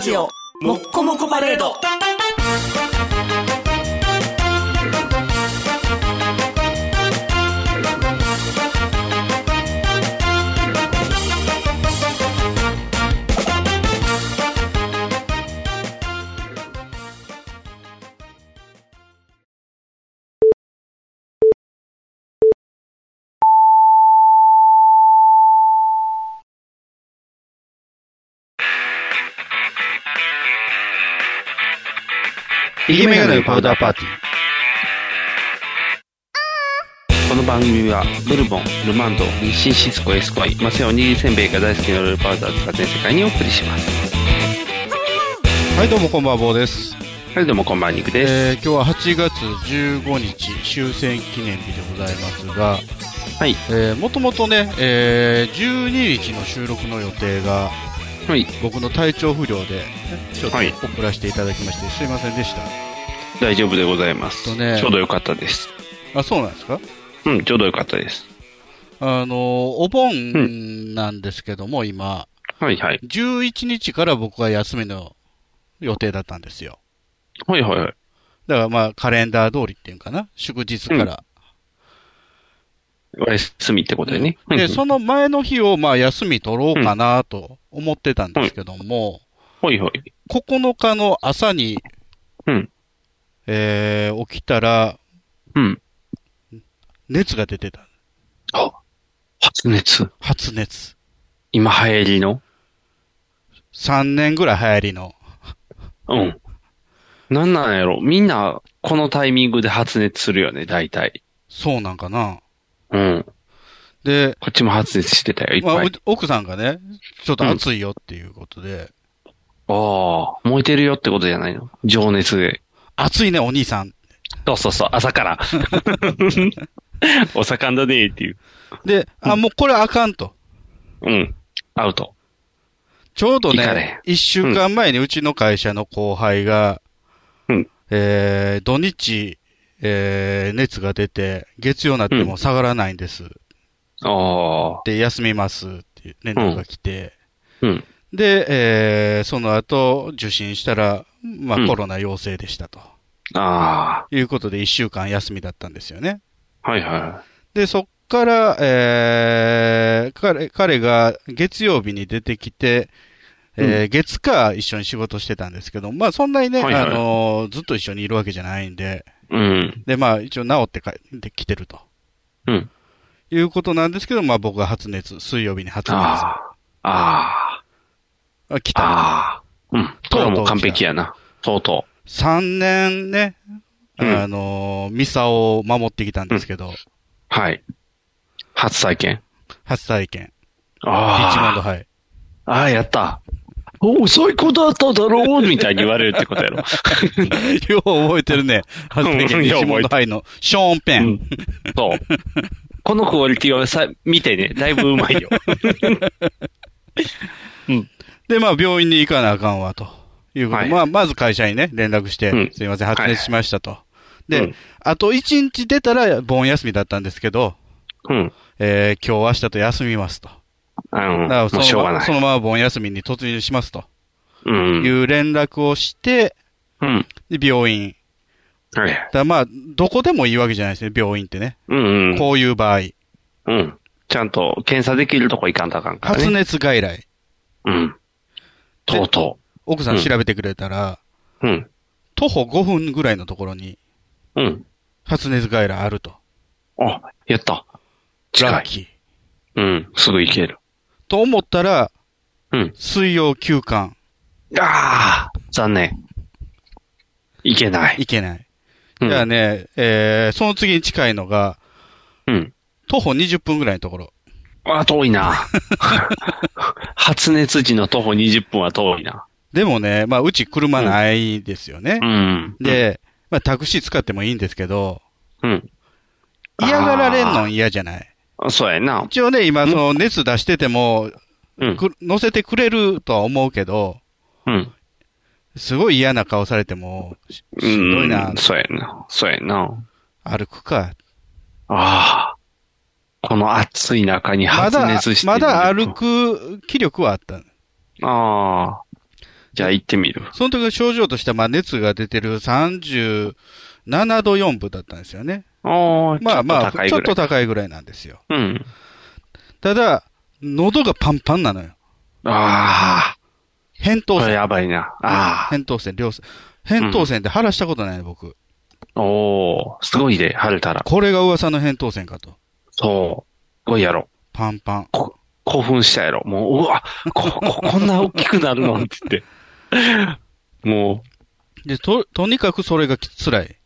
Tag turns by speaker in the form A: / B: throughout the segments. A: ジオもっこもこパレード
B: イケメガネのパウダーパーティー。この番組は、ブルボン、ルマンド、日清シスコ、エスコイ、マセオ、ニリせんべいが大好きなロールパウダーズが全世界にお送りします。
C: はい、どうもこんばんは、坊です。
B: はい、どうもこんばんは、ニクです。
C: えー、今日は8月15日、終戦記念日でございますが、
B: はい、
C: えー、もともとね、えー、12日の収録の予定が、
B: はい、
C: 僕の体調不良で、ねちょっと
B: はい
C: 遅らせていただきまして、すいませんでし
B: 大丈夫でございます。
C: とね
B: ちょうどよかったです。
C: た。あ、そうなんですか
B: うん、ちょうどよかったです。
C: あのー、お盆なんですけども、今、
B: はい、はい。
C: 11日から僕は休みの予定だったんですよ。
B: はい、はい、はい。
C: だからまあ、カレンダー通りっていうかな、祝日から。
B: お休みってことでね。
C: うん
B: う
C: で、
B: ん
C: その前の日をまあ休み取ろうかなと思ってたんですけども、
B: はい、はい。
C: 9日の朝に、
B: うん
C: えー起きたら
B: うん。
C: 熱が出てた。
B: あ、発熱。
C: 発熱。
B: 今流行りの
C: 3年ぐらい流行りの。
B: うん。なんなんやろみんな、このタイミングで発熱するよね、大体。
C: そうなんかな。
B: うん。
C: で、
B: こっちも発熱してたよ、いっ
C: まあ
B: ぱい。、
C: お奥さんがね、ちょっと暑いよっていうことで、
B: ああ、燃えてるよってことじゃないの情熱で。
C: 暑いね、お兄さん。
B: そうそうそう、朝から。 お盛んだねっていう。
C: で、あ、もうこれあかんと。
B: うん。アウト。
C: ちょうど
B: いか
C: ね
B: れ、
C: 一週間前にうちの会社の後輩が、
B: うん
C: えー、土日、えー、熱が出て、月曜になっても下がらないんです。
B: ああ。
C: で、休みますって連絡が来て、
B: うん。
C: で、えー、その後受診したら、ま
B: う
C: あ
B: ん
C: コロナ陽性でしたと。
B: あ
C: いうことで一週間休みだったんですよね。
B: あ。はいは
C: で、そっから、えー、彼、彼が月曜日に出てきて、えー月火一緒に仕事してたんですけど、まあそんなにね、
B: はいはい
C: あのーずっと一緒にいるわけじゃないんで、
B: い。うん。
C: で、まあ一応治ってかできてると
B: うん。
C: いうことなんですけど、まあ僕が発熱、水曜日に発熱、あ
B: ああ。あ
C: 来
B: あ。
C: た。
B: ああ。うん。これはもう完璧やな。とうと
C: 3年ね、
B: うん
C: あのーミサを守ってきたんですけど、
B: う。はい。初体験。
C: 初体験、リッチモンド
B: あ
C: 杯。
B: あ。ああ、やった。おそういうことだっただろうみたいに言われるってことやろ。
C: よう覚えてるね。初体験、
B: うん
C: リッ
B: よう覚えてる
C: チモンド杯のショーン・ペ ン。
B: うんそう。このクオリティをさ、見てね、だいぶうまいよ。
C: で、まあ、病院に行かなあかんわ、というこ
B: は
C: とで、
B: い
C: まあ、まず会社にね、連絡して、
B: うん
C: すいません、発熱しましたと。 で、
B: うん
C: あと1日出たら、盆休みだったんですけど、
B: うん。
C: えー、今日明日と休みますと。
B: あ
C: だ
B: の、
C: から
B: もうし
C: そ
B: ょうが
C: のまま、
B: な
C: そ
B: い。
C: のまま盆休みに突入しますと
B: う
C: い
B: ん。
C: う連絡をして、
B: うん。
C: で、病院。
B: はい。
C: だからまあ、どこでもいいわけじゃないですね、病院ってね。
B: うんうん。
C: こういう場合。
B: うん。ちゃんと検査できるとこ行かんとあかんから
C: 発
B: ね。
C: 熱外来。
B: うん。とうと
C: 奥さん
B: うん
C: 調べてくれたら、
B: う。うん。
C: 徒歩5分ぐらいのところに
B: うん。
C: 発熱外来あると。
B: あ、やった。近
C: ラ
B: い。
C: ッキ
B: う
C: ー。
B: ん。すぐ行ける。
C: と思ったら、
B: うん。
C: 水曜休館、
B: ああ、残念。行けない。
C: 行けない。
B: う
C: じゃあ
B: ん。
C: ね、えー、その次に近いのが、
B: うん。
C: 徒歩20分ぐらいのところ。
B: あ、遠いな。 発熱時の徒歩20分は遠いな。
C: でもね、まあ、うち車ないですよね
B: う。ん。、
C: で、まあ、タクシー使ってもいいんですけど、
B: うん。
C: 嫌がられんの嫌じゃない。
B: そうやな。
C: 一応ね、今、その熱出してても、
B: うん。
C: く乗せてくれるとは思うけど、
B: うん。
C: すごい嫌な顔されても、ししんどいな
B: うん、そうやな。そうやな。
C: 歩くか。
B: ああ。この暑い中に
C: ま
B: 発
C: だ
B: 熱し、て
C: まだ歩
B: く。
C: く気力はあった。
B: ああ。じゃあ行ってみる。
C: その時の症状としては、まあ、熱が出てる37度4分だったんですよね。
B: ああ、
C: まあまあ、
B: 高い
C: ちょ
B: ぐ
C: っ
B: ら
C: と
B: い。
C: 高いぐらいなんですよ。
B: うん。
C: ただ、喉がパンパンなのよ。
B: ああ、
C: 扁桃
B: これ
C: 腺。
B: やばいな。あ
C: 扁桃腺、両腺。扁桃腺って腹したことないの、僕。
B: あ、おー、すごいで、晴れたら。
C: これが噂の扁桃腺かと。
B: そう。すごいやろ。
C: パンパン。
B: こ興奮したやろ。もう、うわ、こ、こ、こんな大きくなるのってって。も
C: で、と、とにかくそれがき辛い。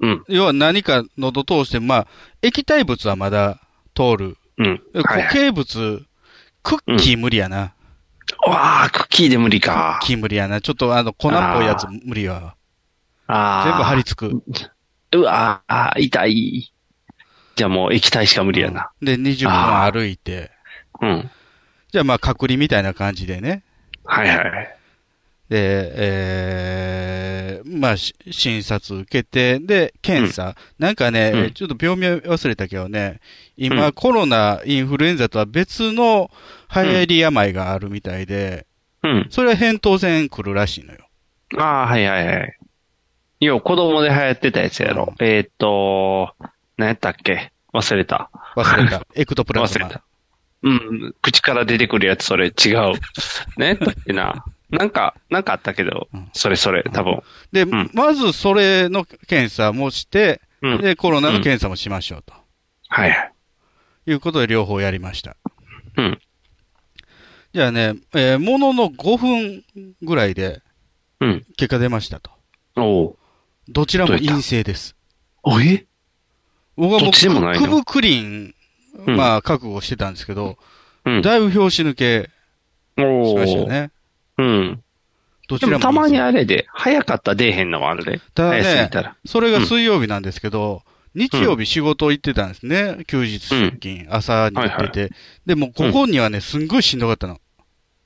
B: う、うん、
C: 要は何か喉通して、まあ、液体物はまだ通る。
B: うん。
C: 固
B: はいはい。
C: 形物、クッキー無理やな。
B: うわあ、クッキーで無理か。
C: キー無理やな。ちょっとあの、粉っぽいやつ無理やわ。
B: ああ。
C: 全部張り付く。
B: うわあ、痛い。じゃあもう液体しか無理やな。
C: で、20
B: あー
C: 分歩いて。
B: うん。
C: じゃあまあ、隔離みたいな感じでね。
B: はいはい。
C: で、えー、まあ、し診察受けて、で、検査。なんかね、
B: うん
C: ちょっと病名忘れたけどね、
B: う
C: 今、
B: ん
C: コロナ、インフルエンザとは別の流行り病があるみたいで、
B: うん。
C: それは扁桃腺来るらしいのよ。
B: ああ、はいはいはい。よう、子供で流行ってたやつやろ。えーっ、と、何やったっけ忘れた。
C: 忘 れた。エクトプラズ
B: 忘
C: マ。
B: れた。うん。口から出てくるやつ、それ違う。 何やったっけな。なんか、なんかあったけど
C: うん、
B: それそれ、多分。
C: で、
B: ん
C: まずそれの検査もして、
B: うん。はい
C: で、コロナの検査もしましょうと。
B: はい。
C: いうことで両方やりました。
B: うん。
C: じゃあね、えーものの5分ぐらいで
B: うん。
C: 結果出ましたと。
B: おう
C: どちらも
B: どういった
C: 陰性です。
B: おえ
C: 僕はも
B: どっちでもな
C: う
B: い
C: ク
B: の
C: ブクリン、
B: うん
C: まあ、覚悟してたんですけど、
B: うん。
C: だいぶ拍子抜け
B: お
C: しましたよ
B: ー
C: ね。
B: うん。
C: ど
B: で
C: ちらも
B: もたま
C: 陰
B: に
C: 性
B: あれで、早かったら出えへんのもあるで。
C: ただね
B: 早すぎたら。
C: それが水曜日なんですけど、日曜日仕事行ってたんですね。休日出勤、朝に行ってて。で、もう午後にはね、すんごいしんどかったの。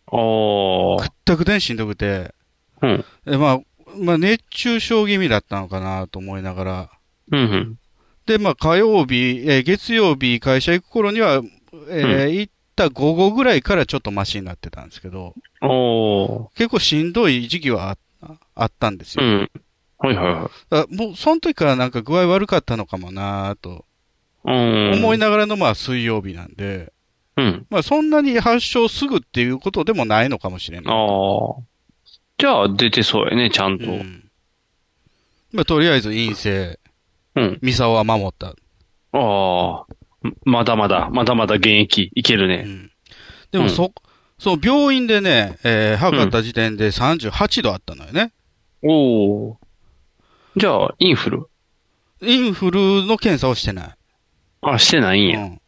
B: お
C: く
B: ー。
C: ったくでんしんどくて。
B: うん。
C: でまあ、まあ、熱中症気味だったのかなと思いながら。
B: うんうん。
C: で、まあ、火曜日、えー月曜日会社行く頃には、えー行った午後ぐらいからちょっとマシになってたんですけど、
B: お
C: 結構しんどい時期はああったんです
B: ー。う
C: よ。
B: ん。はいはいはい。
C: だからもう、その時からなんか具合悪かったのかもなぁと
B: うん。
C: 思いながらの、まあ、水曜日なんで、
B: うん。
C: まあ、そんなに発症すぐっていうことでもないのかもしれ
B: あ
C: ない。
B: あ。じゃあ、出てそうやね、ちゃんと。
C: う
B: うん。
C: ん。まあ、とりあえず陰性、ミサオは守った。
B: ああ。まだまだ、まだまだ現役、いける
C: う
B: ね。
C: んでもそ、そう、病院でね、えー測った時点で38度あったのよね。
B: おお。じゃあ、インフル
C: インフルの検査をしてな
B: あ、してないん
C: い。
B: や。
C: うん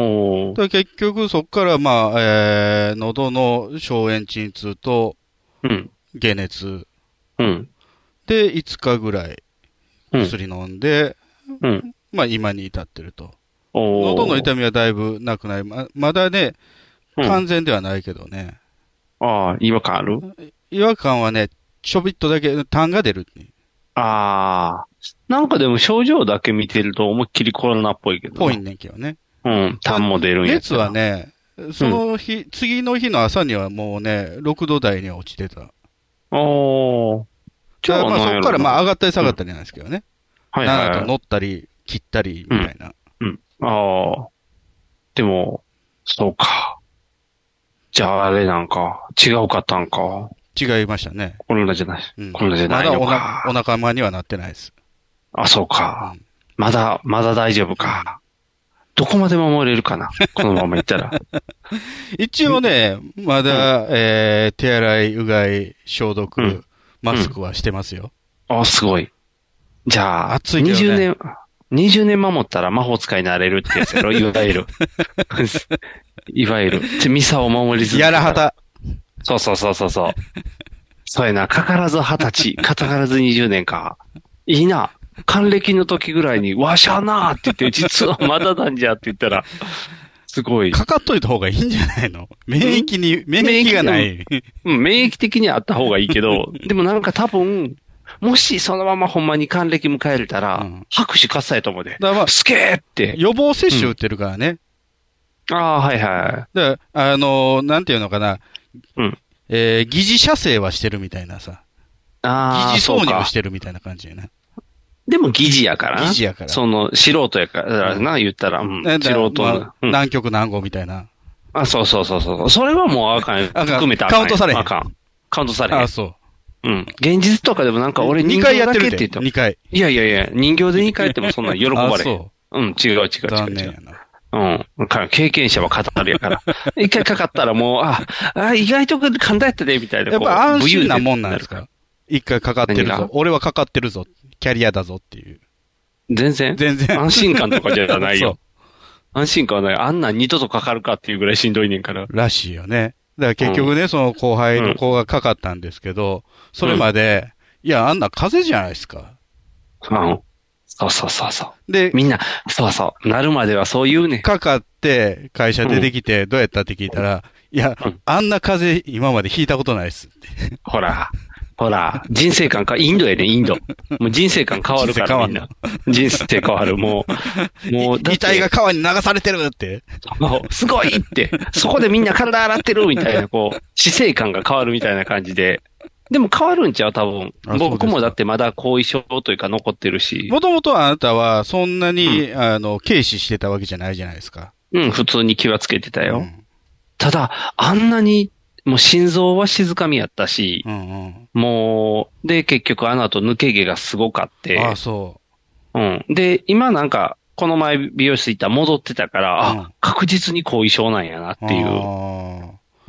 B: おお
C: だ。から結局そこから、まあ、えー喉の消炎鎮痛と
B: うん。
C: 解熱
B: うん。
C: で5日ぐらい
B: うん。
C: 薬飲んで、
B: うん。
C: まあ今に至ってると。
B: おお。
C: 喉の痛みはだいぶなくなり、ままだね、
B: うん、
C: 完全ではないけどね。
B: ああ、違和感ある
C: 違和感はね、ちょびっとだけ、痰が出る。
B: ああ。なんかでも症状だけ見てると思いっきりコロナっぽいけどな。
C: ぽいんねんけどね。
B: うん。痰も出るんやけ
C: 熱
B: どな
C: はね、その日、次の日の朝にはもうね、6度台には落ちてた。
B: おー。じゃあ、
C: まあ、そこからま
B: あ、
C: あ上がったり下がったりなんですけどね。
B: はいはい
C: 7
B: は
C: と
B: い、
C: 乗ったり、切ったり、みたいな。
B: うん。ああ。でも、そうか。じゃあ、あれなんか、違うかったんか。
C: 違いましたね。
B: コロナじゃない。
C: うん、
B: コロナじゃないの
C: ま
B: か
C: だ。おなお仲間にはなってないです。
B: あ、そうか
C: うん。
B: まだ、まだ大丈夫か。どこまで守れるかな。このままいったら。
C: 一応ね、まだ、えー、手洗い、うがい、消毒、
B: うん
C: マスクはしてますよ。
B: あ、すごい。じゃあ、
C: 暑いけどね
B: 20年、20年守ったら魔法使いになれるってやつや ろ。いわゆる。 いわゆる。ちミサを守りず
C: やらはた。
B: そうそうそうそうそう。そうやな。かからず二十歳、かからず二十年か。いいな。還暦の時ぐらいに、わしゃなーって言って、実はまだなんじゃって言ったら、すごい。
C: かかっといた方がいいんじゃないの免疫に、免疫がない。
B: うん、免疫的にはあった方がいいけ ど、でもなんか多分、もしそのままほんまに還暦迎えれたら、
C: うん
B: 拍手喝采と思うで。
C: だからまあ
B: すげーって。
C: 予防接種打ってるからね。
B: ああ、はいはい。
C: だからあのーなんていうのかな。
B: うん
C: えー疑似射精はしてるみたいなさ、
B: ああ、
C: 疑似
B: そう
C: 挿入
B: か
C: し。てるみたいな感じやな。
B: でも疑似やからな。
C: 疑似やから
B: その、素人やからな、言ったら。うん、
C: ねだから
B: 素人
C: ま
B: な
C: あ。
B: うん
C: 南極南郷みたいな。
B: あ、そうそうそうそう。それはもうあかんよ。
C: あかん
B: 含めた
C: カウントされへん
B: あかん。カウントされへ
C: あ、
B: ん。
C: そう。
B: うん。現実とかでもなんか俺
C: 二
B: 人
C: 回
B: 形
C: やっ
B: だ
C: て
B: け
C: る
B: って言
C: っ
B: っ
C: て
B: ても。
C: 2回。
B: いやいやいや、人形で2回ってもそんな喜ば
C: あ、
B: れへん。
C: そ
B: うん、違う違う違
C: う。
B: う
C: 残
B: 違
C: 念
B: う
C: や。な。
B: うん。か経験者は語るや から。一回かかったらもう、あ、あ意外と簡単やったね、みたいな。
C: やっぱ
B: こう
C: 安心なもんなんです
B: 武勇伝にるら
C: か一回かかってる
B: 何
C: ぞ
B: が。
C: 俺はかかってるぞ。キャリアだぞっていう。
B: 全然。
C: 全 然。
B: 安心感とかじゃない
C: そ
B: よ。安心感はない。あんなん二度とかかるかっていうぐらいしんどいねんから。
C: う。らしいよね。だから結局ね、その後輩の子がかかったんですけど、それまで、いや、あんな風邪じゃないですか。
B: うん。そうそうそうそう。
C: で、
B: みんな、そうそう。なるまではそう言うねん。
C: かかって、会社出てきて、どうやったって聞いたら、いや
B: うん、
C: あんな風邪今まで引いたことないです。
B: ほら。ほら、人生観か、インドやねん、 インド。もう人生観変わるか
C: 人生変わ
B: ら、
C: ん
B: みん
C: の
B: な。人生変わる、も う。もう、だって
C: 遺体が川に流されてるって。
B: もうすごいって、そこでみんな体洗ってるみたいな、 こう、姿勢感が変わるみたいな感じで。でも変わるんちゃう多分
C: あそうですか。
B: 僕もだってまだ後遺症というか残ってるし。
C: もともとはあなたは、そんなに、あの、軽視してたわけじゃないじゃないですか。
B: うん、普通に気はつけてたよ。
C: うん
B: ただ、あんなに、もう心臓は静かみやったし、
C: うんうん。
B: もう、で、結局あの後抜け毛がすごかって。
C: ああ、そ
B: うん。で、今なんか、この前美容室行ったら戻ってたから、
C: うん
B: あ、確実に後遺症なんやなっ
C: う。
B: ていう
C: ああ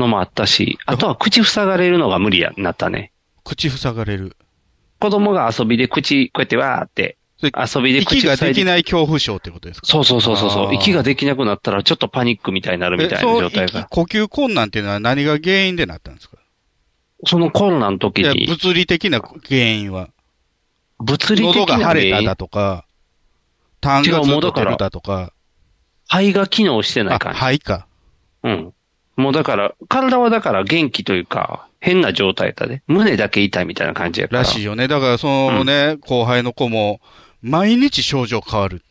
B: のもあったし、あとは口塞がれるのが無理や、なったね。
C: 口塞がれる。
B: 子供が遊びで口、こうやってわーって、
C: それ
B: 遊びで口
C: 息が
B: 塞
C: で
B: いで、
C: きない恐怖症ってことですか
B: そうそうそうそうそ
C: あ
B: う、
C: ー
B: 息ができなくなったらちょっとパニックみたいになるみ
C: え
B: たい
C: そ
B: な
C: の
B: 状態
C: 息
B: が。
C: 呼吸困難っていうのは何が原因でなったんですか
B: そのコロナの時
C: いや、
B: に、
C: 物理的な原因は。
B: 物理
C: 喉
B: 的
C: が
B: な
C: 腫れた
B: ね
C: だとか、痰がずっと出るだとか、
B: 肺が機能してない
C: あ、
B: 感じ。
C: 肺か。
B: うん。もうだから、体はだから元気というか、変な状態だね。胸だけ痛いみたいな感じやから。
C: らしいよね。だから、そのね、後輩の子も、毎日症状変わる。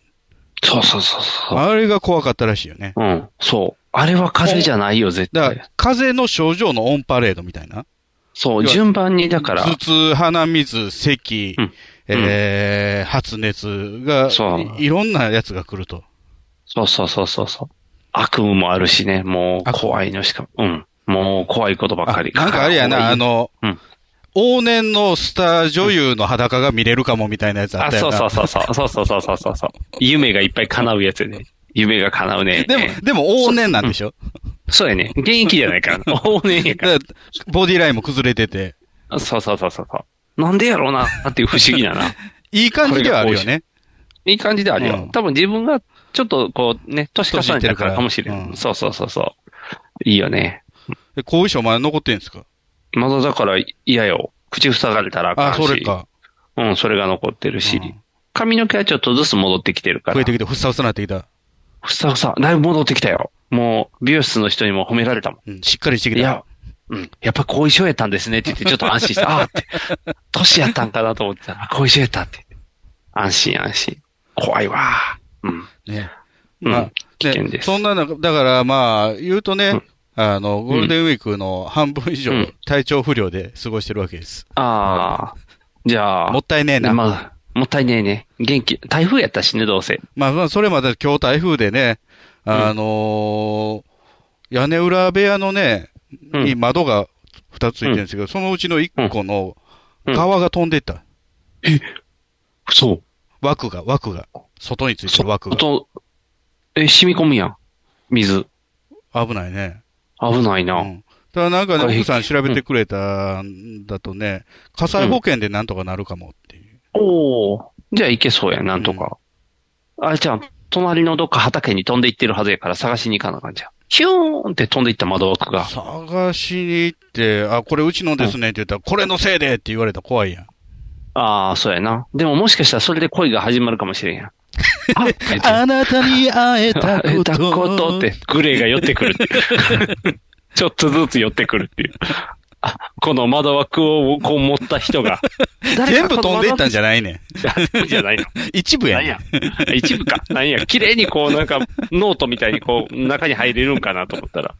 B: そうそうそうそう。
C: あれが怖かったらしいよね。
B: うん。そう。あれは風邪じゃないよ、絶
C: だか
B: 対。
C: ら、風邪の症状のオンパレードみたいな。
B: そう、
C: 要は
B: 順番にだから。
C: 頭痛、鼻水、咳、
B: うん
C: えー発熱が
B: そう
C: い、いろんなやつが来ると。
B: そうそうそうそうそう。悪夢もあるしね、もう
C: 悪夢
B: 怖いのしか、うん。もう怖いことばっかり。
C: あなんかあれやな、あ、の、
B: うん
C: 往年のスター女優の裸が見れるかもみたいなやつあ
B: あ、
C: った
B: そ
C: よ
B: う
C: な。
B: そうそうそう、そうそうそうそうそうそう。夢がいっぱい叶うやつやね。夢が叶うね。
C: でも、でも往年なんでしょ
B: そうやね。現役じゃない から。往年やか
C: だからボディラインも崩れてて、
B: ら。そうそうそうそうそう。なんでやろうな、 っていう不思議だな。
C: いい感じではあるよね。
B: いい感じであるよ。
C: うん
B: 多分自分が、ちょっとこうね、年重ねてるからかもしれ
C: 年いっ
B: ん。
C: てるからうん
B: そうそうそうそう。いいよね。
C: で後遺症まだ残ってんですか
B: まだだから嫌よ。口塞がれたらあかん
C: あ、
B: し。
C: それか。
B: うん、それが残ってるし。
C: うん
B: 髪の毛はちょっとずつ戻ってきてるから。
C: 増えてきて、ふっさふさなってきた。
B: ふさふさ、だいぶ戻ってきたよ。もう、美容室の人にも褒められたも
C: うん、しっかりしてき
B: ん。
C: た。
B: いや、うん、やっぱ後遺症やったんですねって言って、ちょっと安心 した。ああって、年やったんかなと思ってたら、後遺症やったって。安心安心。怖いわ。うん。
C: ね。
B: うん
C: まあ、
B: 危険です
C: そんな中、だからまあ、言うとね、
B: うん
C: あの、ゴールデンウィークの半分以上、
B: うん
C: 体調不良で過ごしてるわけです。
B: ああ、じゃあ、
C: もったいねえな。ま
B: まあ、もったいねえね。元気、台風やったしね、どうせ。
C: あ、まあ、それまで今日台風でね、あのー屋根裏部屋のね、
B: うん
C: に窓が2つついてるんですけど、そのうちの1個の
B: うん
C: 側が飛んでった。
B: そう。
C: 枠が、枠が。外についてる枠が。
B: と、え、染み込むやん。水。
C: 危ないね。
B: 危ないうな。
C: ん。ただなんか
B: これ
C: ね、奥さん調べてくれたんだとね、火災保険でなんとかなるかもっていう。
B: おお。じゃあいけそうや、なんとか。あれじゃん、隣のどっか畑に飛んでいってるはずやから探しに行かなあかんじゃん。ヒューンって飛んでいった窓枠が。
C: 探しに行って、あ、これうちのですねって言ったら、これのせいでって言われたら怖いやん。
B: ああ、そうやな。でももしかしたらそれで恋が始まるかもしれん やん。あっって言って
C: あなたに会えた
B: え
C: こ
B: たこと
C: と。
B: って、グレーが寄ってくるっていう。ちょっとずつ寄ってくるっていう。あ、この窓枠をこう持った人が。
C: 全部飛んでいったんじ
B: ゃ
C: ゃないねん。
B: ないじゃないの。
C: 一部や
B: なん
C: ねん
B: や。一部か。なんや。綺麗にこう、なんか、ノートみたいにこう、中に入れるんかなと思ったら。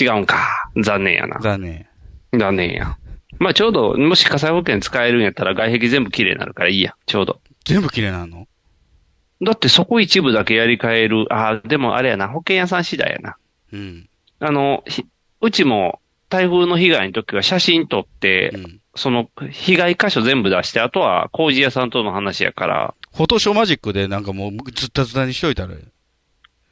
B: 違うんか。残念やな。
C: 残念。
B: だねんや。まあちょうど、もし火災保険使えるんやったら外壁全部綺麗になるからいいや、ちょうど。
C: 全部綺麗なの
B: だってそこ一部だけやり替える。ああ、でもあれやな、保険屋さん次第やな。
C: うん。
B: あの、ひうちも台風の被害の時は写真撮って、
C: うん。
B: その被害箇所全部出して、あとは工事屋さんとの話やから、
C: フォトショーマジックでなんかもうずったずたにしといたらいい。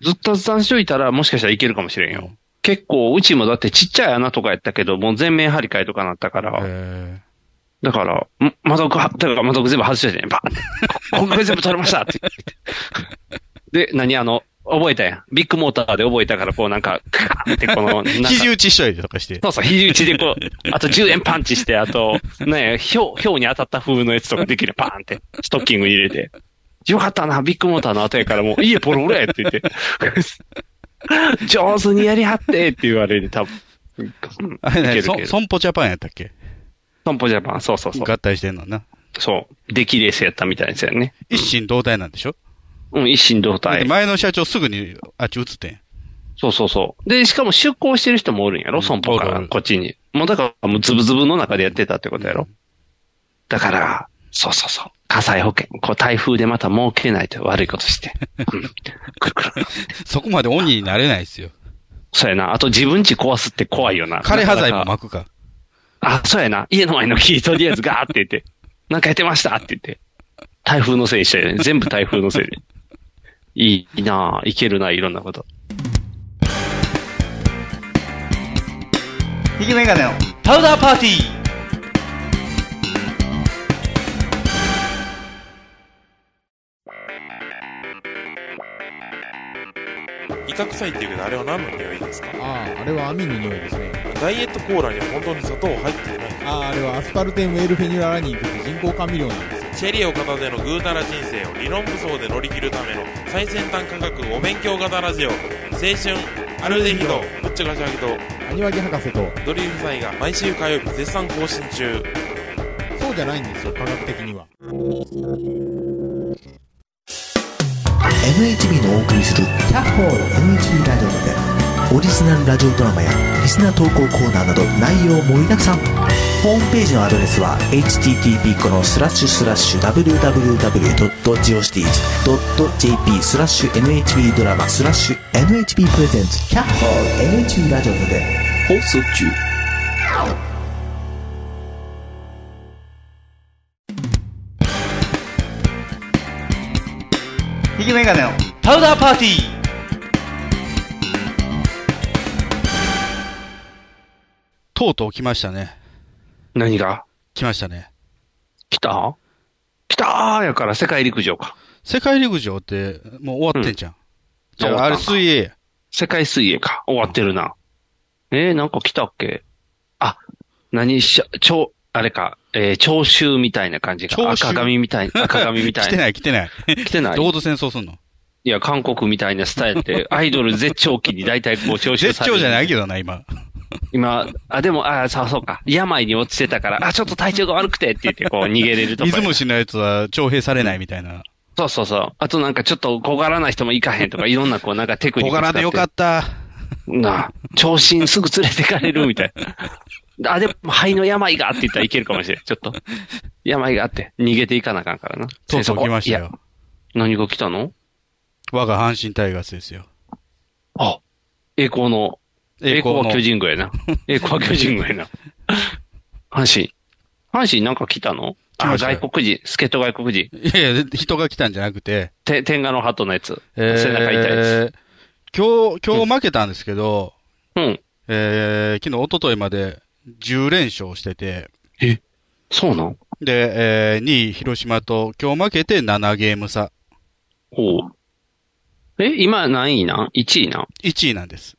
B: ずっと雑談しといたらもしかしたらいけるかもしれんよ。
C: うん
B: 結構、うちもだってちっちゃい穴とかやったけど、もう全面張り替えとかなったから、
C: え
B: だから、ん窓が、だから窓が全部外しててね、バーンここが全部取れましたって言って。で、何あの、覚えたやん。ビッグモーターで覚えたから、こうなんか、カーンってこの、なんか
C: え。肘打ちしといたりとかして。
B: そうそう、肘打ちでこ う、あと10円パンチして、あと、ね、ひょう、ひょうに当たった風のやつとかできる、パーンって、ストッキングに入れて。よかったな、ビッグモーターの後やからもう、家ボロボロやって言って。 上手にやりはってって言われる、多分。うん
C: あれ
B: いけ
C: ね、
B: る
C: そ
B: いける
C: 損保ジャパンやったっけ
B: 損保ジャパン、そうそうそう。
C: 合体してんのな。
B: そう。出来レースやったみたいですよね。
C: 一心同体なんでしょ
B: うん、一心同
C: だって
B: 体。
C: 前の社長すぐにあっち移ってん。
B: そうそうそう。で、しかも出向してる人もおるんや
C: う
B: ろ
C: ん
B: 損保か
C: おるお
B: ら、
C: る
B: こっちに。もうだから、もうズブズブの中でやってたってことやろ。だから、そうそうそう。火災保険。こう、台風でまた儲けないと悪いこと して。うん。くるくる。
C: そこまで鬼になれないですよ。
B: そうやな。あと自分家壊すって怖いよな。
C: 枯葉剤
B: なか
C: も
B: なか
C: 巻くか。
B: あ、そうやな。家の前の木、とりあえずガーって言って。 なんかやってましたって言って。台風のせいにしたよね。全部台風のせいで。いいなぁ。いけるなぁいろんなこと。
C: 引きメガネを。
A: パウダーパーティー
D: 威嚇臭いっていうけどあれは何の匂いですか
E: ああ、あれは網の匂いですね。
D: ダイエットコーラには本当に砂糖入ってない
E: ああ、あれはアスパルテンウェルフェニュララニンという人工甘味料なんです
D: チ
E: よ。
D: ェリーを片手のぐうたら人生を理論武装で乗り切るための最先端科学お勉強型ラジオ青春アルデヒドぶっちゃかしあげと
E: アニワギ博士と、
D: ドリーム祭が毎週火曜日絶賛更新中
E: そうじゃないんですよ、科学的には。
F: NHB のお送りする「キャッホール NHB ラジオ」でオリジナルラジオドラマやリスナー投稿コーナーなど内容盛りだくさんホームページのアドレスは http このスラッシュスラッシュ www.geocities.jp スラッシュ NHB ドラマスラッシュ NHB プレゼンツキャッホール NHB ラジオで放送中
A: パウダーパーティー
C: とうとう来ましたね。
B: 何が
C: 来ましたね。
B: 来た来たーやから世界陸上か。
C: 世界陸上ってもう終わってんじゃん。じゃ
B: 終
C: あ、あ
B: わ
C: れ
B: ったんか
C: 水泳や。
B: 世界水泳か。終わってるな。えー、なんか来たっけあ、何しゃ、ちょ、あれか、えー、聴衆みたいな感じ
C: 聴
B: か。
C: 衆
B: 赤髪みた い、赤髪みたい
C: 来てない、来てない。
B: 来てない
C: ど。こと戦争すんの
B: いや、韓国みたいなスタイル って、アイドル絶頂期に大体こう聴衆
C: 絶
B: される。
C: 頂じゃないけどな、今。
B: 今、あ、でも、あ、そうそうか。病に落ちてたから、あ、ちょっと体調が悪くてって言って、こう逃げれるとか。
C: 水虫のやつは徴兵されないみたいな。
B: そうそうそう。あとなんかちょっと小柄な人もいかへんとか、いろんなこうなんかテクニッ
C: 小
B: ク使っ
C: 柄
B: て。
C: でよかった。
B: なあ、調子にすぐ連れてかれるみたいな。 あ、でも肺の病があって言ったらいけるかもしれん。ちょっと。病があって、逃げていかなあかんからな。
C: とうとう来ました
B: いや
C: よ。
B: 何が来たの
C: 我が阪神タイガースですよ。
B: あ、栄光の、栄光は巨人軍や な。栄光は巨人軍やな。阪神。阪神なんか来たの
C: 来
B: あ、
C: ましたよ
B: 外国人、助っ人外国人。
C: いやいや、人が来たんじゃなくて、
B: て、天下の鳩のやつ。
C: えー
B: 背中痛いや
C: 今日、今日負けたんですけど、
B: うん。
C: えー昨日、一昨日まで10連勝してて、
B: そうなん
C: で、え2位広島と今日負けて7ゲーム差。
B: ほう。え、今何位なん ?1 位なん
C: 1位なんです。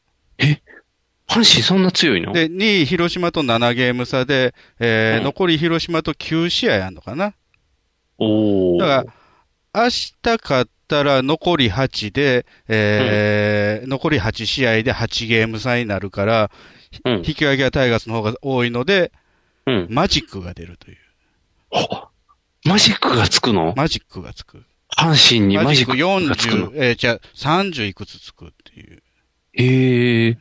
B: 阪神そんな強いの
C: で、2位広島と7ゲーム差で、えー
B: うん
C: 残り広島と9試合あんのかな。
B: おお。
C: だから、明日勝ったら残り8で、えー残り8試合で8ゲーム差になるから、
B: うん
C: 引き分けはタイガースの方が多いので、
B: うん。
C: マジックが出るという。
B: ほマジックがつくの
C: マジックがつく。
B: 阪神にマ
C: マ
B: ジ
C: ジ
B: ッ
C: ック
B: クがつくの
C: 40、えーじゃあ30いくつつくっていう。
B: へえ。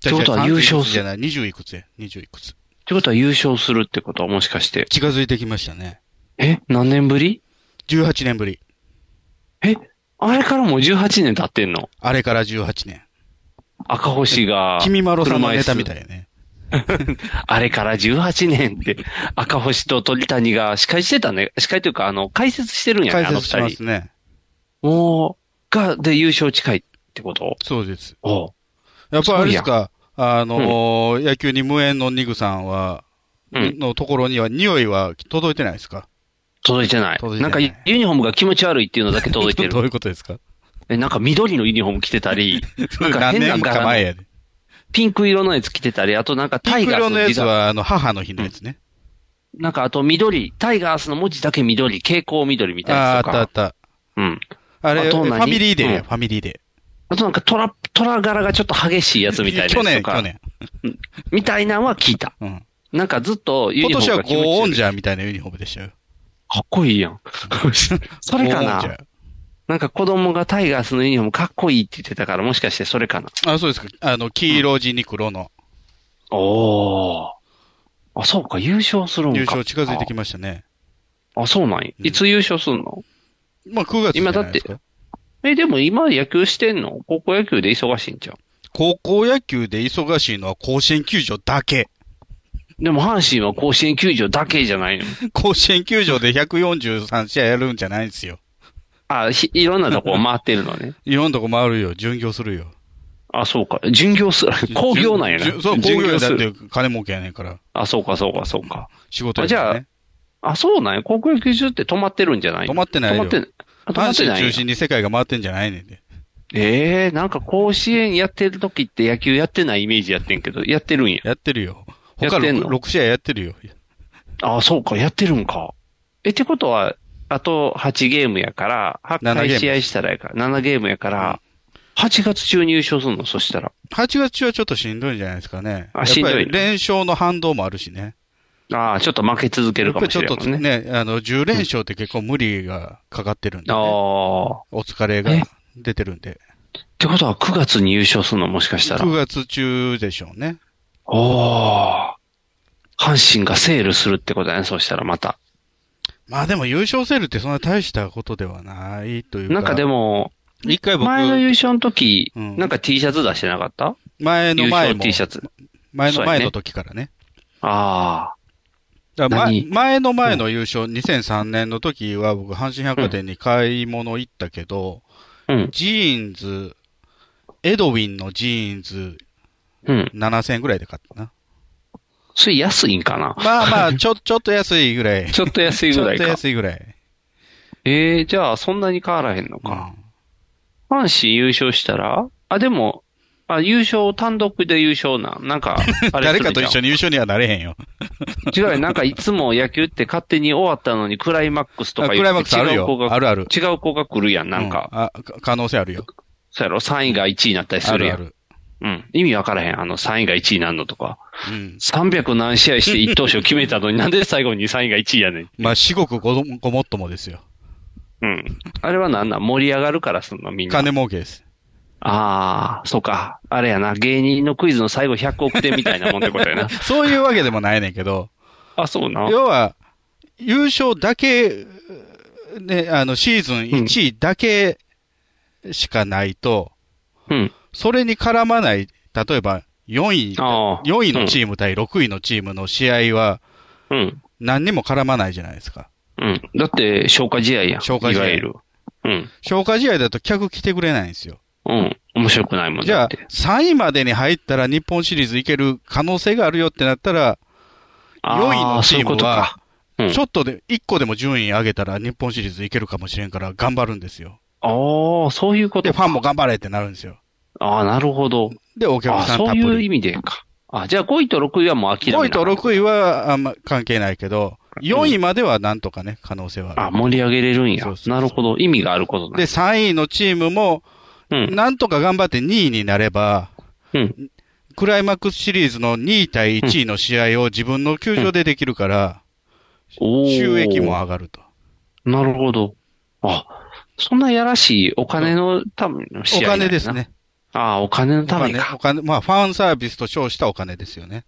C: じゃ
B: ってことは優勝す
C: じゃない、20いくつや。20いくつ。
B: ってことは優勝するってことはもしかして。
C: 近づいてきましたね。
B: え何年ぶり
C: 18年ぶり。
B: えあれからもう18年経ってんの
C: あれから18年。
B: 赤星が。
C: 君まろさんのネタみ
B: い
C: たいやね。
B: あれから18年って、赤星と鳥谷が司会してたね。司会というか、あの、解説してるんやね、
C: 解
B: あの
C: 説しま
B: 二
C: す
B: 人。
C: ね。
B: もう、が、で、優勝近いってこと
C: そうです。
B: おう
C: やっぱあれですか、あのー野球に無縁のニグさんは、
B: うん。
C: のところには匂いは届いてないですか
B: 届いてない。
C: 届いて
B: な
C: なん
B: か、
C: い
B: ユニフォームが気持ち悪いっていうのだけ届いて
C: どう
B: る。
C: いうことですか
B: え、なんか緑のユニフォーム着てた り、なんか
C: 何
B: 変な
C: 年か
B: 柄
C: 前
B: の
C: やで。
B: ピンク色のやつ着てたり、あとなんかタイ
C: ピンク
B: ガー
C: 色
B: ス
C: の
B: の
C: や
B: 字
C: つ
B: が
C: は、あの、母の日のやつね。
B: なんかあと緑、タイガースの文字だけ緑、蛍光緑みたいな
C: ああ
B: や
C: ー、
B: つと
C: あ
B: か。
C: ったあった。
B: うん。
C: あれ、
B: あ
C: フ
B: と何
C: ァミリーデーや、
B: うん
C: ファミリーデ
B: あとなんかトラ、トラ柄がちょっと激しいやつみたい
C: ー。
B: な
C: 去
B: やつ
C: 年、
B: とか。
C: 去年。
B: みたいなのは聞いた。
C: うん。
B: なんかずっとユ
C: 今
B: ニフォーム
C: 年は
B: が気
C: ゴーオ
B: 持ち
C: ン
B: 悪い
C: ジャーみたいなユニフォームでしたよ。
B: かっこいい やん。それか
C: ゴーオンジャ
B: な
C: ー。
B: なんか子供がタイガースのユニフォームかっこいいって言ってたから、もしかしてそれかな。
C: あ、そうですか。あの、黄色地に黒の
B: おー。あ、そうか、優勝するんか。
C: 優勝近づいてきましたね。
B: あ、あそうなんや。いつ優勝すんの、
C: まあ、9月じゃないですか
B: 今だえ、でも今野球してんの高校野球で忙しいんちゃう
C: 高校野球で忙しいのは甲子園球場だけ。
B: でも阪神は甲子園球場だけじゃないの。
C: 甲子園球場で143試合やるんじゃないんですよ。
B: あ、ひいろんなとこ回ってるのね。
C: いろんなとこ回るよ。巡業するよ。
B: あ、そうか。巡業する。工業なんや
C: じゅ
B: な。
C: そう、工業だっ
B: 巡す
C: て
B: る。
C: 金儲けやねんから。
B: あ、そうか、そうか、そうか。
C: 仕事や
B: あじゃあ
C: ね。
B: あ、そうなんや。高校野球場って止まってるんじゃない
C: 止まってない
B: 止
C: よ
B: まってない。あ止まっ
C: 阪
B: て
C: 神
B: ないんや
C: 中心に世界が回ってんじゃないねんで。
B: ええなんか甲子園やってる時って野球やってないイメージやってんけど、やってるんや。
C: やってるよ。
B: や
C: 他
B: ってんの
C: 6, 6試合やってるよ。
B: ああ、そうか、やってるんか。え、ってことは、あと8ゲームやから、8
C: 7ゲーム
B: 回試合したらやから、7ゲームやから、8月中に優勝するのそしたら。
C: 8月中はちょっとしんどいんじゃないですかね。
B: あ
C: やっ
B: しん
C: ぱ
B: どい
C: り連勝の反動もあるしね。
B: ああ、ちょっと負け続け
C: や
B: る
C: っ
B: か
C: ぱり
B: も
C: ち
B: し
C: ょっ
B: れな
C: と
B: いね。
C: ね、あの、10連勝って結構無理がかかってるんで、
B: あ
C: ね。
B: あ。
C: お疲れ
B: え
C: が出てるんで。
B: ってことは9月に優勝するのもしかしたら。
C: 9月中でしょうね。
B: おお。阪神がセールするってことだね、そうしたらまた。
C: まあでも優勝セールってそんな大したことではないというか。
B: なんかでも、
C: 一回僕、
B: 前の優勝の時、
C: うん
B: なんか T シャツ出してなかった
C: 前の
B: 優
C: 前
B: 勝
C: も、
B: T シャツ。
C: 前の
B: そうや
C: 前
B: ね
C: の時からね。
B: あ
C: だから前
B: 何
C: 前の前の優勝、2003年の時は僕、阪神百貨店に買い物行ったけど、
B: あ。うん。
C: ジーンズ、エドウィンのジーンズ
B: うん。
C: 7000円ぐらいで買ったな。
B: それ安いんかな
C: ま あまあ、ちょ、ちょっと安いぐらい。
B: ちょっと安い
C: ち
B: ぐ
C: ょ
B: ら
C: っ
B: い
C: と
B: か。
C: 安いぐらい。
B: ええじゃあそんなに変わらへんの
C: う
B: か。
C: ん
B: 阪神優勝したらあ、でも、あ、優勝、単独で優勝なん。なん か、あれ
C: 誰かと一緒
B: に。
C: に優勝にはなれへんよ。
B: 違うよ、なんかいつも野球って勝手に終わったのにクライマックスと
C: あ
B: か
C: ク
B: 言って
C: ライマックスある
B: 違う子
C: よ。
B: が
C: あるある。
B: 違う子が来るやん、なんか。
C: うあ、か可能性あるよ。
B: そうやろ ?3 位が1位になったりす
C: あ
B: る
C: る
B: や
C: あ
B: ん。
C: る。
B: うん。意味わからへん。あの、3位が1位なんのとか。
C: うん。
B: 300何試合して1投手を決めたのになんで最後に3位が1位やねん。
C: まあ、至極ごもごもっともですよ。
B: うん。あれはなんなん盛り上がるからすんの、みんな。
C: 金儲けです。。
B: ああ、そうか。あれやな。芸人のクイズの最後100億点みたいなもんってことやな
C: そういうわけでもないねんけど、
B: あ、そうな。
C: 要は、優勝だけ、ね、あの、シーズン1位だけしかないと、
B: うん。
C: それに絡まない、例えば4位、
B: ああ。
C: 4位のチーム対6位のチームの試合は、
B: うん。
C: 何にも絡まないじゃないですか。
B: うん。だって、消化試合やん。
C: 消化試合
B: いわゆる。うん。
C: 消化試合だと客来てくれないんですよ。
B: うん。面白くないもん
C: じ
B: だ
C: ゃ
B: っ
C: あ
B: て。、
C: 3位までに入ったら日本シリーズいける可能性があるよってなったら、
B: あ
C: 4
B: ー
C: 位のチームは
B: そういうことか。うん
C: ちょっとで、1個でも順位上げたら日本シリーズいけるかもしれんから頑張るんですよ。
B: ああ、そういうこ
C: で、
B: と
C: ファンも頑張れってなるんですよ。
B: ああ、なるほど。
C: で、お客
B: あ
C: さん
B: そ
C: たっ
B: う
C: ぷ
B: いう
C: り。
B: 意味でか。あ、じゃあ5位と6位はもう諦めな
C: 5位と6位はあんま関係ないけど、4位まではなんとかね、可能性はあ
B: あ、
C: る。
B: 盛り上げれるんや。
C: そうそうそう
B: なるほど。意味があることな
C: で、
B: い。
C: 3位のチームも、
B: うん。
C: なんとか頑張って2位になれば、
B: うん。
C: クライマックスシリーズの2位対1位の試合を自分の球場でできるから、
B: おー
C: 収益も上がると。
B: なるほど。あ、そんなやらしいお金のための
C: お
B: 試合なんやな
C: 金です。ね。
B: ああ、お金の
C: お
B: ため
C: 金、
B: か
C: お。金、まあ、ファンサービスと称したお金ですよね。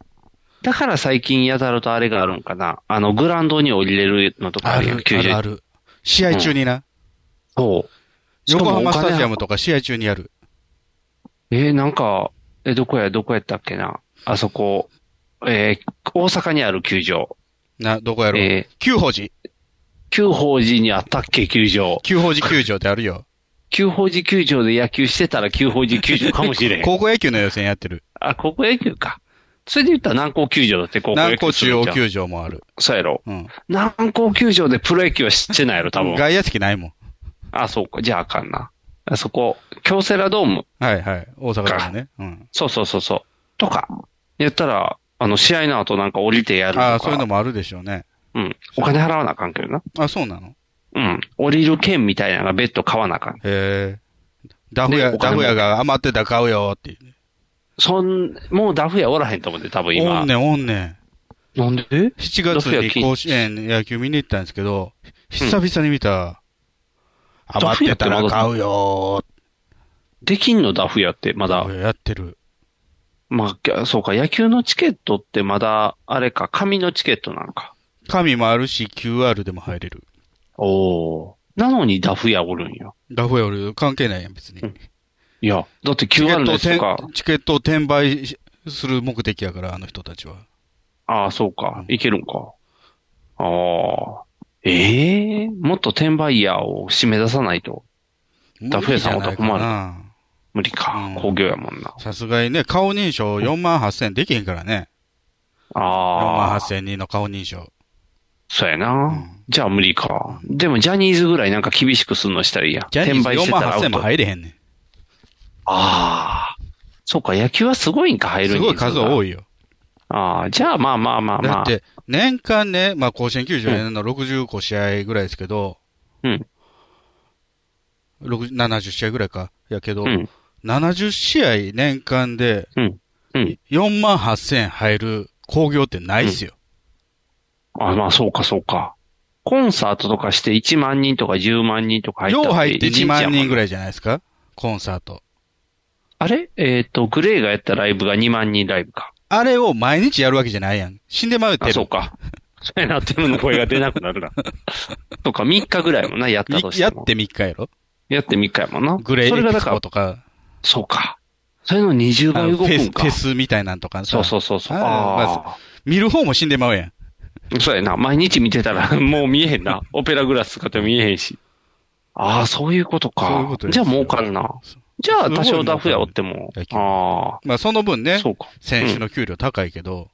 B: だから最近やたらとあれがあるんかな。あの、グラウンドに降りれるのとか
C: あ
B: ある
C: る
B: やん、、
C: ある、あ
B: 90。
C: る。試合中にな。
B: そう。しか
C: 横
B: も
C: 浜
B: お
C: ス
B: 金
C: タジアムとか試合中にやる。
B: えーなんか、え、どこや、どこやったっけな。あそこ、えー大阪にある球場。
C: な、どこやろう。
B: えー
C: 旧法寺。
B: 旧法寺にあったっけ、球場。
C: 旧法寺球場ってあるよ。
B: 旧法寺球場で野球してたら旧法寺球場かもし れん。
C: 高校野球の予選やってる。
B: あ、高校野球か。それで言ったら南高球場だって高校野球
C: 南高
B: す
C: 中
B: る
C: 央
B: じゃん。
C: 球場もある。
B: そうやろ。
C: うん。
B: 南高球場でプロ野球は知ってないやろ、多分。
C: 外野席ないもん。
B: あ、そうか。じゃああかんな。あそこ、京セラドーム。
C: はいはい。大阪でもね。うん。
B: そうそうそうそう。とか。言ったら、あの、試合の後なんか降りてやるとか。
C: ああ、そういうのもあるでしょうね。
B: うん。お金払わなあかんけどな。
C: あ、そうなの
B: うん。降りる券みたいなのが別途買わなあかん。
C: へえ。ダフ
B: ね
C: 屋、
B: お金
C: ダ
B: も
C: フ屋が余ってたら買うよって。
B: そん、もうダフやおらへんと思って、多分
C: お
B: 今
C: ん。ねんおんねん。
B: なんで
C: 7月
B: ダフ
C: に
B: 屋禁止
C: 甲子園野球見に行ったんですけど、久々に見た。
B: ん
C: 余ってたら買うよ
B: できんのダフやって、まだ
C: ー。やってる。
B: まあ、そうか、野球のチケットってまだ、あれか、紙のチケットなんか。
C: 紙もあるし、QR でも入れる。
B: おお。なのにダフやおるんや。
C: ダフ屋俺関係ないやん、別に。
B: いや、だって
C: チケ
B: QR
C: ッ
B: の
C: トを
B: やつとか
C: 転、チケットを転売しする目的やから、あの人たちは。
B: ああ、そうか、いけるんか。ああ。ええもっと転売ヤーを締め出さないとダフ屋さんは
C: 無理じゃないか
B: 無理か
C: うん。
B: 工業やもんな。
C: なさすがにね、顔認証4万8000できへんからね。4
B: あ
C: 万
B: あ。
C: 8000人の顔認証。
B: そうや
C: う
B: な。
C: ん
B: じゃあ無理か。でもジャニーズぐらいなんか厳しくするのしたらいいやん。
C: ジャニー
B: 転
C: ズ
B: 売し
C: 4
B: てた
C: 万
B: らア
C: 8000
B: ウ
C: も
B: ト。あ
C: 入れへんね
B: あー。そうか、野球はすごいんか、入
C: ん。
B: る。
C: すごい数はい多いよ。
B: ああ、じゃあまあまあまあま
C: だ
B: あ。
C: って、年間ね、まあ甲子園球場やるの65試合ぐらいですけど、
B: うん
C: 60 70試合ぐらいか、やけど、
B: うん
C: 70試合年間で、
B: うんうん
C: 4万8000入る工業ってないっすよ。
B: あ、まあそうかそうか。コンサートとかして1万人とか10万人とか入っ
C: よう
B: た
C: 入って2万人ぐ
B: い。
C: らいじゃないですかコンサート。
B: あれえっ、と、グレーがやったライブが2万人ライブか。
C: あれを毎日やるわけじゃないやん。死んでまうて
B: あ、
C: る。
B: そうか。そうやな、テルの声が出なくなる な。そうか、3日ぐらいもんな、やっ
C: み
B: たとして
C: やっ
B: も。
C: て3日やろ
B: やって3日やもんな。
C: グレー
B: それ
C: エ
B: が
C: キ
B: だ
C: ス
B: から
C: ポ、とか、
B: そうか。それの20
C: あ
B: 倍
C: の
B: 動
C: フ
B: く
C: ェス、フ
B: んか
C: ェ。スみたいなんとかさ
B: そうそうそうそう。
C: あー
B: あ
C: ま
B: あ
C: 見る方も死んでまうやん。
B: ー。そうやな。毎日見てたら もう見えへんな。オペラグラス使っても見えへんし。ああ、そういうこと
C: そうい
B: か
C: うこと。です
B: じゃ
C: よ
B: あ儲かるな。じゃあ多少ダフやおっても
C: すごい儲。かる
B: あ
C: まあその分
B: あ、
C: ね、
B: そうか。
C: 選手の給料高いけど、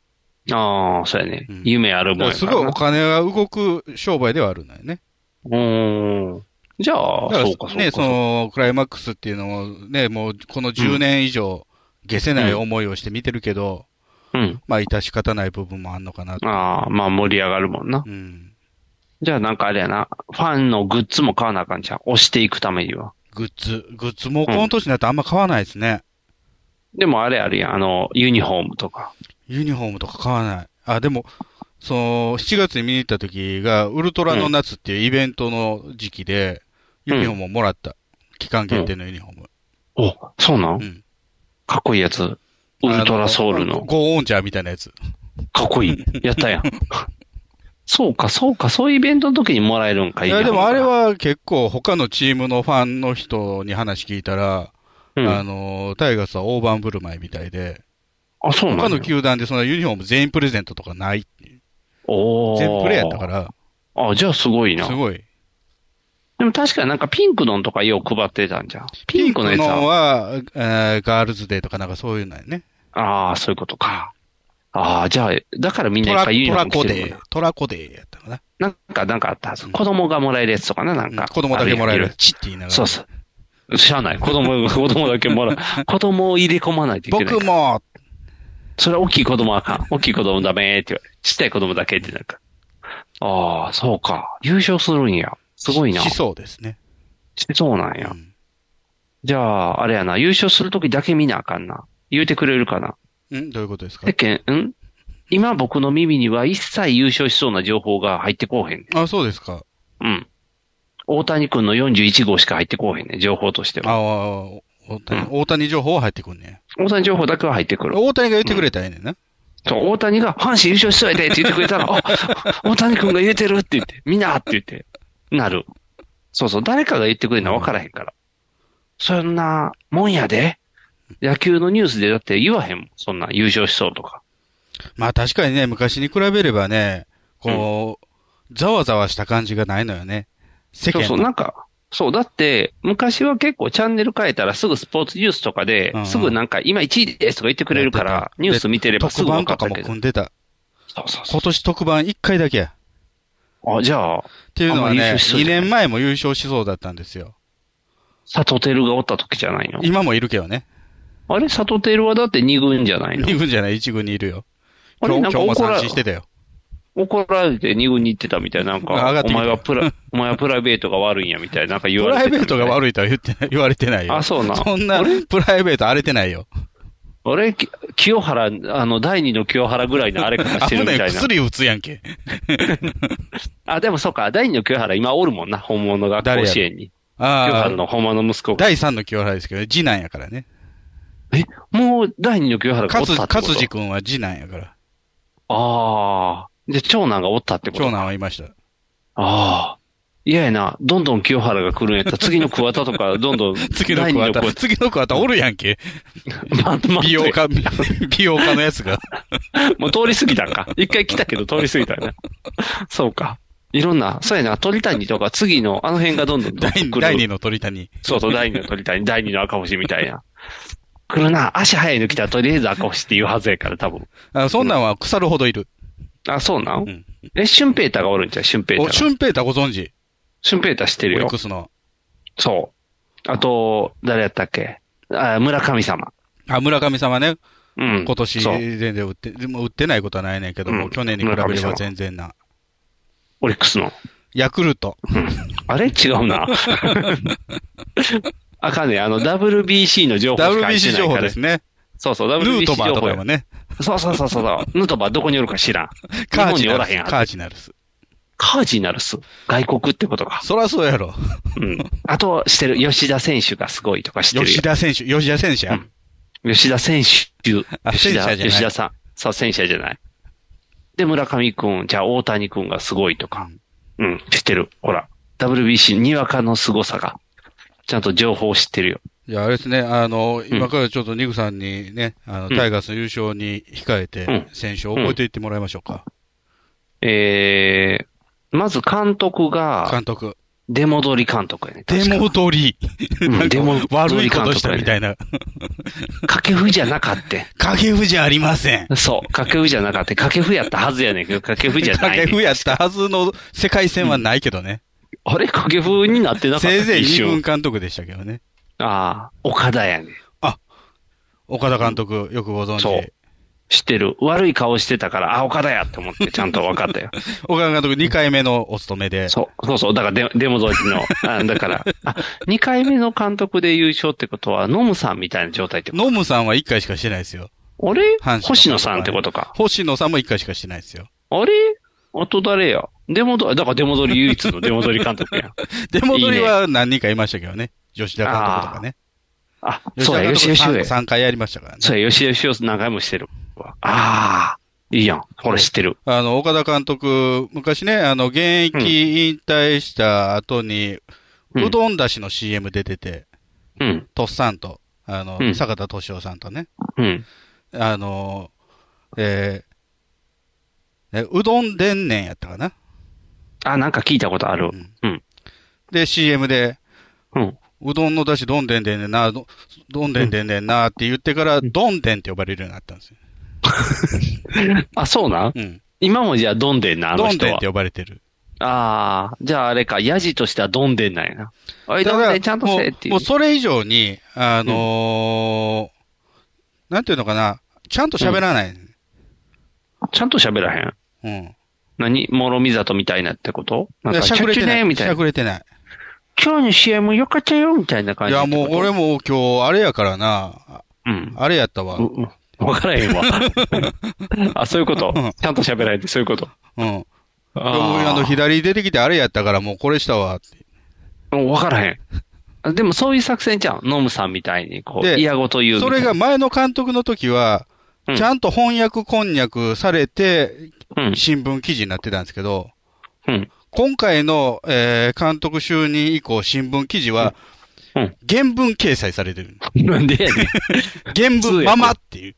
B: ああ、そうやね
C: うん。
B: 夢あるも
C: だか
B: ん
C: ら
B: や
C: す
B: か
C: ご
B: ら
C: いお
B: な。
C: 金が動く商売ではあるのよね。
B: うーん。じゃあ
C: だ、から
B: そうか、そう
C: ね、
B: か
C: そ。のクライマックスっていうのをね、もうこの10年以上、下せない思いをして見てるけど、
B: うん。
C: まあ致し方ない部分もあんのかなと。
B: ああ、まあ盛り上がるもんな。
C: うん。
B: じゃあなんかあれやな。ファンのグッズも買わなあかんじゃん。押していくためには。
C: グッズ、グッズもこの年になってあんま買わないですね。
B: でもあれあるやん。あの、ユニフォームとか。
C: ユニフォームとか買わない。あ、でも、その、7月に見に行った時が、ウルトラの夏っていうイベントの時期で、ユニフォームをもらった。期間限定のユニフォーム。
B: お、そうなん、
C: うん
B: かっこいいやつ。ウルトラソウル
C: あ
B: の。
C: ゴーオンジャーみたいなやつ。
B: かっこい い。やったやん。 そうか、そうか、そういうイベントの時にもらえるんか、
C: い
B: いい
C: や、
B: な
C: でもあれ、は結構他のチームのファンの人に話聞いたら、
B: うん
C: あ
B: あ
C: の、タイガースは大盤振る舞いみたいで、
B: そうな
C: 他
B: んだ
C: の。球団でそのユニフォーム全員プレゼントとかない。
B: おー
C: 全プレイやったから、
B: あ、じゃあすごいな
C: す。ごい。
B: でも確かになんかピンクのんとかよう配ってたんじゃん。ピンクのやつは。
C: は、えーガールズデーとかなんかそういうのやね。
B: ああ、そういうことか。ああ、じゃあ、だからみんない
C: ト
B: っ
C: ラ
B: ぱいユニフォーム
C: コ
B: 着てるもん
C: デー
B: な。、
C: トラコデーやったかな。
B: なんか、なんかあったはず。子供がもらえるやつとかな、なん
C: うん
B: か。
C: 子供だけもらえ
B: あ
C: る
B: や。
C: チって言いながら。
B: そうそう。知らない。子供、 子供だけもらう。子供を入れ込まないといけないから。
C: 僕も、
B: それは大きい子供はあかん。大きい子供ダメって言われる。ちっちゃい子供だけってなるから。ああ、そうか。優勝するんや。すごいな。
C: し
B: し
C: そうですね。
B: そうなん
C: う
B: や。
C: ん
B: じゃあ、あれやな。優勝するときだけ見なあかんな。言うてくれるかな。
C: んどういうことですか
B: 世間、ん今僕の耳には一切優勝しそうな情報が入ってこうへんね。
C: あ、そうですか。
B: うん。大谷くんの41号しか入ってこうへんね。情報として
C: あ
B: は。
C: あ、お大谷、大谷情報は入ってくんね
B: 大谷情報だけは入ってくる。
C: 大谷が言ってくれたらええねんな。
B: そう、大谷が阪神優勝しそうやでって言ってくれ たら、あ、大谷君が言えてるって言って、みんなって言って、なる。そうそう、誰かが言ってくれるのは分からへんから。そんなもんやで。野球のニュースでだって言わへんもん。そんな優勝しそうとか。
C: まあ確かにね、昔に比べればね、こう、ざわざわした感じがないのよね。世間
B: そう
C: の
B: そう、なんか、そう、だって、昔は結構チャンネル変えたらすぐスポーツニュースとかで、
C: うんうん
B: すぐなんか、今1位ですとか言ってくれるから、
C: で
B: ニュース見てればす
C: 特
B: ぐ分
C: 番
B: か
C: と
B: った
C: かも
B: けど。
C: 組んでた。
B: そうそうそ
C: 今年特番1回だけや。
B: う。あ、じゃあ、
C: っていうのは
B: あんま優
C: ね、
B: 勝しそう
C: 2
B: じゃない
C: 年前も優勝しそうだったんですよ。
B: 佐藤輝がおった時じゃないの
C: 今もいるけどね。
B: あれ佐藤輝はだって2軍じゃないの
C: 2軍じゃない、1軍にいるよ。
B: あ
C: 今
B: れ
C: 日
B: な
C: 今
B: んか
C: 日も
B: 怒ら
C: 三振してたよ。
B: 怒られて2軍に行ってたみたいな、なん
C: 上が
B: か
C: っ、
B: お
C: てきた
B: 前はプラ、 お前はプライベートが悪いんやみたいな、なんか言
C: プ
B: われ
C: ラ
B: て
C: イベートが
B: い。
C: 悪いとは言ってない、 言われてないよ。
B: あ、そうな。
C: そんな、プライベート荒れてないよ。
B: 俺、き清原、あの、第二の清原ぐらいのあれからして
C: 危
B: るみ
C: ない
B: たいな。
C: 薬打つやんけ。
B: あ、でもそうか、第二の清原今おるもんな、本物が
C: 誰や
B: 甲子園に。清
C: あ
B: 原
C: あ、
B: の本物の息子が。
C: 第3の清原ですけどね、次男やからね。
B: え、もう第二の清原がおっ
C: 勝
B: たってこと
C: 勝治君は次男やから。
B: ああ。で、長男がおったってこと
C: 長男はいました。
B: ああ。嫌やな。どんどん清原が来るんやったら、次の桑田とか、どんどん
C: 次の
B: 第
C: 子
B: 二
C: は
B: の
C: た、次の子はたおるやんけ。
B: まとまって
C: 美容家、 美容家のやつが。
B: もう通り過ぎたんか。一回来たけど通り過ぎたね。そうか。いろんな、そうやな、鳥谷とか次の、あの辺がどんどん
C: 第
B: 来る
C: 第2の鳥谷。
B: そうそう、第二の鳥谷、第二の赤星みたいな。来るな、足早いの来たらとりあえず赤星って言うはずやから、多分。
C: あそんなんは腐るほどいる。
B: あ、そうなん、
C: うん
B: え、シュンペーターがおるんじゃうシュンペーター
C: お、
B: が。
C: シュンペーターご存知
B: シュンペーター知って
C: オ
B: る
C: リッ
B: よ
C: ク。スの。
B: そう。あと、誰やったっけあ、村神様。
C: あ、村上様ね。
B: うん。
C: 今年
B: そう。
C: 全然売って、でも売ってないことはないねんけど
B: う
C: も、
B: ん
C: 去年に比べ
B: 村
C: れ
B: 上
C: ば
B: 様
C: 全然な。
B: オリックスの。
C: ヤクルト。
B: あれ違う な。あかんねあの、WBC の情報しか入ってないから
C: WBC 情報ですね。
B: そうそう、
C: ヌ
B: WBC
C: ートバー
B: 情
C: と
B: 報
C: か
B: や
C: もね。
B: そうそうそうそうそう。 ヌートバーどこにおるか知らん。日
C: カー
B: 本
C: ジ
B: におら
C: ナ
B: へん
C: ル
B: や
C: ス。
B: ん
C: カージナルス。
B: カージナルス。外国ってことか。
C: そらそうやろ。
B: うん。あと、してる。吉田選手がす ごいとか知ってるよ。
C: 吉田選手、吉田選手
B: う
C: や
B: ん。吉田選手。
C: あ
B: 吉田、
C: 戦車じゃない
B: 吉田さん。そう、選手じゃない。で、村上くん、じゃあ大谷くんがすごいとか。うん、知ってる。ほら。WBC にわかの凄さが。ちゃんと情報を知ってるよ。
C: いや、あれですね、あの、今からちょっとニグさんにね、あの、タイガースの優勝に控えて
B: う、
C: 選手を覚えていってもらいましょうか。
B: えー、まず監督が、
C: 監督。
B: 出戻り監督やね。
C: デ
B: 確か
C: モ取り。
B: うん出戻り監督やね
C: 悪いことしたみたいな。
B: 掛布じゃなかって。
C: 掛布じゃありません。
B: そう。掛布じゃなかった。掛布やったはずやねんけど、掛布じゃない、
C: 掛布
B: ね。
C: やったはずの世界戦はないけどね。
B: あれ掛布になってなかったっけ
C: せいぜい
B: 一
C: 二軍
B: 瞬。
C: 監督でしたけどね。
B: ああ、岡田やねん。
C: 岡田監督、よくご存
B: そ
C: 知
B: う。知ってる。悪い顔してたから、あ、岡田やって思ってちゃんと分かったよ。
C: 岡田監督2回目のお勤めで。
B: そう、そうそう。だからデ、デモ通りの、あだから、あ、2回目の監督で優勝ってことは、ノムさんみたいな状態ってこと
C: ノムさんは1回しかしてないですよ。
B: あれ
C: 阪神の
B: 星野さんってことか。
C: 星野さんも1回しかしてないですよ。
B: あれあと誰やデモど、だからデモ通り唯一のデモ通り監督やん。
C: デモ取りは何人かいましたけどね。吉田監督とかね。
B: あ、そうや、よしよしよや。
C: 3回やりましたからね。
B: そうや、よしよしよ何回もしてるわ。ああ、いいやん。ほら、知ってる。
C: あの、岡田監督、昔ね、あの、現役引退した後に、
B: う
C: うんどんだしの CM 出てて、
B: うん、
C: とっさんと、あの、
B: うん
C: 坂田敏夫さんとね、
B: うん。
C: あの、えーねうどんでんねんやったかな。
B: あ、なんか聞いたことある。うん、
C: で、CM で、
B: うん。
C: うどんのだし、どんでんでんねんな、どどんでんでんでんなって言ってから、どんでんって呼ばれるようになったんですよ。
B: あ、そうなん
C: うん。
B: 今もじゃあ、どんでんな、あの
C: どん
B: 人
C: でんっ
B: は
C: て。呼ばれてる。
B: ああ、じゃああれか、ヤジとしてはどんでんなんやな。おい、
C: た
B: ど
C: だ
B: んでんちゃんとせえってい
C: も
B: う
C: う。もうそれ以上に、あのーなんていうのかな、ちゃんと喋らない。
B: ちゃんと喋らへん。
C: うん。
B: 何諸見里みたいなってことなん
C: い
B: か、
C: やしゃくれ
B: ちょ
C: て
B: っち
C: な
B: ね
C: い。
B: みたい
C: しゃ
B: な。
C: くれてない。
B: 今日の試合もよかったよ、みたいな感
C: い
B: じっ
C: や、
B: てこと。
C: もう俺も今日、あれやからな、あ
B: うん。
C: あれやったわ。
B: ううんわから へんわ。あ、そういうこと
C: うん。
B: ちゃんと喋られて、そういうこと。
C: うん。
B: あ
C: ああの、
B: ー
C: 左出てきてあれやったからもうこれしたわって。
B: もうわからへん。でもそういう作戦じゃん。ノムさんみたいに、こう、
C: で
B: 嫌ごと言うみた
C: そ
B: いな。
C: れが前の監督の時は、
B: うん
C: ちゃんと翻訳こんにゃくされて、
B: うん。
C: 新聞記事になってたんですけど、
B: うん。
C: 今回の、えー監督就任以降、新聞記事は
B: うんうん、
C: 原文掲載されてる。
B: なんでやねん。
C: 原
B: 通訳
C: 文ままっていう。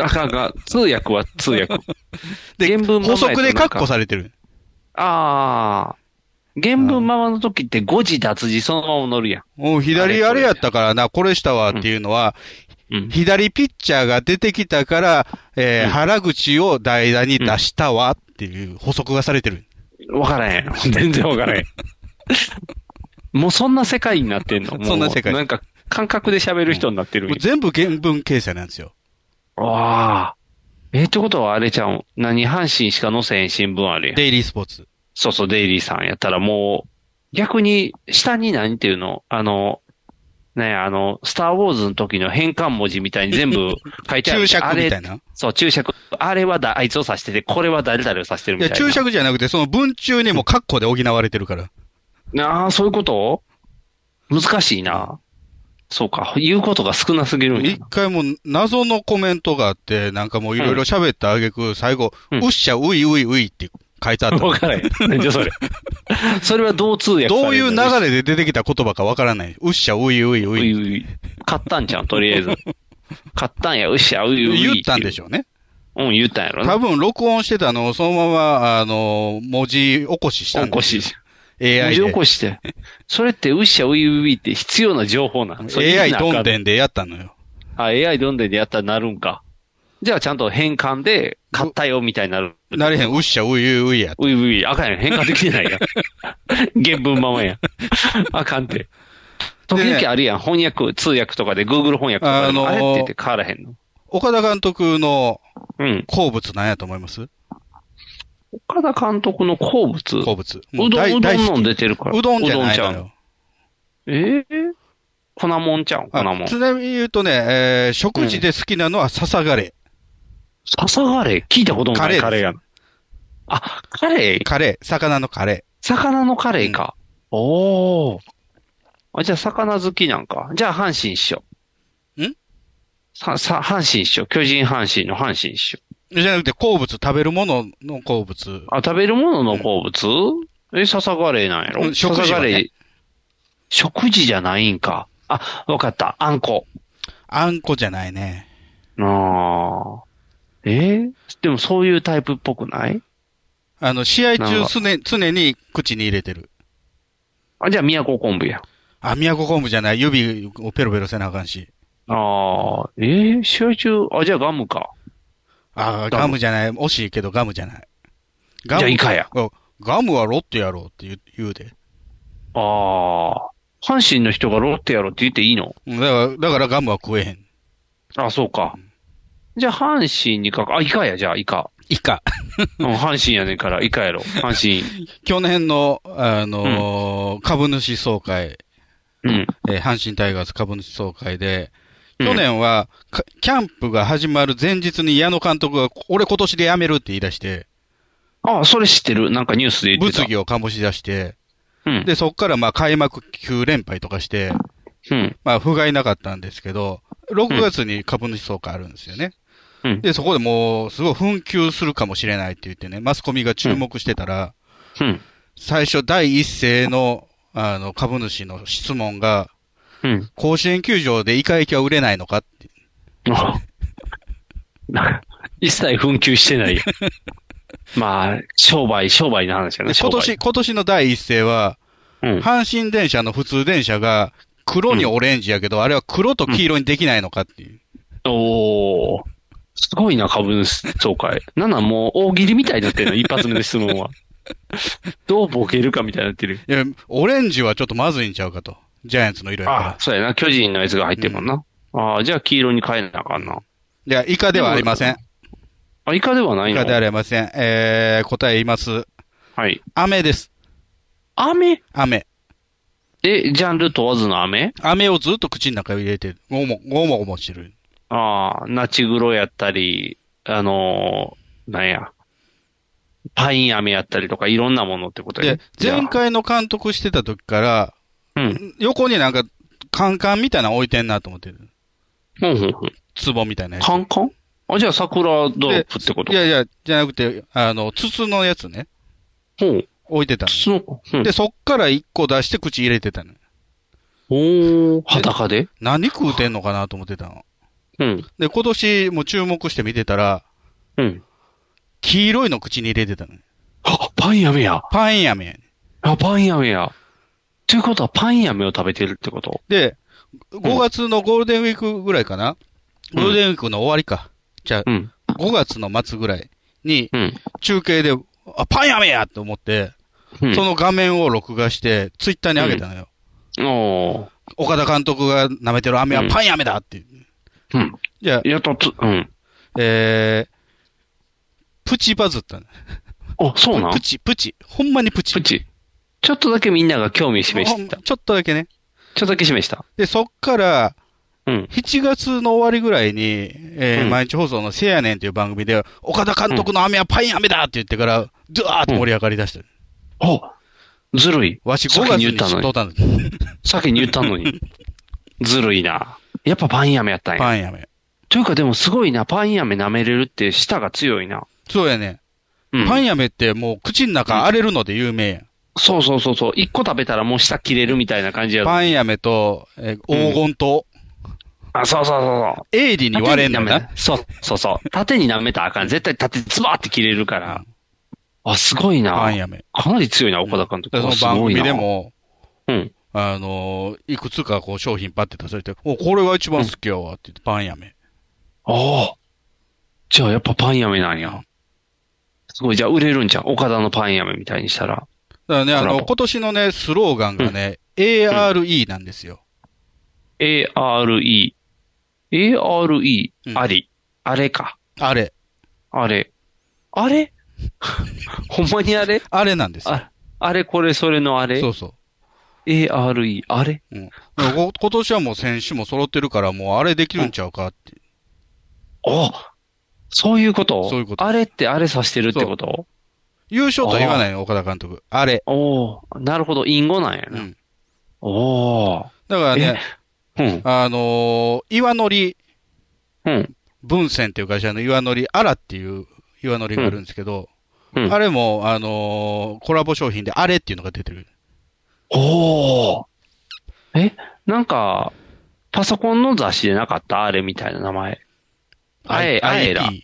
B: あかんあかん。通訳は通訳。
C: で
B: 原文まま
C: 補
B: やと
C: 足で
B: なん
C: 確
B: か
C: 保されてる。
B: ああ。原文ままの時って誤字脱字そのまま乗るやん。
C: もう左あれやったからな、これしたわっていうのは、
B: うん。
C: 左ピッチャーが出てきたから、えー
B: うん
C: 原口を代打に出したわっていう補足がされてる。
B: わからへん。全然わからへん。もうそんな世界になってんのもう
C: そんな世界
B: なんか、感覚で喋る人になってる
C: もう。全部原文掲載なんですよ。
B: ああ。え、ってことはあれちゃん、何、阪神しか載せへん新聞あるやん。
C: デイリースポーツ。
B: そうそう、デイリーさんやったらもう、逆に、下に何ていうのあの、ねあの、スターウォーズの時の変換文字みたいに 全部書いてある。
C: 注釈みた
B: あ
C: い
B: れ
C: な。
B: そう、注釈。あれはだあいつを指してて、これは誰々を指してる
C: い
B: みた
C: や、
B: いな。
C: 注釈じゃなくて、その文中にも括弧で補われてるから。
B: ああ、そういうこと難しいな。そうか。言うことが少なすぎるんや
C: 一。回もう謎のコメントがあって、なんかもういろいろ喋った挙句、最後、
B: うん
C: うっしゃ、ういういういって書いてあった。
B: わからへん。 何じゃそ れ。それはどう通訳され
C: どういう
B: る
C: 流
B: の
C: れで出てきた言葉かわからない。うっしゃ、ういういう
B: う
C: い
B: いうい買ったんじゃん、とりあえず。買ったんや、うっしゃ、ういうい。
C: 言ったんでし
B: ょ。
C: ょうね。
B: うん、言ったんやろ
C: 多
B: な。
C: 分録音してたのをそのまま、あの、文字起こししたん
B: 起こ
C: です。
B: し。文
C: AI
B: 字起
C: で。
B: こして。それって、うっしゃ、ういういって必要な情報なん。それ言
C: AI
B: うな
C: ど
B: あか
C: んでんでやったのよ。
B: あ、AI どんでんでやったらなるんか。じゃあ、ちゃんと変換で、買ったよ、みたいになる。
C: なれへん、うっしゃ、ういうういや。
B: ういうい、あかんやん。変換できてないやん。 原文ままやん。あかんて。時々あるやん。翻訳、通訳とかで、Google 翻訳とかでも、
C: あ
B: あれっ
C: のー
B: て言って変わらへんの。
C: 岡田監督の
B: うん。
C: 好物なんやと思います
B: 岡田監督の好物。
C: 好物。も
B: うどん、
C: 大
B: うど
C: 大
B: ん
C: 好
B: の
C: き
B: 出てるから。
C: うどんじゃない
B: ち
C: の
B: う
C: よ。
B: ええ粉もんちゃうん、粉
C: あ
B: もん。
C: ちなみに言うとね、えー食事で好きなのは笹ガレ
B: 笹ガレー聞いたこともない
C: カ
B: カ
C: レ
B: レーや
C: ーです
B: ん。あ、カレ
C: ー。
B: ー
C: カレー、魚のカレ
B: 魚のカレーか。おお。あ、じゃあ魚好きなんか。じゃあ阪神師匠。
C: ん
B: さ、さ、阪神師匠。巨人阪神の阪神師匠。
C: ー。じゃなくて、好物、食べるものの好物。
B: あ、食べるものの好物、え、笹ガレーなんや
C: う
B: ろ
C: ん食事はね
B: 笹ガレー食事じゃないんか。あ、わかった。あんこ。
C: あんこじゃないね。
B: ああ。えーでもそういうタイプっぽくない
C: あの、試合
B: なん
C: 中
B: か
C: すね、常に口に入れてる。
B: あ、じゃあ宮古昆布や。
C: あ、宮古昆布じゃない。指をペロペロせなあかんし。
B: ああ、えー試合中、あ、じゃあガムか。
C: ああ、
B: ガム
C: ガムじゃない。惜しいけどガムじゃない。
B: じ
C: ガ
B: ゃあ
C: ム
B: イカや。
C: あガムはロッテやろうって言う言うで。
B: ああ、阪神の人がロッテやろって言っていいの
C: うんだから、だからガムは食えへん。
B: あ、そうか。じゃあ阪神にかか、あ、イカや、じゃあイ カ。
C: イカ。
B: うん、阪神やねんから、イカやろ。阪神。
C: 去年の、あのー株主総会、
B: うん。
C: えー阪神タイガース株主総会で、
B: うん
C: 去年は、かキャンプが始まる前日に矢野監督が、俺今年で辞めるって言い出して、
B: ああ、それ知ってる。なんかニュースで言ってた。
C: 物議を醸し出して、
B: うん。
C: で、そっからまあ開幕9連敗とかして、
B: うん。
C: まあ、不甲斐なかったんですけど、6月に株主総会あるんですよね。
B: うん
C: で、そこでもう、すごい紛糾するかもしれないって言ってね、マスコミが注目してたら、
B: うん。
C: 最初第一声の、あの、株主の質問が、
B: うん。
C: 甲子園球場でイカ焼きは売れないのかって。
B: あなんか一切紛糾して ないよ。まあ、商売、商売の話や
C: で
B: ね。
C: 今年、今年の第一声は、
B: 商売。うん。
C: 阪神電車の普通電車が、黒にオレンジやけど、あれは黒と黄色にできないのかっていう。
B: おー。すごいな、株主総会。なんなんもう大喜利みたいになってるの、一発目の質問は。 どうボケるかみたいになってる。
C: いや、オレンジはちょっとまずいんちゃうかと。ジャイアンツの色やから。
B: そうやな、巨人のやつが入ってるもんな。ああ、じゃあ黄色に変えなあかんな。
C: いや、イカではありません。
B: あ、イカではない
C: 以
B: の
C: 下ではありません。えー、答え言います。
B: はい。
C: 雨です。
B: 雨
C: 雨。
B: え、ジャンル問わずの雨
C: 雨をずっと口の中に入れてる。ごも、ごもごもしてる。
B: ああ、ナチグロやったり、あのーなんや。パイン飴やったりとか、いろんなものってことやね
C: で、前、回の監督してた時から、
B: じゃあうん。
C: 横になんかカンカンみたいなの置いてんなと思ってる。
B: うんうんうん。
C: 壺みたいなやつ。
B: カンカンあ、じゃあ桜ド
C: で
B: ープってこと
C: いやいや、じゃなくて、あの、筒のやつね、
B: ほう。
C: 置いてた
B: 筒の子。う
C: の。
B: ん
C: で、。そっから一個出して口入れてたの。
B: おー、裸で
C: 何食うてんのかなと思ってたの。
B: うん。
C: で、今年も注目して見てたら、
B: うん。
C: 黄色いの口に入れてたの。
B: あ、パンやめや。
C: パンやめん。
B: あ、パンやめや。ということは、パンやめを食べてるってこと
C: で、5月のゴールデンウィークぐらいかな、
B: うん
C: ゴールデンウィークの終わりか。じゃあ、
B: うん。
C: 5月の末ぐらいに、
B: うん。
C: 中継で、あ、パンやめやと思って、
B: うん。
C: その画面を録画して、ツイッターに上げたのよ。
B: お
C: 岡田監督が舐めてる飴はパンやめだって。
B: ー。うん。
C: じゃあ、
B: やっとつ、うん。
C: えー、プチバズったの。
B: あ、そうなん
C: プチ、プチ。ほんまにプチ。
B: プチ。ちょっとだけみんなが興味示
C: ほ
B: し
C: ん
B: てた。ちょ
C: ちょっとだけね。
B: っとだけ示した。
C: で、そっから、
B: うん。
C: 7月の終わりぐらいに、えー
B: うん
C: 毎日放送のせやねんという番組で、岡田監督の雨はパイン雨だって言ってから、ずわーっと盛り上がりだした。
B: あ、ずるい。
C: わし5
B: 先
C: 月
B: に言
C: に
B: っ
C: 知
B: た
C: っ
B: の
C: とっ
B: に。
C: たんです。
B: 先に言ったの に。ずるいな。やっぱパンやめやったんや。
C: パン雨。
B: というかでもすごいな。パンやめ舐めれるって舌が強いな。
C: そうやね。
B: うん。
C: パン雨ってもう口の中荒れるので有名やん。
B: そうそうそうそう。一個食べたらもう舌切れるみたいな感じや。
C: パン雨と、えー黄金と、
B: あ、そうそうそうそう。
C: 鋭利に割れんの
B: 縦に
C: よ
B: 舐め
C: な。
B: たそうそうそう。縦に舐めたらあかん。絶対縦ズバーって切れるから。あ、すごいな。
C: パン雨。
B: かなり強いな、岡田監督。
C: だからそ
B: す
C: の番
B: ごい
C: 組
B: な
C: で。も、
B: うん。
C: あのーいくつかこう商品パッて出されて、お、これが一番好きやわって言って、パン雨。
B: ああ。じゃあやっぱパンやめなんや。すごい、じゃあ売れるんじゃん。岡田のパンやめみたいにしたら。
C: だからね、あ
B: コラ
C: の、
B: ボ
C: 今年のね、スローガンがね、ARE なんですよ。
B: ARE。ARE
C: う。ん
B: あり。あれか。
C: あれ。
B: あれ。あれ ほんまにあれ
C: あれなんですよ。
B: あ、あれこれそれのあれ
C: そうそ
B: ?ARE。あれ
C: う。うん、だからこ今年はもう選手も揃ってるから、もうあれできるんちゃうかって。
B: あそういうこと
C: そういうこと
B: あれってあれさしてるってこと
C: 優勝とは言わないの、岡田監督。あれ。
B: おおなるほど。隠語なんや
C: う
B: な。
C: ん。
B: おー
C: だからね、
B: うん。
C: あのー岩のり、
B: うん。
C: 文鮮っていう会社の岩のり、アラっていう岩のりがあるんですけど、
B: うん。
C: あれも、あのーコラボ商品であれっていうのが出てる。
B: おお。え、なんか、パソコンの雑誌でなかったあれみたいな名前。あえ、あえら。
C: IP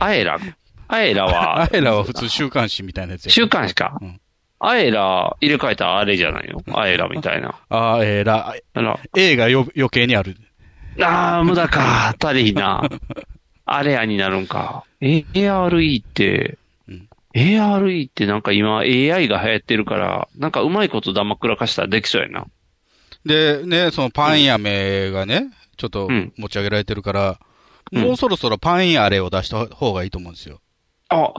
B: あえら。あえらは、
C: あえらは普通週刊誌みたいなやつや。
B: 週刊誌か
C: うん。
B: あえら入れ替えたらあれじゃないのあえらみたいな。
C: あえら。
B: あら、
C: A がよ余計にある。
B: あー、無駄か。足りひんな。あれやになるんか。ARE って
C: うん、
B: ARE ってなんか今 AI が流行ってるから、なんかうまいこと黙くらかしたらできそうやな。
C: で、ね、そのパン屋名がね、ちょっと
B: うん
C: 持ち上げられてるから、
B: うん
C: もうそろそろパン屋あれを出した方がいいと思うんですよ。
B: あ、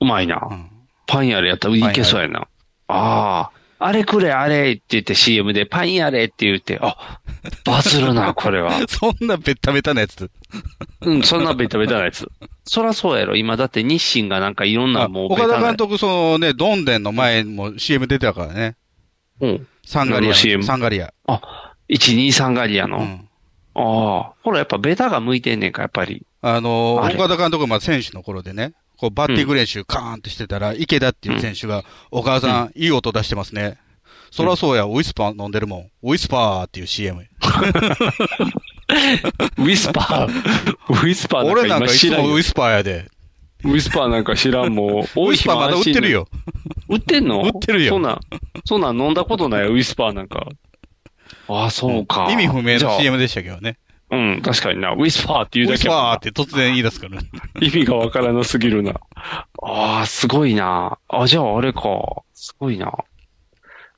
B: うまいな。
C: うん
B: パンやれやったらいけそうやな。ああ、あれくれあれって言って CM でパンやれって言って、あ、バズる な、これは。
C: そんなベッタベタなやつ。
B: うん、そんなベタベタなやつ。そらそうやろ。今だって日清がなんかいろんな
C: あ
B: もうベ
C: 岡
B: タな
C: 田監督、そのね、どんでんの前も CM 出てたからね。
B: うん。
C: サンガ
B: 何
C: リ
B: の
C: ア。
B: CM？
C: サンガリア。
B: あ、123ガリアの。
C: うん。
B: ああ。ほら、やっぱベタが向いてんねんか、やっぱ り。
C: あの
B: あ
C: ー、
B: れ
C: 岡田監督、まあ選手の頃でね、こうバッティング練習カーンってしてたら、池田っていう選手が、お母さん、いい音出してますね。そらそうや、ウィスパー飲んでるもん。ウィスパーっていう CM。
B: ウィスパー。ウィスパーなんか
C: 俺なん
B: 今
C: かい
B: 知
C: つ
B: らん
C: も
B: よ。
C: ウ
B: ウ
C: ィスパーやで。
B: ィスパーなんか知らんもう。
C: ウィスパーまだ売ってるよ。
B: 売ってんの
C: 売ってるよ
B: そんなん、そんなん飲んだことないよウィスパーなんか。ああ、そうか。
C: 意味不明
B: じゃ
C: の
B: あ
C: CM でしたけどね。
B: うん、確かにな。ウィスパーって言
C: ウ
B: う
C: ィ
B: だ
C: ス
B: け
C: パーって突然言い出すから。
B: 意味がわからなすぎるな。ああ、すごいな。あ、じゃああれか。すごいな。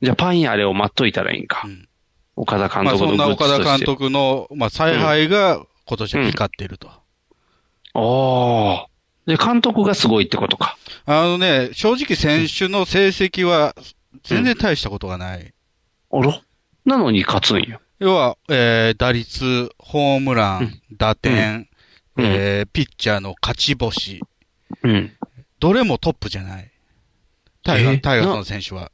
B: じゃあパンあれを待っといたらいいんか。
C: うん
B: 岡田監
C: まあ
B: 督
C: そ
B: の
C: ん
B: グ
C: な
B: ッズと
C: 岡
B: して。
C: 田監督の、まあ采配が今年は光ってると。
B: ああ。で、監督がすごいってことか。
C: あのね、正直選手の成績は全然大したことがない。
B: あらなのに勝つんや。
C: 要は、えー、打率、ホームラン、
B: うん
C: 打点、
B: うん
C: えー、ピッチャーの勝ち星、
B: うん。
C: どれもトップじゃない。タイガ
B: え
C: ー、
B: ー
C: タイガースの選手は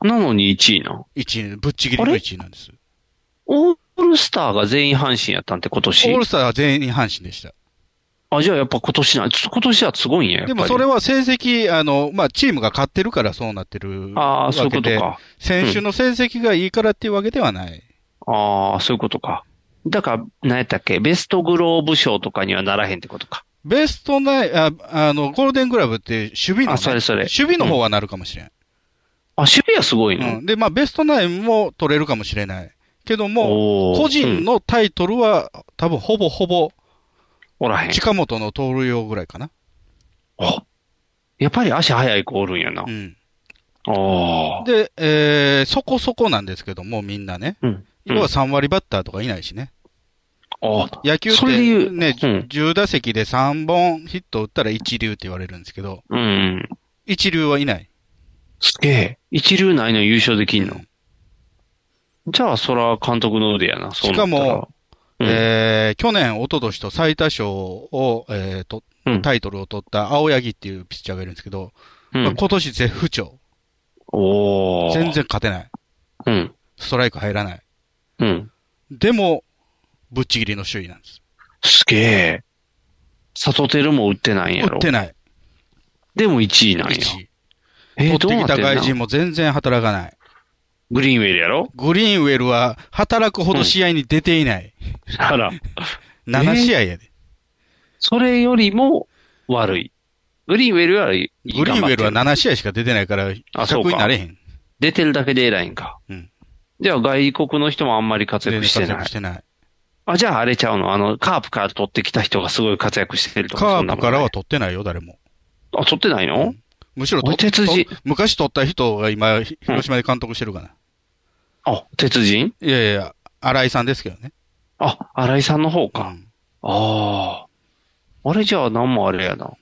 B: なのに1位な。
C: 1位、ぶっちぎりの1位なんです。
B: オールスターが全員阪神やったんって今
C: オー
B: 年
C: ル。スターは全員阪神でした。
B: あ、じゃあやっぱ今年な、今年はすごいんや、やっぱ
C: で
B: り
C: もそれは成績、あの、まあ、チームが勝ってるからそうなってる
B: あ
C: わ
B: あ、そういう
C: け
B: こと
C: で、
B: か。
C: 選手の成績がいいからっていうわけではない。
B: ああ、そういうことか。だから、何やったっけ、ベストグローブ賞とかにはならへんってことか。
C: ベストナイン、あ、あの、ゴールデングラブって守備の、
B: あ、それ
C: ね、
B: それ
C: 守。備の方はなるかもしれん。
B: あ、守備はすごいの。
C: うん。で、まあ、ベストナインも取れるかもしれない。けど
B: お
C: も、
B: ー
C: 個人
B: うん
C: のタイトルは、多分ほぼほぼ、
B: おらへん。
C: 近本の盗塁王ぐらいかな。
B: あやっぱり足速い子おるんやな
C: う。ん。
B: ああ。
C: で、えー、そこそこなんですけども、みんなね。
B: うん。うん
C: 要は3割バッターとかいないしね。
B: ああ。
C: 野球っ
B: それで言
C: て
B: う
C: ね、
B: うん
C: 10打席で3本ヒット打ったら一流って言われるんですけど、
B: うん。
C: 一流はいない。
B: すげえ。一流内の優勝できんの
C: う。
B: じゃあ、そら監督の腕やな、そうなったら
C: しかも、
B: うん
C: えー去年、一昨年と最多勝を、えーと
B: うん
C: タイトルを取った青柳っていうピッチャーがいるんですけど、
B: うん
C: まあ今年絶不調。
B: おお。
C: 全。然勝てない。
B: うん。
C: ストライク入らない。
B: うん。
C: でも、ぶっちぎりの首位なんです。
B: すげえ。サトテルも打ってないんや
C: 打
B: ろ
C: っ。てない。
B: でも1位なんや。
C: 1位。
B: えー、どう
C: 取って
B: な
C: き
B: って
C: た
B: ん
C: 外人
B: の
C: も全然働かない。
B: グリーンウェルや ろ
C: グリーンウェルは働くほど試合に出ていない。
B: あら。
C: 7試合やで。
B: それよりも悪い。グリーンウェルは、グ
C: グリーンウェルは7試合しか出てないから、比
B: あそうか
C: 較になれへん。
B: 出てるだけで偉いんか。
C: うん
B: じゃあ外国の人もあんまり活
C: 全然
B: 躍して
C: 活
B: な
C: 躍
B: い
C: し。てない。
B: あ、じゃああれちゃうのあの、カープから取ってきた人がすごい活躍してるとか。
C: カ
B: そんな
C: ー
B: も
C: プ
B: ん
C: から
B: な
C: はい取ってないよ、誰も。
B: あ、取ってないの、
C: うんむしろ取
B: お手筋
C: 取昔取った人が今、ひ広島で監督してるかな。
B: あ、鉄人
C: いやいやいや、新井さんですけどね。
B: あ、新井さんの方
C: う
B: か。
C: ん
B: ああ。あれじゃあ何もあれやな。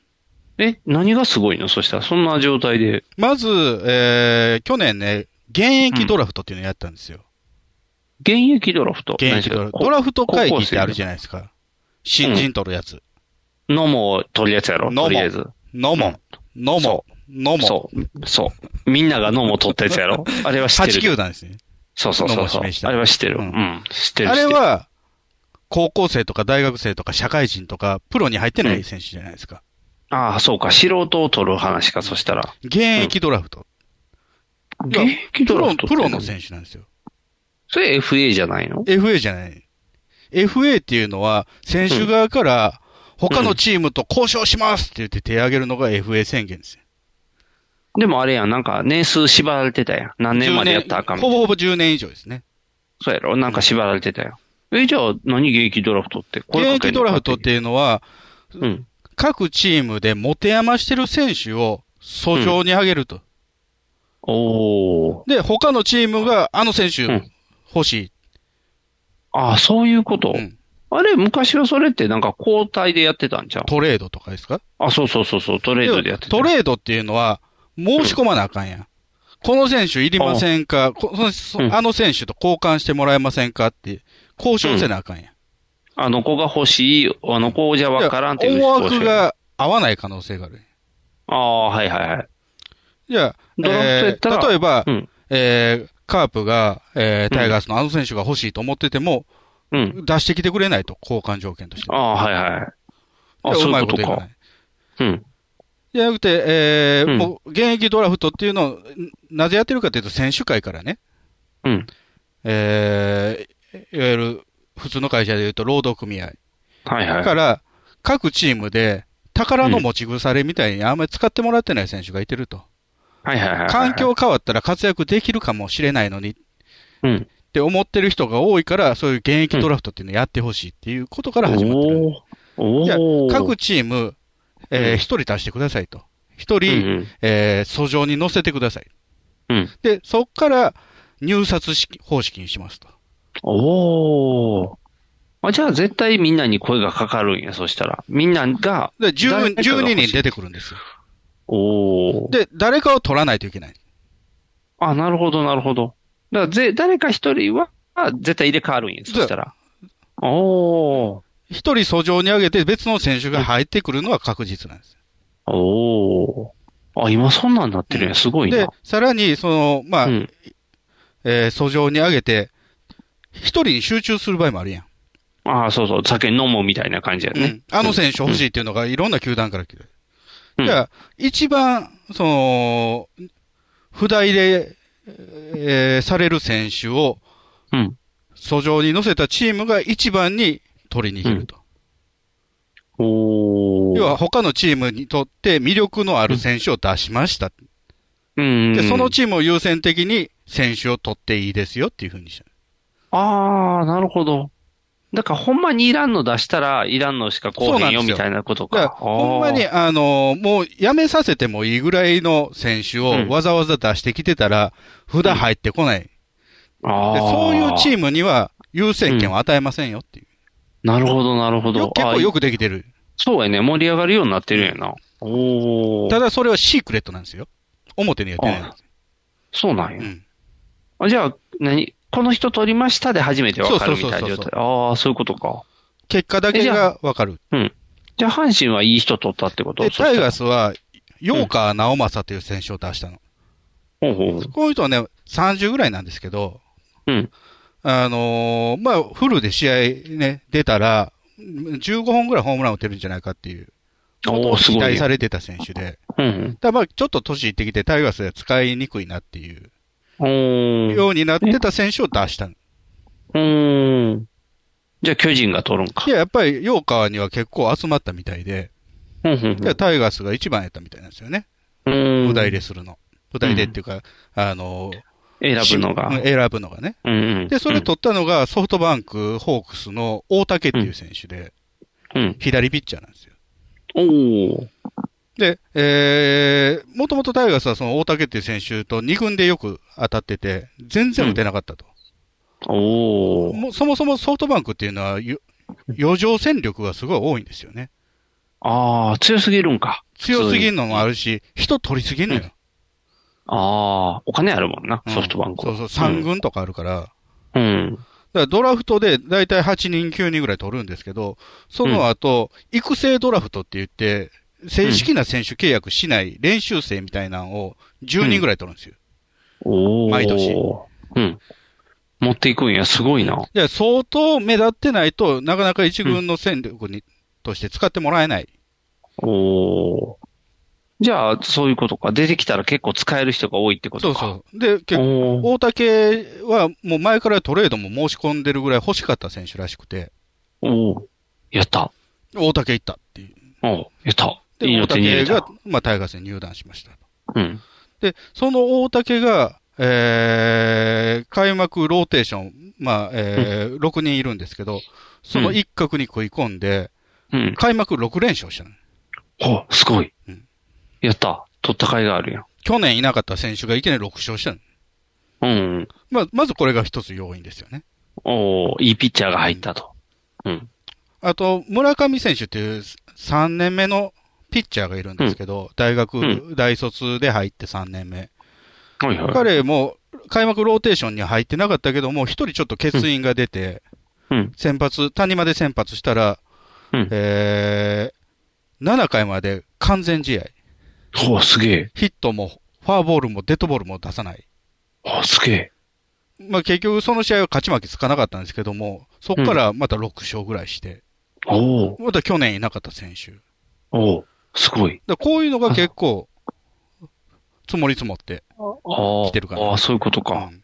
B: え、何がすごいのそしたら、そんな状態で。
C: まず、えー去年ね、現役ドラフトっていうのやったんですよ。
B: 現役ドラフト。
C: 現役ドラフト。ド
B: ラ
C: ラフト会議ってあるじゃないですか。新人取るやつ。
B: のも取るやつやろ
C: のも
B: とりあえず。
C: のも、のも、のも。
B: そう。そう。みんながのも取ったやつや ろあれは知って
C: 8
B: る。
C: 球団ですね。
B: そうそうそう
C: 野茂
B: そう。
C: 指名した
B: あれは知ってる。う、
C: うんん
B: 知ってる。
C: あれ
B: 知ってる、
C: は、高校生とか大学生とか社会人とか、プロに入ってない選手じゃないですか。
B: ああ、そうか。素人を取る話か、そしたら。
C: 現役ドラフト。い
B: 現
C: や
B: 役
C: プ
B: ドラ
C: ロ、
B: フト
C: プロの
B: 手。
C: 選手なんですよ。
B: それ FA じゃないの
C: FA じゃない。FA っていうのは、選手側から、他のチームと交渉しますって言って手を挙げるのが FA 宣言ですよ。
B: でもあれやん、なんか年数縛られてたやん。何年までやったらあかんみたい
C: ほ
B: な
C: ぼほぼ10年以上ですね。
B: そうやろなんか縛られてたよ。え、じゃあ何現役ドラフトって
C: 現役ドラフトっ。ていうのは、
B: 声かけんのかっていう
C: 各チームで持て余してる選手を訴状に挙げると。
B: うん。おお。
C: で、他のチームが、あの選手
B: うん
C: 欲しい。
B: ああ、そういうこと。
C: うん
B: あれ、昔はそれってなんか交代でやってたんじゃん。
C: トレードとかですか
B: あ、そうそうそうそう、トレードでやってた。
C: トレードっていうのは、申し込まなあかんやん。この選手いりませんかこそそ
B: うん
C: あの選手と交換してもらえませんかって、交渉せなあかんやん。
B: あの子が欲しい、あの子じゃわからんっていう
C: 思
B: 人
C: 惑。が合わない可能性がある。
B: ああ、はいはいはい。
C: じゃあ、
B: ドラフトやったら
C: えー例えば、
B: うん
C: えーカープが、えータイガースのあの選手が欲しいと思ってても、
B: うん。
C: 出してきてくれないと、交換条件として。
B: ああ、はいはい。あ
C: いや
B: そうう
C: ま
B: いう
C: い
B: こ
C: こと
B: と
C: いか
B: か
C: ない。。
B: うん。
C: じゃなくて、えー
B: うん
C: もう現役ドラフトっていうのを、んなぜやってるかというと、選手会からね、
B: うん。
C: えーいわゆる普通の会社でいうと労働組合
B: はいは
C: か
B: い。
C: ら、各チームで宝の持ち腐れみたいにあんまり使ってもらってない選手がいてると。
B: はいはいはい。
C: 環境。変わったら活躍できるかもしれないのにっ
B: うん。
C: て思ってる人が多いから、そういう現役ドラフトっていうのやってほしいっていうことから始まってる。
B: おー
C: じゃあ
B: おー。
C: 各チーム、え
B: う
C: ー
B: ん
C: 一人足してくださいと。一
B: うん
C: 人、
B: うん
C: えー訴状に載せてください。
B: うん。
C: で、そっから入札式方式にしますと。
B: おお。あ、じゃあ絶対みんなに声がかかるんや、そしたら。みんなが、
C: で、10 12人出
B: て。
C: てくるんですよ。
B: おお。
C: で、誰かを取らないといけない。
B: あ、なるほど、なるほど。だからぜ、誰か一人は、あ絶対入れ替わるんや、そしたら。おお
C: 一人訴状に上げて別の選手が入ってくるのは確実なんです。
B: ー。おお。あ、今そんなんなってるんや、すごい
C: で
B: な。、
C: さらに、その、まあ、
B: うん。
C: えー訴状に上げて、一人に集中する場合もあるやん。
B: ああ、そうそう、酒飲むみたいな感じや
C: う
B: ね
C: ん。あの選手欲しいっていうのがいろんな球団から来る。
B: うん
C: じゃあ、一番、その、札入れ、えーされる選手を、
B: うん。
C: 訴状に乗せたチームが一番に取りに行けると。
B: おー。
C: 要は、他のチームにとって魅力のある選手を出しました。
B: うん。
C: で、そのチームを優先的に選手を取っていいですよっていうふうにした。
B: ああ、なるほど。だから、ほんまにいらんの出したら、いらんのしかこうへんよ
C: そうなんです
B: み
C: よ
B: たいなこと
C: だから、
B: か。
C: ほんまに、
B: あ
C: あのーもうやめさせてもいいぐらいの選手
B: うん
C: をわざわざ出してきてたら、札入ってこない。で、
B: ーあー。
C: そういうチ
B: ム。
C: ームには優先権を与えませんよっていう。
B: なるほど、なるほど
C: よ。結構よ
B: く。
C: くできてる。
B: そうやね。盛り上がるようになってるんやな。おお。
C: ただそれはシークレットなんですよ。表にやってないんです。
B: そうなんや
C: う。ん。
B: あじゃあ、何この人取りましたで初めて分かるみたいな
C: そうそ
B: 状
C: うそう
B: 態
C: そう。
B: ああ、そういうことか。
C: 結果だけがわかる。
B: じゃあ、阪神はいい人取ったってこと
C: で、タイガー
B: ス。
C: スは、ヨーカー直政という選手を出したの。
B: ほうほう。
C: この人はね、30ぐらいなんですけど、
B: うん。
C: あのーまあ、フルで試合ね、出たら、15本ぐらいホームラン打てるんじゃないかっていう、
B: おお、す
C: 期
B: ごい
C: 待
B: ね。
C: されてた選手で、
B: うん。
C: ただまあ、ちょっと年いってきて、タイガースでは使いにくいなっていう
B: おー。
C: ようになってた選手を出したの。
B: うーん。じゃあ、巨人が取るんか
C: い。や、やっぱり、ヨーカーには結構集まったみたいで、
B: うんうん
C: でタイガースが一番やったみたいなんですよね。
B: うん。
C: 舞台でするの。舞台でっていうか、あのー
B: 選ぶのが
C: う。ん選ぶのがね。
B: うんうん。
C: で、それ取ったのがソフトバンク、ホークスの大竹っていう選手で、
B: うん。
C: 左ピッチャーなんですよ。
B: うん。おー。
C: で、えー、もともとタイガースはその大竹っていう選手と2軍でよく当たってて、全然打てなかったと。
B: おー。
C: もうそもそもソフトバンクっていうのは、よ余剰戦力がすごい多いんですよね。
B: ああ、強すぎるんか。
C: 強すぎるのもあるし、人取りすぎるのよ。
B: ああ、お金あるもんな、
C: うん
B: ソフトバンク
C: そ
B: は。
C: うそう、3軍とかあるから。だか
B: うん。
C: らドラフトでだいたい8人、9人ぐらい取るんですけど、その後、育成ドラフトって言って、正式な選手契約しない練習生みたいなのを10人ぐらい取るんですよ。
B: おお。
C: 毎年
B: うん。持っていくんや、すごいな。
C: で相当目立ってないとなかなか一軍の戦力に、として使ってもらえない。
B: おお。じゃあ、そういうことか。出てきたら結構使える人が多いってこ
C: そ
B: と
C: う
B: か。
C: そう。で、結構、
B: おー
C: 大竹はもう前からトレードも申し込んでるぐらい欲しかった選手らしくて、
B: おーやった。
C: 大竹行ったっていう。
B: おーやった。
C: で、
B: いい
C: 大
B: の手に入
C: 竹
B: れ
C: が
B: た。、
C: まあ、タイガースに入団しました。
B: うん。
C: で、その大竹が、えー、開幕ローテーション、まあ、えー、6人いるんですけど、その一角に食い込んで、
B: うん。
C: 開幕6連勝したの。
B: ほう、すごい
C: うん。
B: やった。取った甲斐があるやん。
C: 去年いなかった選手がいきなり6勝したの。
B: うん。
C: まあ、まずこれが一つ要因ですよね。
B: おーいいピッチャーが入ったと。うん。
C: あと、村上選手っていう3年目のピッチャーがいるんですけど、大学、
B: う
C: 大卒で入って3年目。
B: はいはい。
C: 彼も開幕ローテーションに入ってなかったけども、一人ちょっと欠員が出て、
B: うん。
C: 先発、谷まで先発したら、
B: うん
C: えー、7回まで完全試合。
B: ほう、すげえ。
C: ヒットも、フォアボールも、デッドボールも出さない。
B: ほう、すげえ。
C: まあ結局その試合は勝ち負けつかなかったんですけども、そこからまた6勝ぐらいして、
B: おお
C: また去年いなかった選手。
B: おおすごい。
C: だからこういうのが結構、積もり積もって。
B: ああ。
C: 来てるかな
B: ああ、そういうことか。
C: うん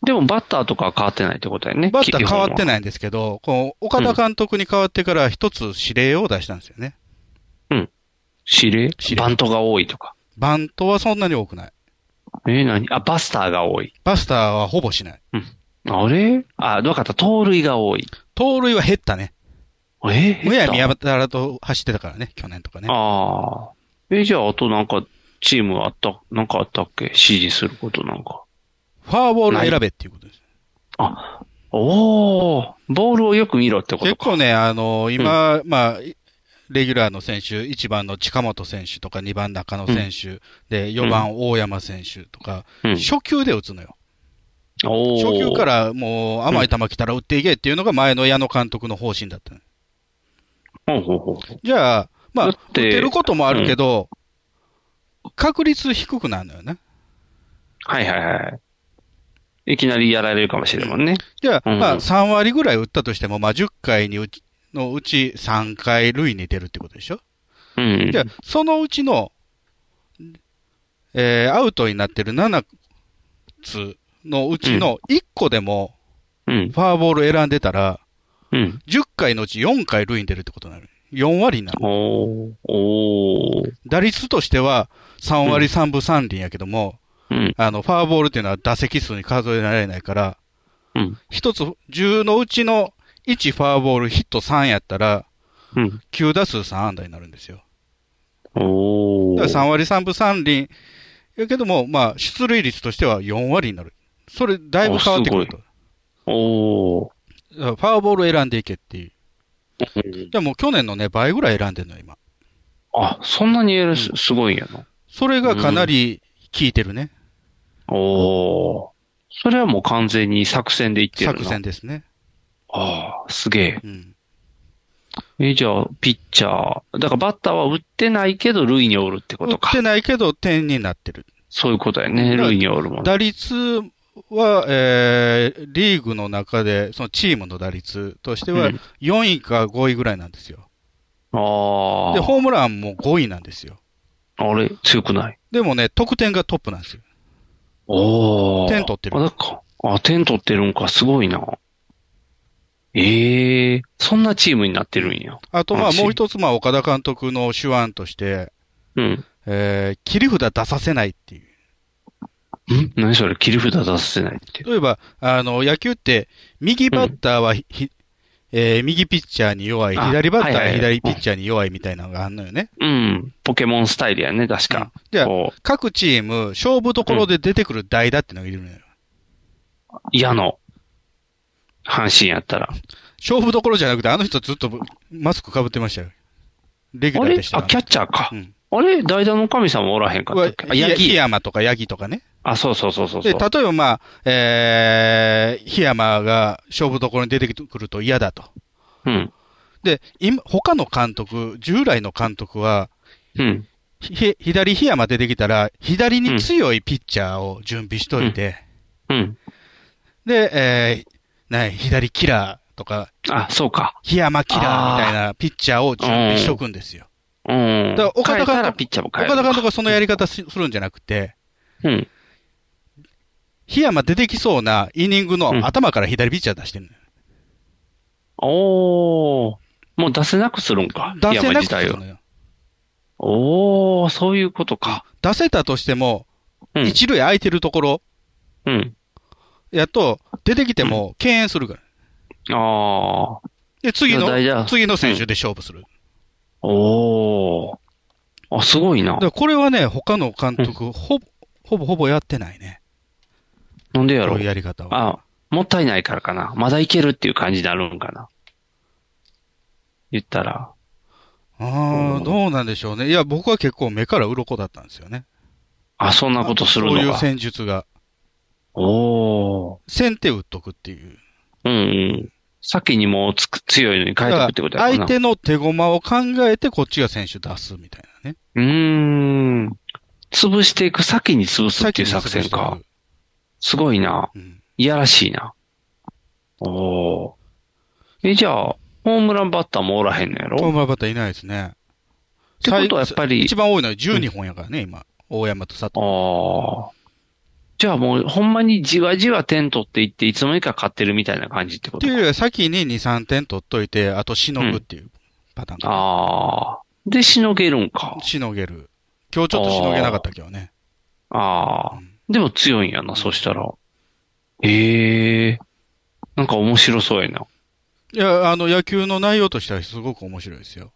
B: でも、バッターとかは変わってないってことだよね。
C: バッター変わって
B: い。
C: ないんですけど、こう岡田監督に変わってから一つ指令を出したんですよね。
B: 指令
C: 指令
B: バントが多いとか。
C: バントはそんなに多くない。
B: えー、何あ、バスターが多い。
C: バスターはほぼしない。
B: あれあ、どうかった。盗塁が多い。
C: 盗塁は減ったね。
B: えー、
C: むやみ
B: あ
C: やたらと走ってたからね、去年とかね。
B: あー。えー、じゃあ、あとなんか、チームあった、なんかあったっけ指示することなんか。
C: ファーボールを選べっていうことです。
B: あ、おおボールをよく見ろってこと
C: 結
B: か。
C: 構ね、あの、今、まあ、いレギュラーの選手、1番の近本選手とか2番中野選手、で、4番大山選手とか、
B: うん。
C: 初球で打つのよ。
B: おお
C: 初球か。らもう甘い球来たら打っていけっていうのが前の矢野監督の方針だったの。
B: ほうほうほうほう。
C: じゃあ、まあ、
B: だ
C: 打
B: って
C: てることもあるけど、確率低くなるのよね。
B: はいはいはい。いきなりやられるかもしれんもんね。
C: じゃあ、
B: うん
C: まあ、3割ぐらい打ったとしても、まあ、10回にうちのうち3回塁に出るってことでしょ
B: うん。
C: じゃあ、そのうちの、えーアウトになってる7つのうちの1個でも、
B: うん。
C: ファーボール選んでたら、
B: うん。
C: 10回のうち4回塁に出るってことになる。4割になる。
B: おー。おー。
C: 打率としては、3割3分3厘やけども、
B: うん。
C: あの、ファーボールっていうのは打席数に数えられないから、
B: うん。
C: 一つ、10のうちの1ファーボール、ヒット3やったら、
B: うん。
C: 9打数3安打になるんですよ。
B: お
C: だから3
B: ー。
C: 割3分3厘、やけども、まあ、出塁率としては4割になる。それ、だいぶ変わってくると。
B: おー。
C: だからファーボール選んでいけっていう。
B: うん
C: じゃあもう去年のね、倍ぐらい選んでるの、今。
B: あ、そんなにやるすすごいんやな。
C: それがかなり効いてるね。
B: おー。それはもう完全に作戦でいってるな。
C: 作戦。ですね。
B: ああ、すげえ。
C: うん。
B: え、じゃあ、ピッチャー。だからバッターは打ってないけど、塁におるってこ
C: 打
B: と
C: っ
B: か
C: て。ないけど、点になってる。
B: そういうことやね。
C: だから
B: 塁におるもん。
C: 打率は、えーリーグの中で、そのチームの打率として
B: う
C: は
B: ん、
C: 4位か5位ぐらいなんですよ。
B: あ
C: で、ホームランも5位なんですよ。
B: あ。あれ、強くない。
C: でもね、得点がトップなんですよ。
B: おお。
C: 点取ってる
B: あ、だか。あ、点取ってるんか。すごいな。ええそんなチームになってるんや。
C: あと、ま
B: あ
C: あ、
B: チーム
C: もう一つ、まあ、岡田監督の手腕として、
B: うん。
C: えー切り札出させないっていう。
B: ん何それ切り札出させないって。
C: 例えば、あの、野球って、右バッターはひ、ひえー右ピッチャーに弱い、
B: あ
C: 左バッタ
B: は
C: ー
B: い
C: は
B: はい
C: 左ピッチャーに弱いみたいなのがあんのよね。
B: うん。ポケモンスタイルやね、確か。
C: じゃあ、
B: こう、
C: 各チーム、勝負どころで出てくる代打ってのがいるのよ。
B: 矢の、阪神やったら。
C: 勝負どころじゃなくて、あの人ずっとマスクかぶってましたよ。レギュ
B: あ
C: ラー
B: れ
C: でした
B: あ、キャッチャーか
C: う。ん
B: あれ代打の神様おらへんかったっけあ、
C: は
B: ヤギや。
C: 檜山とかヤギとかね。
B: あ、そうそうそうそうそ
C: で、
B: う。
C: 例えばまあ、えー、檜山が勝負どころに出てくると嫌だと。
B: うん。
C: で、今、他の監督、従来の監督は、
B: うん。
C: ひ、左檜山出てきたら、左に強いピッチャーを準備しといて、
B: うん。
C: で、えー、ない、左キラーとか、
B: あ、そうか。
C: 檜山キラーみたいなピッチャーを準備しとくんですよ。
B: うん。
C: だから岡田監督
B: 変えたらピッチャーも変え
C: 岡田
B: る。
C: 監督はそのやり方しするんじゃなくて、
B: うん。
C: 檜山出てきそうなイニングの頭から左ピッチャー出してる、
B: おー。もう出せなくするんか。
C: の出せ
B: 檜山
C: なくて
B: 自体
C: も
B: を。
C: ね
B: おー、そういうことか。
C: 出せたとしても、
B: うん
C: 一塁空いてるところ
B: うん。
C: やと、出てきても敬遠するから。
B: あー。
C: で、次の
B: 大事だ、
C: 次の選手で勝負する。
B: おー。あ、すごいな
C: だか。らこれはね、他の監督、ほぼ、ほぼほぼやってないね。
B: なんでや
C: こ
B: ろ
C: ういうやり方は。
B: あ、もったいないからかな。まだいけるっていう感じになるんかな。言ったら。う
C: ああ、
B: ん
C: どうなんでしょうね。いや、僕は結構目から鱗だったんですよね。
B: あ、そんなことするの
C: そういう
B: か。
C: 戦術が。
B: おー。
C: 先手打っとくっていう。
B: うんうん。先にもうつく強いのに変えてくってことやろ
C: 相
B: な。
C: 手の手駒を考えて、こっちが選手出すみたいなね。
B: うーん。潰していく、先に潰すっていう作戦か。すごいな。
C: うん。
B: いやらしいな。おお。え、じゃあ、ホームランバッターもおらへんのやろ
C: ホームランバッターいないですね。
B: てことはやっぱり
C: 一番多いのは12本やからね、今。大山と佐藤。
B: ああ。じゃあもう、ほんまにじわじわ点取っていって、いつの間にか勝ってるみたいな感じってこ
C: って
B: と
C: いうよ
B: か。
C: りは先に2、3点取っといて、あとしのぐっていうパターンかな
B: ああ。で、しのげるんか。
C: しのげる。今日ちょっとしのげなかったけどね。
B: ああ。でも強いんやな、そしたら。ええなんか面白そうやな。
C: いや、あの、野球の内容としてはすごく面白いですよ。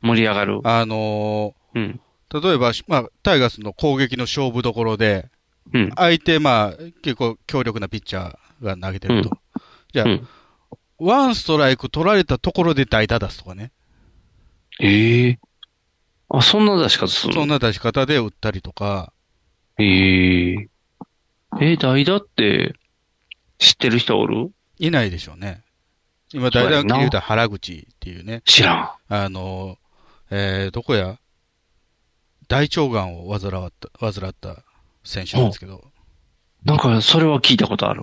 B: 盛り上がる。
C: あの
B: うん。
C: ー例えば、まあ、タイガースの攻撃の勝負どころで、
B: うん。
C: 相手、まあ、結構強力なピッチャーが投げてると。
B: うん
C: じゃあ、
B: うん
C: ワンストライク取られたところで代打出すとかね。
B: ええあ、そんな出し方するの
C: そんな出し方で打ったりとか、
B: えええー、代打って、知ってる人おる
C: いないでしょうね。今、
B: そう
C: 代
B: や
C: 打
B: な
C: で言うたら原口っていうね、
B: 知らん。
C: あのー、えー、どこや大腸がんを患わった、患った選手なんですけど、
B: なんか、それは聞いたことある。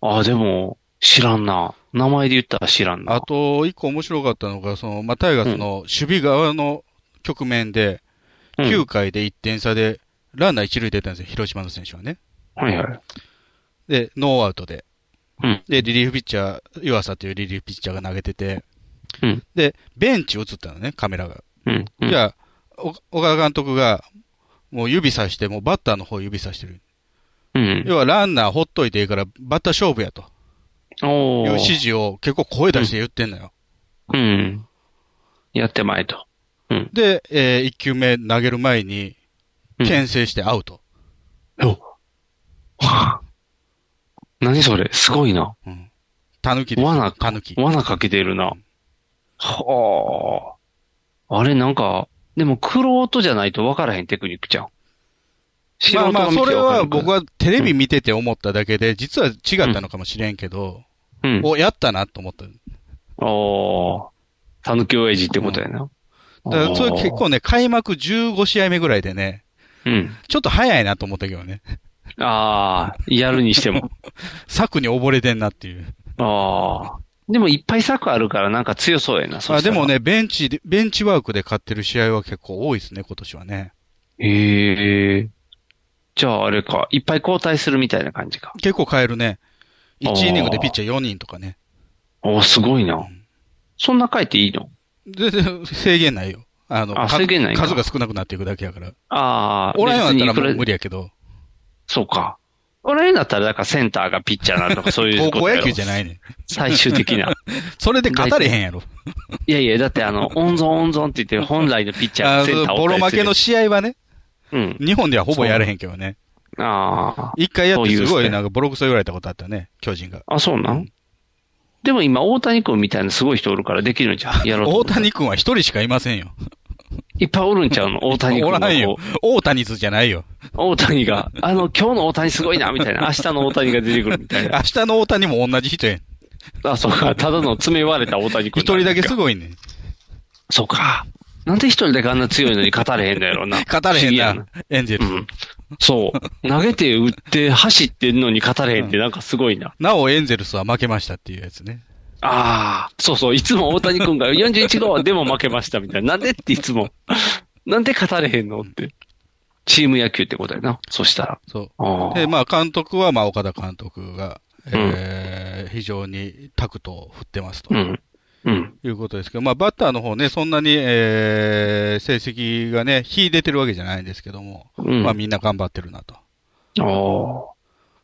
B: ああ、でも、知らんな。名前で言ったら知らんな。
C: あと、一個面白かったのが、その、まあ、タイガースの守備側の局面で、
B: うん
C: 9回で1点差で、ランナー1塁出たんですよ、広島の選手はね。
B: はいはい。
C: で、ノーアウトで。
B: うん
C: で、リリーフピッチャー、湯浅というリリーフピッチャーが投げてて、
B: うん
C: で、ベンチ映ったのね、カメラが。
B: うん。うん
C: じゃあ、お岡田監督が、もう指さして、もうバッターの方指さしてる。
B: うん。
C: 要はランナーほっといていいから、バッター勝負やと。い
B: お
C: う
B: ー
C: 指示を結構声出して言ってんのよ。
B: うん。やってまいと。うん。
C: で、え1球目投げる前に、
B: うん
C: 牽制してアウト。
B: お はあ何それすごいな。
C: タヌキです
B: 罠。
C: タヌキ。
B: 罠かけてるな。はあ。あれなんか、でも、クロートじゃないと分からへんテクニックじゃん。素
C: まあ
B: 人
C: ま
B: が
C: あ、
B: 見
C: そ
B: て
C: れ
B: わか
C: は
B: るから
C: 僕、はテレビ見てて思っただけで、実は違ったのかもしれんけど、
B: うん。
C: お、やったなと思った。
B: おー。たぬき親父ってことやな。
C: だからそれ結構ね、開幕15試合目ぐらいでね、
B: うん。
C: ちょっと早いなと思ったけどね、
B: ああ、やるにして も。
C: 策に溺れてんなっていう。
B: ああ。でもいっぱい策あるからなんか強そうやな。そ
C: あ
B: した
C: で
B: ら
C: も。ね、ベンチで、ベンチワークで勝ってる試合は結構多いですね、今年はね。
B: へえ。じゃああれか、いっぱい交代するみたいな感じか。
C: 結構変えるね。
B: あー
C: 1イニングでピッチャー4人とかね。
B: おーすごいな。そんな書いていいの
C: 全然制限ないよ。あの、
B: あ
C: 数
B: 制限ないんだ
C: 数が少なくなっていくだけやから。
B: ああ、
C: おらんようになった
B: 別
C: らもう
B: いく
C: 無理やけど、
B: そうか。おらんようになったら、だからセンターがピッチャーになるとかそういう
C: 高
B: こと
C: 校
B: やろ
C: 野球じゃないねん。
B: 最終的な。
C: それで勝たれへんやろ。
B: いやいや、だってあの、温存温存って言って本来のピッチャー
C: あ
B: がセンター
C: の
B: を
C: ボロ負けの試合はね、
B: うん。
C: 日本ではほぼやれへんけどね。
B: ああ。
C: 一回やってす
B: そういう
C: ご
B: ね
C: いなんかボロクソ言われたことあったね、巨人が。
B: あ、そうなんでも今、大谷君みたいなすごい人おるからできるんちゃうやろうと思
C: 大
B: ったら
C: 谷君は一人しかいませんよ。
B: いっぱいおるんちゃうの大谷君
C: お
B: が
C: らん
B: こ
C: よ
B: う。
C: 大谷図じゃないよ。
B: 大谷が、あの、今日の大谷すごいな、みたいな。明日の大谷が出てくるみたい
C: 明
B: な。
C: 日の大谷も同じ人やん。
B: あ、そうか。ただの詰め割れた大谷
C: 一
B: 君。
C: 人だけすごいねん。
B: そうか。なんで一人だけあんな強いのに勝たれへんのやろうな。
C: 勝たれへ
B: 不思
C: ん
B: 議や
C: な。、エンゼ
B: う
C: ルス。
B: ん。そう。投げて、打って、走ってんのに勝たれへんってなんかすごいな。
C: なおエンゼルスは負けましたっていうやつね。
B: ああ、そうそう、いつも大谷君が41号でも負けましたみたいな。なんでっていつも。なんで勝たれへんのって。チーム野球ってことやな。そしたら。
C: そ
B: あ
C: う。
B: あ
C: で、まあ監督は、まあ岡田監督が、えー非常にタクトを振ってますと
B: う。ん。うん。
C: いうことですけど、まあバッターの方ね、そんなに、えー成績がね、秀出てるわけじゃないんですけども、
B: うん
C: まあみんな頑張ってるなと。
B: ああ。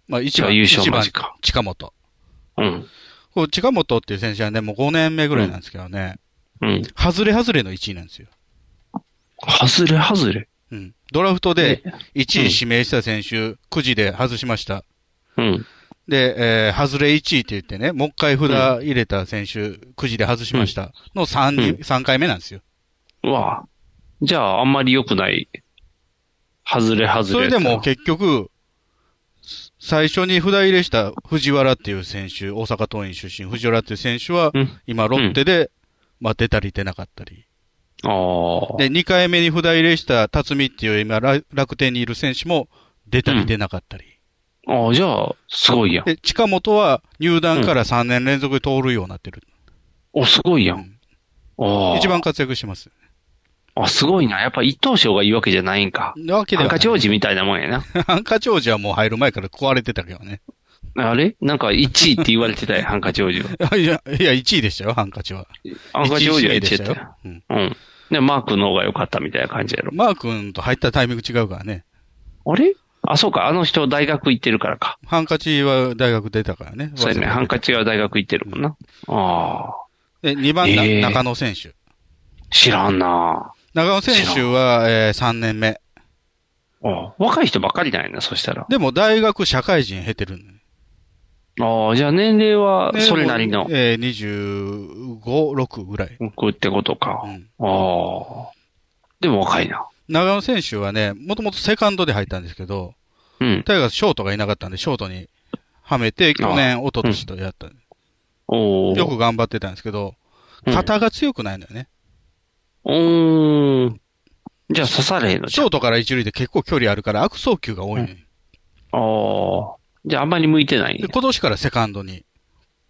C: まあ一
B: じゃあ
C: 番、
B: 優勝
C: 一番
B: マジか、
C: 近本。
B: うん。
C: こう近本っていう選手はね、もう5年目ぐらいなんですけどね、
B: うん。
C: 外れ外れの1位なんですよ。
B: 外れ外れ。
C: うん。ドラフトで
B: え
C: 1位指名した選手、9時で外しました。
B: うん。
C: で、えー、外れ1位って言ってね、もう一回札入れた選手、9時で外しました。の3人、
B: う
C: 3回目なんですよ。
B: うわあ。じゃあ、あんまり良くない。外れ外れ。
C: それでも、結局、す最初に札入れした藤原っていう選手、大阪桐蔭出身、藤原っていう選手は
B: うん、
C: 今ロッテで、まあ出たり出なかったり。
B: ああ。
C: で、2回目に札入れした辰巳っていう今ら楽天にいる選手も出たり出なかったり。
B: ああ、じゃあ、すごいやん。
C: で、近本は入団から3年連続で盗塁王になってる。
B: お、すごいやん。ああ。
C: 一番活躍してます。
B: あ、すごいな。やっぱ一等賞がいいわけじゃないんか。
C: なわけで
B: ア
C: は
B: ン
C: ない
B: カチョウジみたいなもんやな。
C: ハンカチ王子はもう入る前から壊れてたけどね。
B: あれなんか1位って言われてた よ、ハンカチ王子は。
C: いや、いや、1位でしたよ、ハンカチは。
B: ハンカチ王子は
C: 1
B: 1
C: 位
B: 位や
C: でし
B: ったたよ
C: よ。。うん
B: うん。で、マークの方が良かったみたいな感じやろ。
C: マー君と入ったタイミング違うからね。
B: あれあ、そうか。あの人大学行ってるからか。
C: ハンカチは大学出たからね。
B: そうやね。ハンカチは大学行ってるもんな。ああ。
C: で、2番な、
B: えー
C: 中野選手。
B: 知らんな
C: 中野選手は、えー、3年目。
B: あ若い人ばっかりなんやな、そしたら。
C: でも大学社会人経てるのね
B: ああ、じゃあ年齢は
C: で
B: それなりの
C: もう。えー、25、6ぐらい。
B: 僕ってことか。
C: う
B: あ
C: ん
B: あ。でも若いな。
C: 長野選手はね、もともとセカンドで入ったんですけど、
B: うん。
C: タイガースショートがいなかったんで、ショートにはめて、去年、一昨年とやった。
B: おお。
C: よく頑張ってたんですけ
B: う
C: ど、
B: ん
C: 肩が強くないんだよね。
B: うーん。じゃあ刺されへんのじ
C: シ
B: ゃ
C: ョ
B: ん
C: ートから一塁で結構距離あるから悪送球が多いのよ
B: ああ。じゃああんまり向いてないんや
C: で、今年からセカンドに。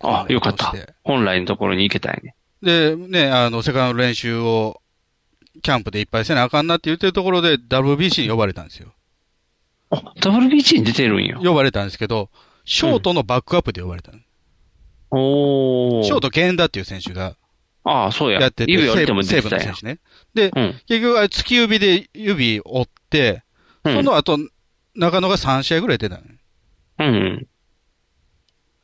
B: あよかっ
C: 今
B: た
C: 年で。
B: 本来のところに行けたんやね。
C: で、ね、あの、セカンドの練習を、キャンプでいっぱいせなあかんなって言ってるところで、WBC に呼ばれたんですよ。
B: あ、WBC に出てるんや。
C: 呼ばれたんですけど、ショートのバックアップで呼ばれたの。
B: おー。
C: ショート源田っていう選手が
B: ああ、そうや。
C: やってて、
B: 指折れても
C: 西
B: 出
C: 武
B: てた
C: 西武の
B: んや
C: 選。手ね。で、
B: うん。
C: 結局、あれ突き指で指折って、
B: うん
C: その後、中野が3試合ぐらい出たのよ。
B: うん。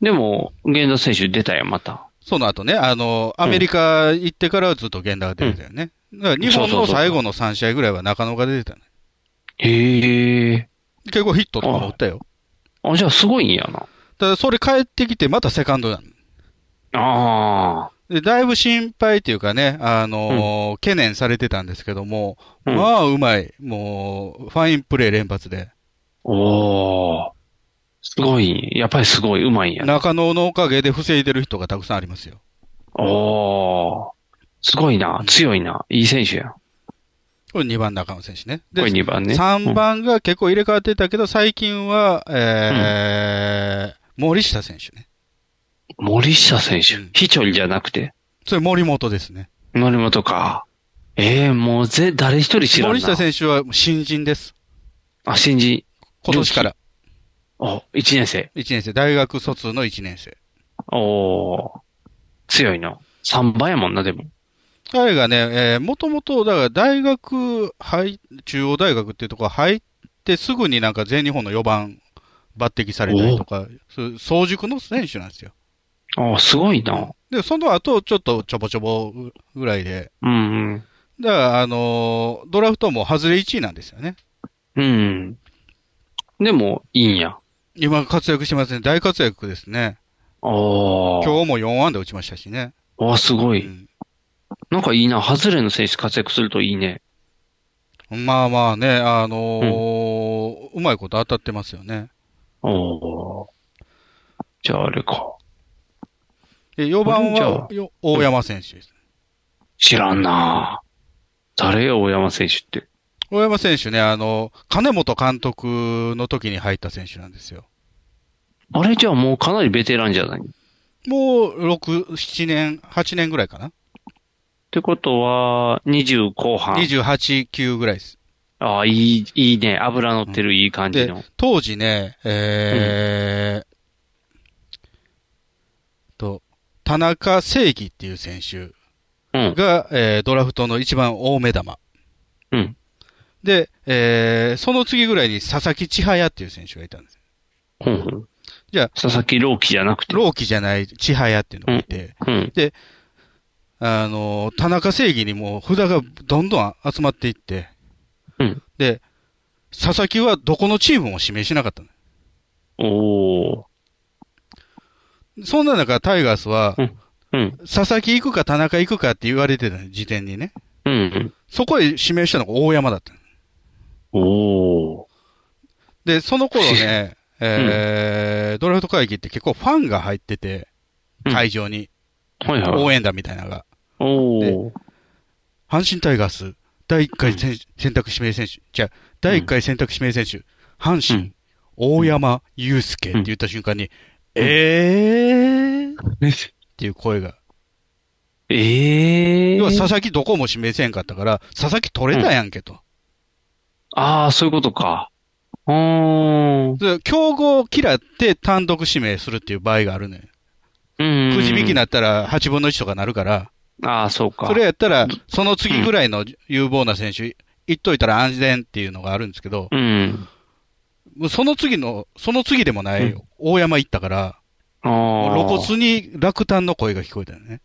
B: でも、源田選手出たやん、また。
C: その後ね、あの、アメリカ行ってからはずっと源田が出てたよね。だから日本の最後の3試合ぐらいは中野が出てたのよ。
B: へえ。
C: 結構ヒットとかも打ったよ。
B: あ、じゃあすごいんやな。
C: ただ、それ帰ってきてまたセカンドなの。
B: あ
C: で、だいぶ心配っていうかね、あのー懸念されてたんですけども、
B: うん
C: まあ、うまい。もう、ファインプレー連発で。
B: あ。おー。すごい。やっぱりすごい、うまいんやな。
C: 中野のおかげで防いでる人がたくさんありますよ。
B: おー。すごいな。強いな。いい選手や。
C: これ2番中野選手ね。
B: こ
C: で
B: れ、2番ね。
C: 3番が結構入れ替わってたけど、最近は、えー森下選手ね。
B: うん。森下選手
C: うん。
B: ひちょりじゃなくて、
C: それ森本ですね。
B: 森本か。ええもうぜ、誰一人知らんな。
C: 森下選手は新人です。
B: あ、新人。
C: 今年から。
B: お、1年生。
C: 1年生。大学卒の1年生。
B: おー。強いな。3番やもんな、でも。
C: 彼がね、えー、もともと、だから大学、はい、中央大学っていうところ入ってすぐになんか全日本の4番抜擢されたりとか、そういう早熟の選手なんですよ。
B: あーすごいな。
C: で、その後、ちょっとちょぼちょぼぐらいで、
B: うん
C: だから、あのードラフトも外れ1位なんですよね。
B: うん。うん。でも、いいんや。
C: 今活躍してますね。大活躍ですね。
B: おー。
C: 今日も4安打打ちましたしね。
B: わあ、すご
C: う
B: い。
C: ん
B: なんかいいな。ハズレの選手活躍するといいね。
C: まあまあね、あのーうまいこと当たってますよね。
B: おー。じゃあ、あれか。
C: で4番
B: じゃ
C: は
B: あ
C: よ大山選手です。
B: 知らんな。誰や、大山選手って。
C: 大山選手ね、あの、金本監督の時に入った選手なんですよ。
B: あれじゃあもうかなりベテランじゃないっ
C: もう6、7年、8年ぐらいかな。
B: てことは、20後半。
C: 28、9ぐらいです。
B: ああ、いい、いいね。油乗ってる、いい感じ
C: で
B: の。、
C: 当時ね、えーと、田中正義っていう選手
B: うん。
C: が、えードラフトの一番大目玉。
B: うん。
C: で、えーその次ぐらいに佐々木千早っていう選手がいたんです。
B: ほんほん。
C: じゃあ、
B: 佐々木朗希じゃなくて。
C: 老期じゃない千早っていうのがいて、
B: うん。
C: あの、田中正義にもう札がどんどん集まっていって、
B: うん
C: で、佐々木はどこのチームも指名しなかったの。
B: おー。
C: そんな中、タイガースは、
B: うん。
C: 佐々木行くか田中行くかって言われてた時点にね、
B: うんうん。
C: そこへ指名したのが大山だったの。
B: おー。
C: で、その頃ね、 えードラフト会議って結構ファンが入ってて、
B: うん
C: 会場に、
B: はいはい。
C: 応援団みたいなのが、
B: おー。
C: 阪神タイガース、第1回せん選択指名選手、じゃあ第1回選択指名選手、阪神、大山祐介って言った瞬間に、えーっていう声が。
B: ええ
C: 要は
B: ー。
C: 佐々木どこも指名せんかったから、佐々木取れたやんけと。
B: ああ、そういうことか。うーん。
C: で競合を嫌って単独指名するっていう場合があるね。
B: うん。
C: くじ引きになったら8分の1とかなるから、
B: ああ、そうか。
C: それやったら、その次ぐらいの有望な選手、行っといたら安全っていうのがあるんですけど、
B: うん。
C: もうその次の、その次でもな
B: う
C: い大山行ったから、
B: ああ。
C: 露骨に落胆の声が聞こえたよね。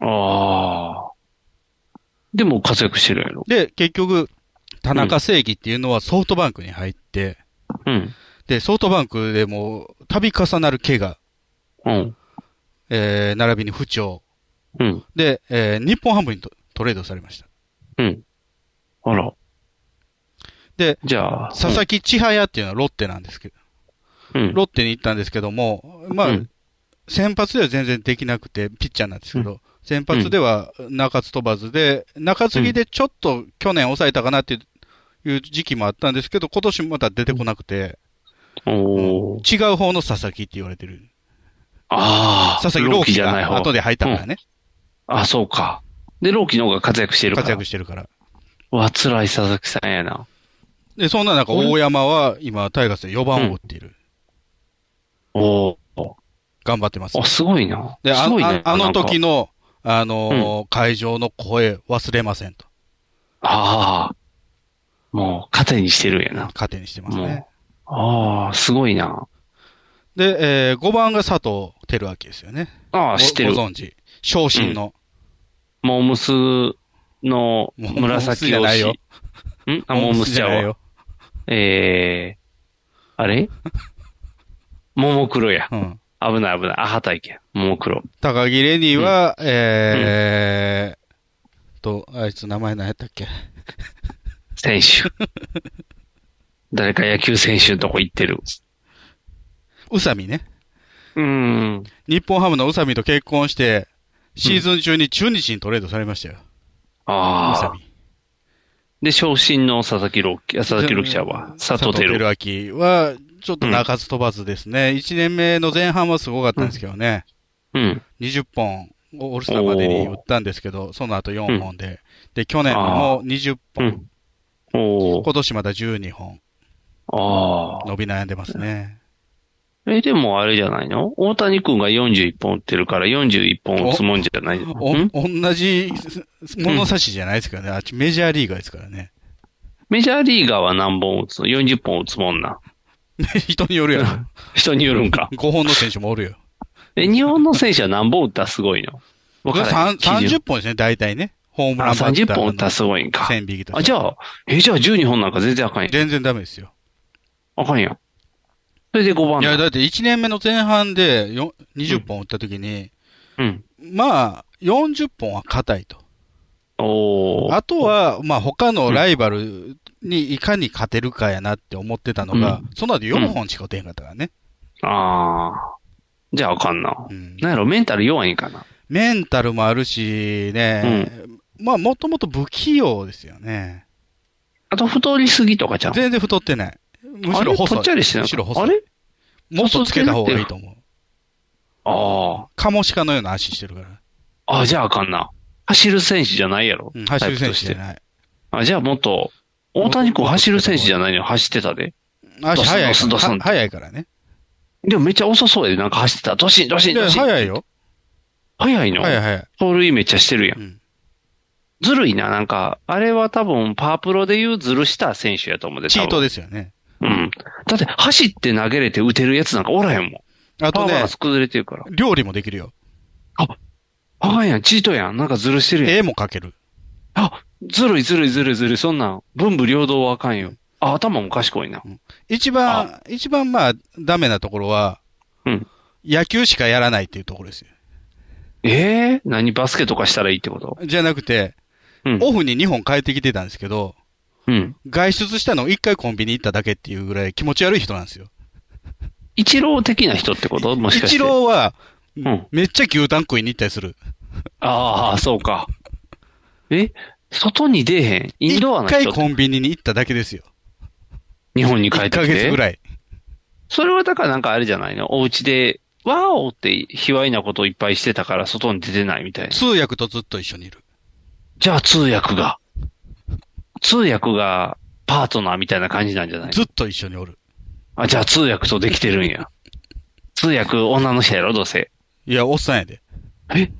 B: ああ。でも活躍してるやろ。
C: で、結局、田中正義っていうのはソフトバンクに入って、
B: うん。
C: で、ソフトバンクでもう、度重なる怪我、
B: うん。
C: えー、並びに不調。
B: うん。
C: で、えー、日本ハムにトトレードされました。
B: うん。あら。
C: で、
B: じゃあ。
C: 佐々木千早っていうのはロッテなんですけど、
B: うん。
C: ロッテに行ったんですけども、まあ、
B: うん
C: 先発では全然できなくて、ピッチャーなんですけど、先発では中津飛ばずで、中継ぎでちょっと去年抑えたかなっていういう時期もあったんですけど、今年また出てこなくて、
B: おー。
C: 違う方の佐々木って言われてる。
B: ああ。
C: 佐々木朗希
B: じゃない
C: が
B: 方。
C: 後で入ったから
B: うん
C: ね。
B: あ、そうか。で、ローキの方が活躍してるから。
C: 活躍してるから。
B: うわ、辛い佐々木さんやな。
C: で、そんな中、大山は今、タイガースで4番を打っている。
B: おー。
C: 頑張ってます
B: あ、。すごいな。
C: で、あ
B: すごいね
C: ああの時
B: の。
C: の、あのー会場の声忘れませんと。
B: ああ。もう、糧にしてるんやな。
C: 糧にしてます
B: も
C: ね
B: う。。ああ、すごいな。
C: で、え5番が佐藤輝明ですよね。
B: ああ、知ってる
C: ご。ご存知。昇進の。
B: モームスの
C: もう
B: 紫
C: モームスじゃ
B: 推
C: ない
B: し。
C: よ
B: んあ、モームスちゃ
C: ない
B: んは。
C: よ。
B: ええあれももクロや
C: う。ん。
B: 危ない危ない。アハ体験。ももクロ。
C: 高木レニーは、えー、と、あいつ名前何やったっけ
B: 選 手。誰か野球選手のとこ行ってる。
C: 宇佐美ね。
B: うーん。
C: 日本ハムの宇佐美と結婚して、シーズン中に中日にトレードされましたよ。宇
B: あ
C: 佐
B: あ。
C: 美。
B: で、昇進の佐々木朗希、あ佐々木朗希ちゃんは、佐藤輝。
C: 輝明は、ちょっと鳴かず飛ばずですね。1年目の前半はすごかったんですけどね。
B: うん。
C: 20本、オールスターまでに打ったんですけど、その後4本で。で、去年も20
B: う
C: 本。
B: ん。おお。
C: 今年まだ12本。
B: ああ。
C: 伸び悩んでますね。
B: え、でもあれじゃないの大谷君が41本打ってるから41本打つもんじゃないの
C: お、
B: ん
C: 同じ物差しじゃないですからね。あっちメジャーリーガーですからね。
B: メジャーリーガーは何本打つの ?40 本打つもんな。
C: 人によるやろ。
B: 人によるん か。
C: 5本の選手もおるよ。
B: え、日本の選手は何本打ったらすごいのわからん
C: 三
B: 基準
C: 30本ですね、大体ね。ホーム
B: あ、
C: ランバッ
B: 30
C: ター
B: 本打
C: の
B: ったらすごいんか。
C: 線引きとして
B: あ、じゃあ、え、じゃあ12本なんか全然あかんやん。
C: 全然ダメですよ。
B: あかんやん。それで5番
C: い
B: な
C: や、
B: の。
C: だって1年目の前半でよ20本打った時に、
B: うん。
C: まあ、40本は硬いと。
B: おー。
C: あとは、まあ、他のライバルにいかに勝てるかやなって思ってたのが、
B: う
C: その後4本しか打てへんかったからね。
B: あー。じゃああかんな。
C: うん
B: なんやろ、メンタル弱いんかな。
C: メンタルもあるしね、まあ、もともと不器用ですよね。
B: あと太りすぎとかじゃん。
C: 全然太ってない。む
B: あ
C: しろ
B: れぽ
C: 細
B: っちゃ
C: い。
B: りしてな
C: む
B: い
C: しろ
B: あ
C: 細い。
B: れ
C: もっとつけた方がいいと思う。
B: あ
C: カモシカのような足してるから。
B: あ。あ、じゃああかんな。走る選手じゃないやろ。
C: うん、走る選手
B: タイプとし
C: じゃ
B: て。
C: ない。
B: あ、じゃあもっと、大谷君走る選手じゃないのよ走ってたで。
C: 足速い
B: ドス
C: か
B: ンドスンドスン
C: ら。
B: って
C: 速いからね。
B: でもめっちゃ遅そうやで、なんか走ってた。ドシン、ドシン、
C: いや
B: ドシン。
C: 速いよ。
B: 早いの
C: 速い速い。
B: 盗塁めっちゃしてるやん。
C: うん
B: ずるいな、なんか、あれは多分パワープロでいうずるした選手やと思うで、
C: チート
B: で。
C: ですよね。
B: うん。だって走って投げれて打てるやつなんかおらへんもん。
C: あ
B: パ
C: と
B: ワー
C: ね
B: が、崩れてるから。
C: 料理もできるよ。
B: あかんやん、チートやん。なんかずるしてるやん。
C: 絵も描ける。
B: あ、ずるいずるいずるいずるい。そんなん、文武両道はあかんよ。あ、頭も賢いな。
C: 一番、一番まあ、ダメなところは
B: うん、
C: 野球しかやらないっていうところですよ。
B: ええ何バスケとかしたらいいってこと
C: じゃなくて
B: うん、
C: オフに2本帰ってきてたんですけど、
B: うん。
C: 外出したのを1回コンビニ行っただけっていうぐらい気持ち悪い人なんですよ。
B: 一郎的な人ってこともしかして。
C: 一郎は、
B: ん
C: めっちゃ牛タン食いに行ったりする。
B: ああ、そうか。え外に出えへんインドア
C: 一
B: な
C: 回
B: 人って
C: コンビニに行っただけですよ。
B: 日本に帰っ
C: 1
B: てきて。
C: ヶ月ぐらい。
B: それはだからなんかあれじゃないのお家で、わおって卑猥なことをいっぱいしてたから外に出てないみたいな。
C: 通訳とずっと一緒にいる。
B: じゃあ通訳が、通訳がパートナーみたいな感じなんじゃないの
C: ずっと一緒におる。
B: あ、じゃあ通訳とできてるんや。通訳女の人やろ、どうせ。
C: いや、おっさんやで。
B: え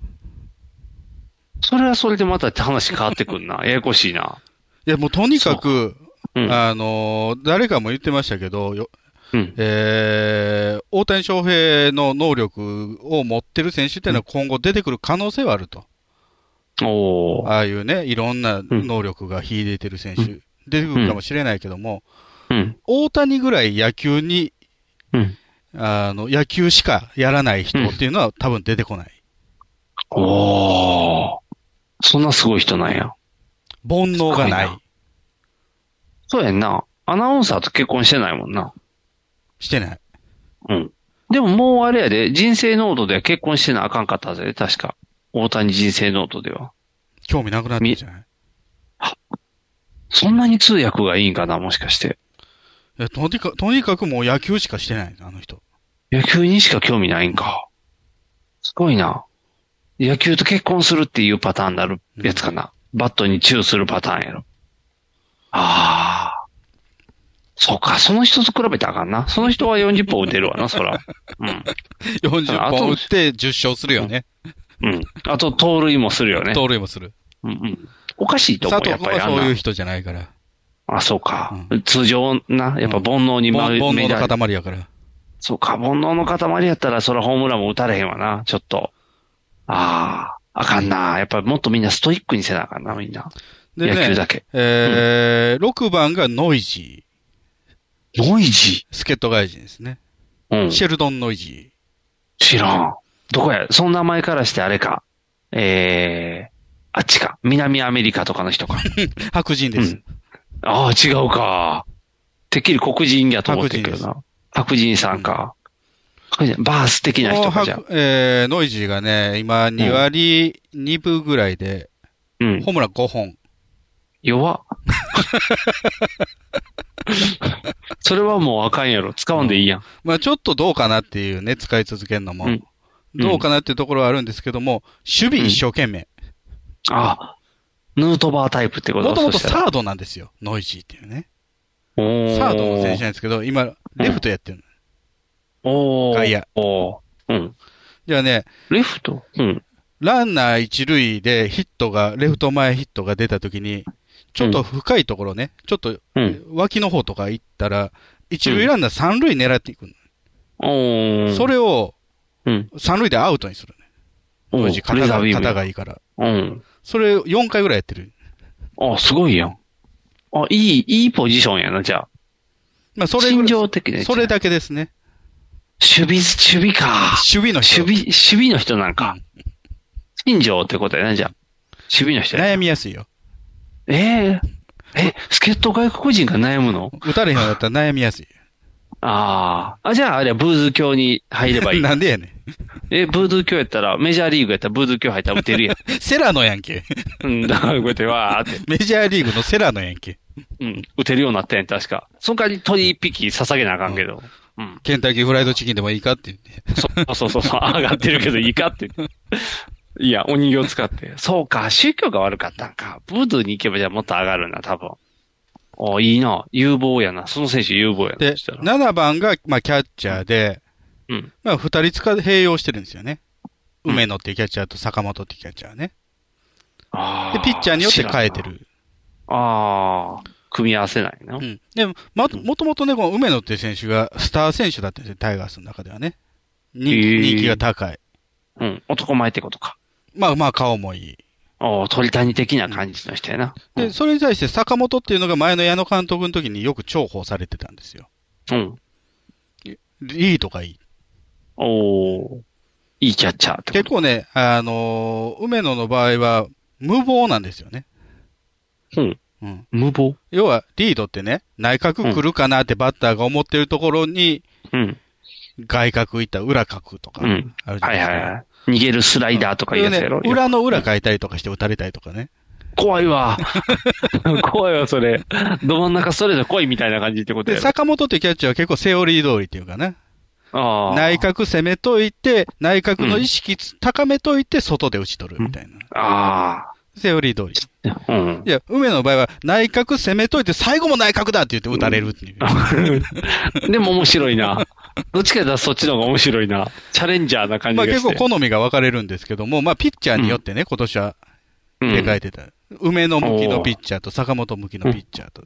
B: それはそれでまた話変わってくんな。ややこしいな。
C: いや、もうとにかく、
B: うん。
C: あのー誰かも言ってましたけど、よ
B: うん。
C: えー大谷翔平の能力を持ってる選手っていうのは今後出てくる可能性はあると。
B: おー。
C: ああいうね、いろんな能力が秀でてる選手、
B: う
C: 出てくるかもしれないけども、
B: うん。
C: 大谷ぐらい野球に、
B: うん。
C: あの、野球しかやらない人っていうのは多分出てこない。
B: おー。そんなすごい人なんや。
C: 煩
B: す
C: 悩がな。
B: ごいないそうやんな。アナウンサーと結婚してないもんな。
C: してない。
B: うん。でももうあれやで、人生ノートでは結婚してなあかんかったぜ、確か。大谷人生ノートでは。
C: 興味なくなってるじゃない。
B: そんなに通訳がいいんかな、もしかして。
C: いでとにかく、とにかくもう野球しかしてない、あの人。
B: 野球にしか興味ないんか。すごいな。野球と結婚するっていうパターンになるやつかな。バットにチューするパターンやろ。ああ。そうか、その人と比べたらあかんな。その人は40本打てるわな、そら。うん。
C: 40本打って10勝するよね。
B: うん。あと、盗塁もするよね。
C: 盗塁もする。
B: うんうん。おかしいと思う、
C: 佐藤
B: やっ
C: 君
B: ぱり
C: は
B: あ
C: そ
B: ん
C: う
B: な
C: いう人じゃないから。
B: あ、そうか。通常な、やっぱ煩悩に
C: ぼん
B: ま
C: 煩
B: めだ
C: 悩の塊やから。
B: そうか、煩悩の塊やったら、そらホームランも打たれへんわな、ちょっと。ああ、あかんな。やっぱりもっとみんなストイックにせなあかんな、みんな。
C: で
B: 野球だ
C: ね、
B: け。
C: えー、6番がノイジ
B: ノイジ
C: ー。助っ人外人ですね。
B: ーうん。
C: シェルドン・ノイジ
B: 知らん。どこや、その名前からしてあれか。えー、あっちか。南アメリカとかの 人か。
C: ー。白人です。
B: うんああ、違うか。てっきり黒人やと思ってるけどな。白人さんか。白人バース的な
C: この
B: 人かじゃあ
C: 白えー、ノイジーがね、今2割2分ぐらいで、
B: うん。
C: ホームラン5本。
B: 弱っ。 それはもうあかんやろ。使わんでいいやん。
C: まあちょっとどうかなっていうね、使い続けるのも。
B: うん
C: どうかなっていうところはあるんですけども、守備一生懸命。
B: あ、ヌートバータイプってこと
C: もともと
B: そしたら
C: サードなんですよ、ノイジーっていうね。
B: おー
C: サードの選手なんですけど、今、レフトやってるの。
B: おー
C: 外野
B: おーうん。
C: じゃあね、
B: レフトうん。
C: ランナー一塁でヒットが、レフト前ヒットが出たときに、ちょっと深いところね、ちょっと
B: うん。
C: 脇の方とか行ったら、一塁ランナー三塁狙っていくの。
B: おー
C: それを
B: うん。
C: 三塁でアウトにするね。
B: おー
C: ノイジー
B: レ
C: 肩
B: ザー
C: が
B: ビーム
C: 肩がいいから。
B: うん。
C: それ4回ぐらいやってる。
B: あ、すごいやん。あ、いい、いいポジションやな、じゃあ。
C: まあ、それ
B: 心
C: ぐら
B: 情的で。
C: い、それ。だけですね。
B: 守備、守備か。
C: 守備の人
B: 守備、守備の人なんか。心情ってことやな、じゃあ。守備の人やな
C: 悩みやすいよ。
B: えええ、助っ人外国人が悩むの
C: 打たれへんのだったら悩みやすい。
B: ああ。あ、じゃあ、あれはブーズ教に入ればいい。
C: なんでやね
B: え、ブーズ教やったら、メジャーリーグやったらブーズ教入ったら打てる やん。
C: ん。セラのやんけ。
B: うん、だからこうやってわーって、
C: メジャーリーグのセラのやんけ。
B: うん、打てるようになったやん、確か。その代わり鳥一匹捧げなあかんけど。うん。
C: ケンタッキーフライドチキンでもいいかって言って。
B: そうそうそうそう、上がってるけどいいかって。いや、お人形使って。そうか、宗教が悪かったんか。ブードゥーに行けばじゃあもっと上がるな、多分。おいいな。有望やな。その選手有望やな。
C: で、
B: そしたら
C: 7番が、まあ、キャッチャーで、
B: うん。
C: まあ、二人使併用してるんですよね。
B: うん
C: 梅野っていうキャッチャーと坂本っていうキャッチャーね。
B: あ
C: で、ピッチャーによって変え
B: る
C: てる。
B: ああ、組み合わせないな。
C: うん。で、ま、もともとね、この梅野っていう選手がスター選手だったんですよ、タイガースの中ではね。人気
B: へー
C: 人気が高い。
B: うん、男前ってことか。
C: まあまあ、顔もいい。
B: おー鳥谷的な感じの人やな。う
C: で、
B: ん。
C: それに対して坂本っていうのが前の矢野監督の時によく重宝されてたんですよ。
B: うん、
C: いいとかいい。
B: おーいいキャッチャーって
C: 結
B: こ
C: 構ね、あのー梅野の場合は、無謀なんですよね。
B: と。うん。
C: うん。
B: 無謀。
C: 要は、リードってね、内角来るかなってバッターが思ってるところに、
B: うん。
C: 外角行った裏角とか、
B: う
C: あ
B: ん
C: る。じゃな
B: はいい
C: です
B: は
C: か。
B: いはい。逃げるスライダーとかいうやつやろ
C: こ。れをね裏の裏変えたりとかして打たれたりとかね。
B: 怖い わ。怖いわ、それ。ど真ん中それで来いみたいな感じってこと
C: で、
B: やろ。
C: 坂本ってキャッチャーは結構セオリー通りっていうかね、
B: ああ。
C: 内角攻めといて、内角の意識つ高めといて、外で打ち取るみたいな。
B: あ
C: セオリー通り。
B: あ。うん
C: い。や、梅野の場合は内角攻めといて、最後も内角だって言って打たれ るっていう。
B: でも面白いな。どっちかやったらそっちの方が面白いな。チャレンジャーな感じ
C: ま
B: が
C: あ
B: して。
C: 結構好みが分かれるんですけども、まあピッチャーによってね、今年は
B: うん
C: 出替えてた。梅野向きのピッチャーと坂本向きのピッチャーと。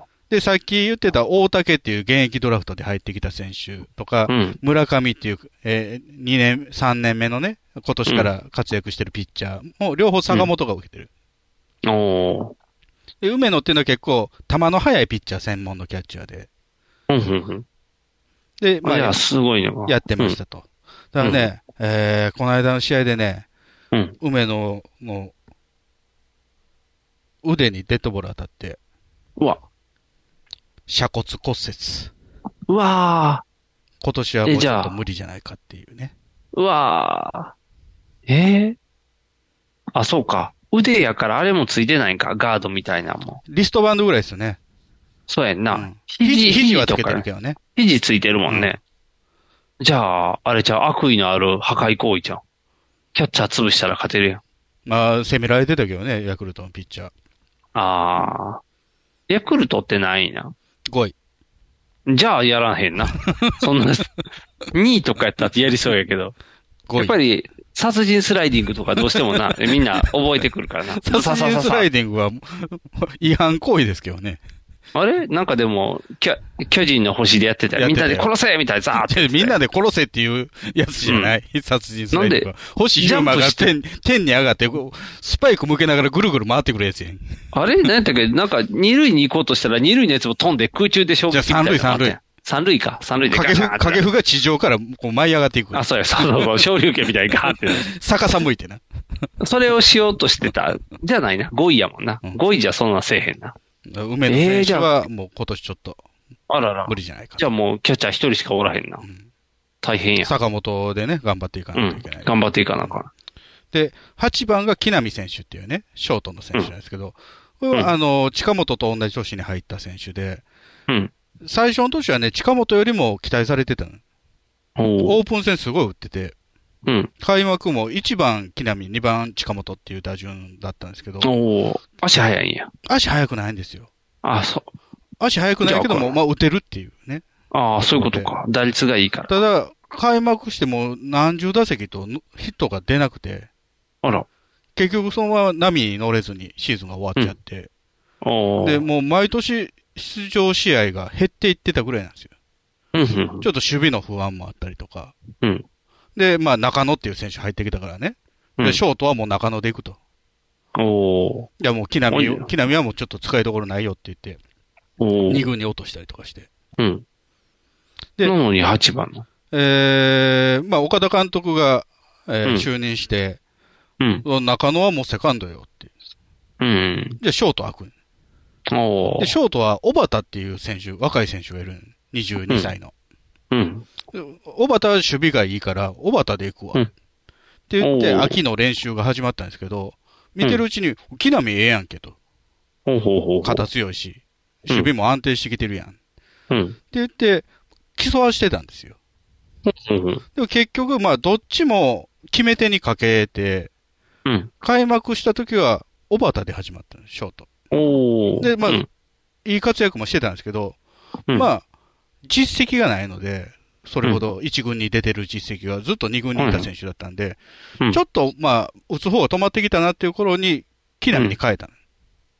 B: あ
C: で、さっき言ってた大竹っていう現役ドラフトで入ってきた選手とか
B: あ。う、ん。
C: 村上っていう、えー、2年、3年目のね、今年から活躍してるピッチャーも、両方坂本が受けてる。
B: お
C: で、梅野っていうのは結構、球の速いピッチャー専門のキャッチャーで。
B: ー。うんうん
C: で、
B: うん。
C: ま
B: い
C: あ
B: や、、すごいね。
C: やってましたと。だからね、えーこの間の試合でね、
B: うん。
C: 梅野の腕にデッドボール当たって、
B: うわ。
C: 鎖骨骨折。
B: うわ
C: 今年はもう
B: え
C: ち
B: じ
C: ょ
B: ゃ
C: っ
B: あ
C: と無理じゃないかっていうね。
B: ー。うわー。えー、あ、そうか。腕やからあれもついてないんか。ガードみたいなもん。
C: リストバンドぐらいですよね。
B: そうやん
C: う
B: な。
C: ん肘肘はつ
B: と
C: けて
B: か
C: るけどね。
B: 肘ついてるもんね。じゃあ、あれちゃう、悪意のある破壊行為ちゃう。キャッチャー潰したら勝てるやん。
C: まあ、攻められてたけどね、ヤクルトのピッチャー。
B: あー。ヤクルトってないな。
C: 5位。
B: じゃあ、やらへんな。そんな、2位とかやったらやりそうやけど。
C: 5位。
B: やっぱり、殺人スライディングとかどうしても な、みんな覚えてくるからな。
C: 殺人スライディングは 違反行為ですけどね。
B: あれなんかでも、キャ巨人の星でやってたよ。
C: やっ
B: み
C: て
B: ん
C: たよ
B: なで殺せみたいな、ザーって言ってたよ。
C: みんなで殺せっていうやつじゃない、殺人スライディングは。星ヒューマ
B: ジャ
C: が
B: ンプして
C: 天天に上がって、こうスパイク向けながらぐるぐる回ってくるやつやん。
B: あれ何やったっけなんか、二塁に行こうとしたら、二塁のやつも飛んで空中で勝負
C: じゃあ三塁三塁。
B: 三塁か。三塁でガ
C: 掛
B: チャン
C: 布、掛布が地上からこう舞い上がっていく
B: あ、。そうや、そうそうそう、昇竜拳みたいにガーっ て。
C: 逆さ向いてな。
B: それをしようとしてた。じゃないな。5位やもんな。
C: うん
B: 5位じゃそんなんせえへんな。
C: 梅野選手はもう今年ちょっと
B: あらら
C: 無。理じゃないか
B: じゃあもう、キャッチャー一人しかおらへんな。大変
C: な。
B: や。
C: 坂本でね、頑張っていか
B: う
C: ないとい
B: ん
C: けない。。
B: 頑張っていかなあかん。
C: で、8番が木浪選手っていうね、ショートの選手なんですけど、これ
B: うん
C: はあの、近本と同じ年に入った選手で、
B: うん。
C: 最初の年はね、近本よりも期待されてたの。
B: お
C: オ
B: お。
C: ープン戦すごい打ってて、
B: うん。
C: 開幕も1番木浪、2番近本っていう打順だったんですけど、
B: おお。足早いんや。
C: 足速くないんですよ。
B: あ、そう。
C: 足速くないけど
B: じゃ
C: も、
B: あ
C: まあ打てるっていうね。
B: ああ、そういうことか。打率がいいから。
C: ただ、開幕してもう何十打席とヒットが出なくて、
B: あら。
C: 結局そのまま波に乗れずにシーズンが終わっちゃって、
B: おお。
C: で、もう毎年出場試合が減っていってたぐらいなんですよ。
B: うんうん
C: ちょっと守備の不安もあったりとか。
B: うん
C: で、まあ中野っていう選手入ってきたからね。
B: うん
C: で、ショートはもう中野で行くと。
B: おお
C: いやもう木
B: 多いよ
C: 浪、木浪はもうちょっと使いどころないよって言って、
B: おお。
C: 2軍に落としたりとかして。
B: うん。
C: で
B: なのに8番の。
C: えー、まあ岡田監督が、えー
B: うん
C: 就任して、
B: うん。
C: 中野はもうセカンドよって。
B: うん。
C: じゃあショート開く。
B: おお
C: で、。ショートは小畑っていう選手、若い選手がいるん。22歳の。
B: うん。
C: 小畑は守備がいいから、小畑で行くわ。
B: うん
C: って言っ
B: お
C: て、
B: う
C: 秋の練習が始まったんですけど、見てるうちに、木浪ええやんけと。
B: ほうほうほうほう。
C: 肩強いし、
B: うん
C: 守備も安定してきてるやん。っ
B: う
C: て
B: ん。
C: 言って、競わしてたんですよ。
B: うん。
C: でも結局、まあ、どっちも決め手にかけて、
B: うん。
C: 開幕した時は、小畑で始まったの、ショート。
B: おお。
C: でまあ
B: うん
C: いい活躍もしてたんですけど、
B: うん
C: まあ、実績がないので、それほど1軍に出てる実績がずっと2軍にいた選手だったんで、
B: うん
C: ちょっとまあ、打つ方が止まってきたなっていう頃に、木浪に変えたの。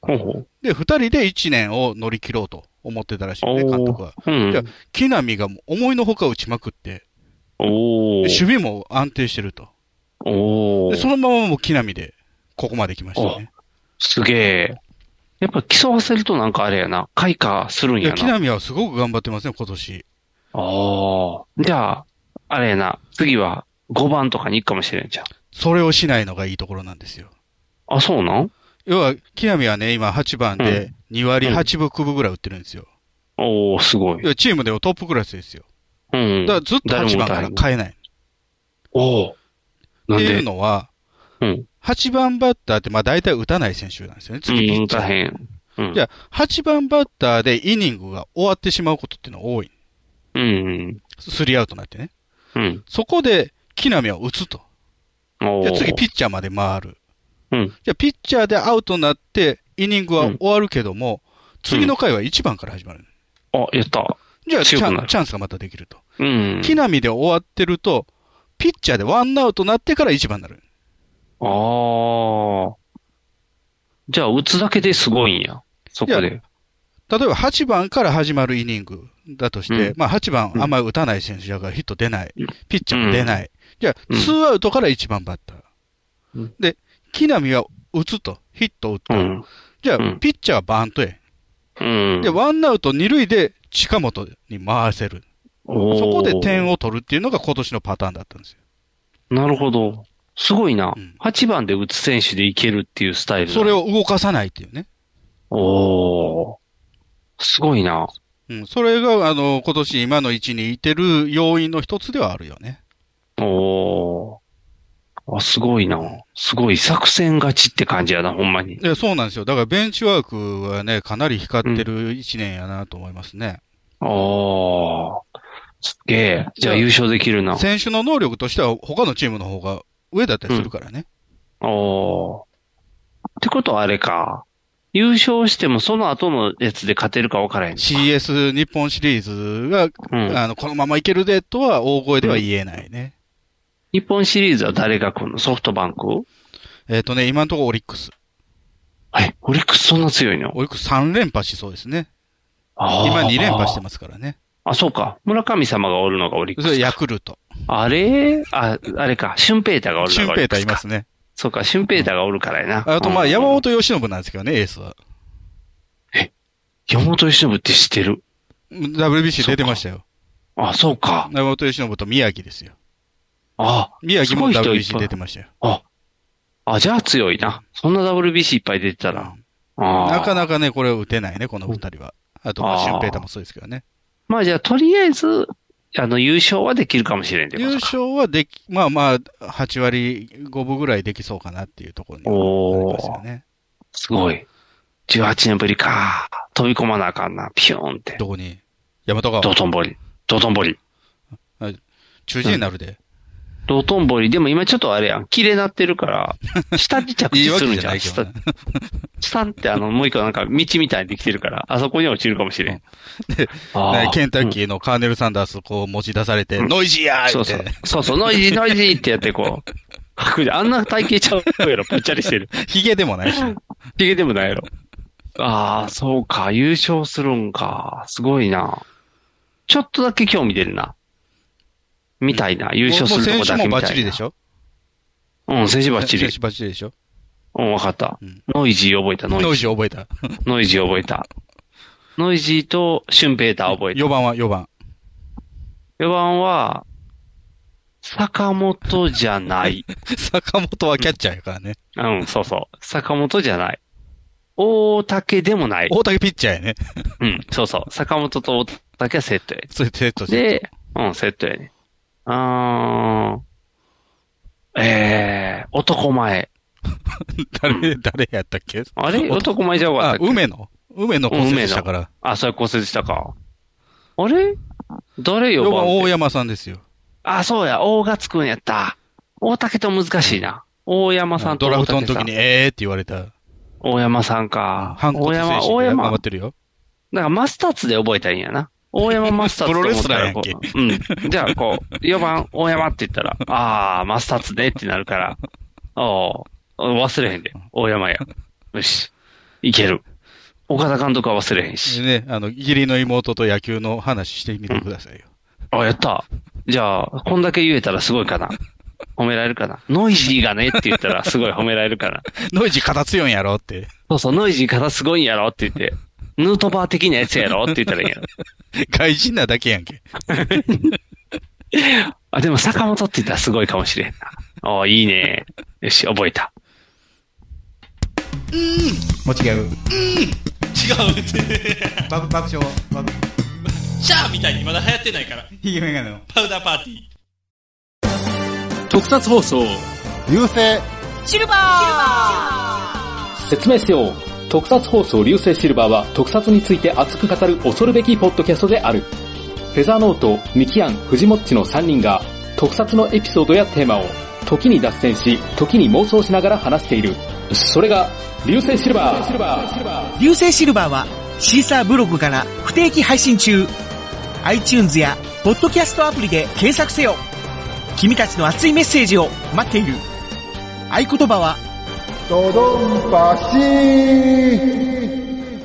B: ほうほう。
C: で、2人で1年を乗り切ろうと思ってたらしいね、
B: おー
C: 監督は。
B: う
C: じゃあ
B: ん。
C: 木浪がもう思いのほか打ちまくって、
B: おお
C: 守。備も安定してると。
B: おお
C: で。そのままもう木浪で、ここまで来ましたね。
B: すげえ。やっぱ競わせるとなんかあれやな。開花するん
C: いや、
B: や
C: 木
B: な。
C: 浪はすごく頑張ってますね、今年。
B: おお。じゃあ、あれやな。次は5番とかに行くかもしれんじゃん。
C: それをしないのがいいところなんですよ。
B: あ、そうなん
C: 要は、木浪はね、今8番で2割8分9分ぐらい打ってるんですよ。
B: おおすごい
C: 要。はチームではトップクラスですよ。
B: うん。
C: だからずっと8番から変えない。っ
B: おお。
C: て
B: なん
C: いう
B: で
C: のは、
B: うん。
C: 8番バッターってまあ大体打たない選手なんですよね。
B: う
C: 次ピ
B: ん、
C: ッチャー
B: 大変。うん
C: じ。ゃあ、8番バッターでイニングが終わってしまうことっていうのは多い。
B: うん。
C: スリーアウトになってね。
B: うん。
C: そこで、木浪は打つと。
B: お
C: じゃあ
B: お。
C: 次ピッチャーまで回る。
B: うん。
C: じゃあピッチャーでアウトになって、イニングは終わるけども、次の回は1番から始まる。
B: あ、やった。
C: じゃあチ
B: 強くな
C: ャン
B: る
C: チャンスがまたできると。
B: うん。
C: 木浪で終わってると、ピッチャーでワンアウトになってから1番になる。
B: ああ。じゃあ、打つだけですごいんや。そこ
C: い
B: で。
C: 例えば8番から始まるイニングだとして、
B: うん
C: まあ8番
B: うん
C: あんまり打たない選手だからヒット出ない
B: うん。
C: ピッチャーも出ない。じゃあ、
B: うん
C: 2アウトから1番バッター。
B: うん
C: で、木浪は打つと。ヒット打った。
B: うん。
C: じゃあ、
B: うん
C: ピッチャーはバントへ。
B: うん。
C: で、ワンアウト2塁で近本に回せる。
B: おー
C: そこで点を取るっていうのが今年のパターンだったんですよ。
B: なるほど。すごいな
C: うん。
B: 8番で打つ選手でいけるっていうスタイル。
C: それ。を動かさないっていうね。
B: おお。すごいな。
C: うん、それが、あの、今年今の位置にいてる要因の一つではあるよね。
B: おお。あ、すごいな。すごい作戦勝ちって感じやな、ほんまに。
C: いや、そうなんですよ。だからベンチワークはね、かなり光ってる一年やなと思いますね。
B: ああ。すっげえ。じゃあ優勝できるな。あ
C: 選手の能力としては他のチームの方が上だったりするからね。
B: あー。ってことはあれか。優勝してもその後のやつで勝てるか分からへん。
C: CS 日本シリーズが、
B: うん。
C: あの、このままいけるでとは大声では言えないね。
B: 日本シリーズは誰が来んのソフトバンク
C: えっ、とね、今のところオリックス。
B: はい。オリックスそんな強いの
C: オリックス3連覇しそうですね。
B: あー
C: 今2連覇してますからね。
B: あ、そうか。村神様がおるのがオリック
C: それ
B: ス
C: ヤ
B: か。
C: クルト。
B: あれあ、あれか。シュンペーターがおる
C: シ
B: の
C: ュ
B: が
C: ン
B: オ
C: ペ
B: リ
C: ー
B: ッ
C: タ
B: クス
C: ーい
B: か。
C: ますね。
B: そうか、シュンペーターがおるからやな。
C: あと、まあ、
B: うん
C: 山。本由伸なんですけどね、エースは。
B: 山本由伸って知ってる
C: WBC 出てましたよ。
B: あ、そうか。
C: 山本由伸と宮城ですよ。
B: あ、
C: 宮城も
B: すごい人いっぱ
C: WBC
B: い
C: 出てましたよ。
B: あ、じゃあ強いな。そんな WBC いっぱい出てたら。ああ。
C: なか
B: か。
C: なかね、これを打てないね、この二人は。あと、まあシュンペーターもそうですけどね。
B: まあじゃあ、とりあえず、あの、優勝はできるかもしれんってこと
C: 優
B: か。
C: 勝はでき、まあまあ、8割5分ぐらいできそうかなっていうところにはなりますよね。
B: すごい。18年ぶりか。飛び込まなあかんな。ピューンって。
C: どこに大和川、
B: 道頓堀。道頓堀。
C: 中心になるで。
B: 道頓堀。でも今ちょっとあれやん。綺麗なってるから、下に着
C: いい
B: 地
C: わ
B: する
C: け
B: ん
C: じ
B: じ
C: ゃ
B: ゃ。
C: なんいけど
B: 下
C: ね。
B: 下ってあの、もう一個なんか道みたいにできてるから、あそこに落ちるかもしれん。あー
C: ねケンタッ
B: うん
C: キーのカーネル・サンダース、こう持ち出されて、
B: うん
C: ノイジーや
B: そ
C: ー
B: う
C: っ
B: そう
C: て。。
B: そうそう、ノイジー、ノイジーってやってこう。 かっこいいあんな体型ちゃうやろ、ぽっちゃりしてる。
C: ヒゲでもないしね。
B: ヒゲでもないやろ。ああ、そうか、優勝するんか。すごいな。ちょっとだけ興味出るな。みたいな、優勝すると
C: も
B: こ
C: う
B: だ
C: 選手
B: け
C: も
B: み
C: バッ
B: た
C: チ
B: い
C: リで
B: な
C: し。ょ
B: うん、選手バッチ
C: 選
B: リ
C: 手。バッチリでしょ
B: うん、わかった
C: うん。
B: ノイジー覚えた、ノイジ
C: ノ
B: ー
C: イ。ジー覚えた。
B: ノイジー覚えた。ノイジーとシュンペーター覚えた。
C: 4番は4番。
B: 4番は、坂本じゃ ない。
C: 坂本はキャッチャーやからね。
B: うん、そうそう。坂本じゃない。大竹でもない。
C: 大竹ピッチャーやね。
B: うん、そうそう。坂本と大竹はセットや。
C: それセットして
B: で、うん、セットやね。あー、えー、男前。
C: 誰、誰やったっけ
B: あれ
C: 男
B: 男前じゃなか
C: あ
B: っ、たっけ
C: 梅野。梅野骨折したから。
B: あ、それ骨折したか。あれ誰4
C: 4番
B: 番っ
C: 大
B: て
C: 山さんですよ。
B: あ、そうや、大勝くんやった。大竹と難しいな。大山さんと
C: ドラ
B: 大
C: フト
B: 竹さ
C: の
B: ん。
C: 時に、えーって言われた。
B: 大山さんか。
C: 反骨
B: 大
C: 精
B: 山、
C: 神
B: 大
C: で頑
B: 山
C: 張っ。てるよ。
B: だからマスターズで覚えたらいいんや な。大山マスターズと思ったらこう
C: プロレ
B: うん。じゃあ、こう、4番大山って言った ら、あー、マスターズねってなるから、おー忘れへんで。大山や。よし。いける。岡田監督は忘れへんし
C: で。ね、あの、義理の妹と野球の話してみてくださいよ。
B: あ、やった。じゃあ、こんだけ言えたらすごいかな。褒められるかな。ノイジーがねって言ったらすごい褒められるかな。
C: ノイジー肩強いんやろって。
B: そうそう、ノイジー方すごいんやろって言って、ヌートバー的なやつやろって言ったらいいんやろ。
C: 外人なだけやんけ。
B: あ、でも坂本って言ったらすごいかもしれんな。ああ、いいね。よし、覚えた。
E: もう違う。
D: 違うって
E: 爆爆笑。爆
D: シャーみたいにまだ流行ってないから
E: ヒゲメガネの。
D: パウダーパーティー
G: 特撮放送
E: 流星。
H: シルバー
I: 説明しよう。特撮放送流星シルバーは特撮について熱く語る恐るべきポッドキャストである。フェザーノート、ミキアン、フジモッチの3人が特撮のエピソードやテーマを時に脱線し、時に妄想しながら話している。それが流星シルバー。
J: 流星シルバーはシーサーブログから不定期配信中 iTunes やポッドキャストアプリで検索せよ君たちの熱いメッセージを待っている合言葉は
E: ドドンパシー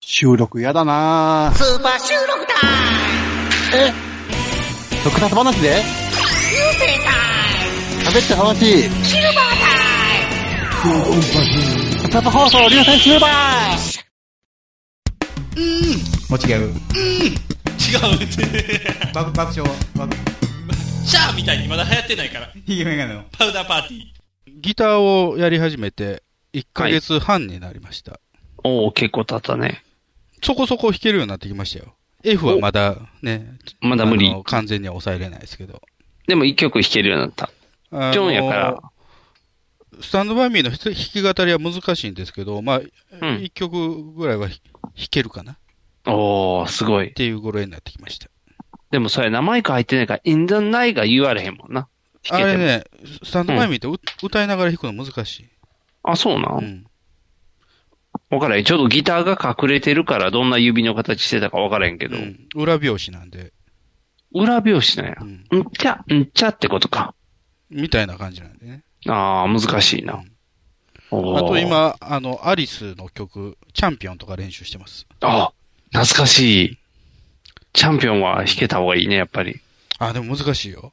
E: 収録やだなスーパー収録タイムえ特撮話で流星タイム喋って話シルバータイムドドンパシー特撮放送流星シルバーうんもう違う
D: 違うって
E: 爆爆笑爆
D: シャーみたいにまだ流行ってないから
E: ヒゲメガネの
D: パウダーパーティー
C: ギターをやり始めて、1ヶ月半になりました。
B: おお、結構経ったね。
C: そこそこ弾けるようになってきましたよ。F はまだね、
B: まだ無理
C: あの。完全には抑えれないですけど。
B: でも一曲弾けるようになった。
C: あの
B: ジョンやから。
C: スタンドバイミーの弾き語りは難しいんですけど、まあ、一曲ぐらいは弾弾けるかな。
B: おー、すごい。って
C: いう頃になってきました。
B: でもそれ、名前書いてないから、in the night が言われへんもんな。
C: あ
B: けても
C: れね、スタンドバイミーってう、歌いながら弾くの難しい。
B: あ、そうなん、わからへん。ちょっとギターが隠れてるから、どんな指の形してたかわからへんけど。
C: 裏拍子なんで。
B: 裏拍子なんや。うんちゃ、うんちゃってことか。
C: みたいな感じなんでね。
B: ああ、難しいな。お
C: あ
B: ー
C: と。今、あの、アリスの曲、チャンピオンとか練習してます。
B: あ懐かしい。チャンピオンは弾けた方がいいね、やっぱり。
C: あ、でも難しいよ。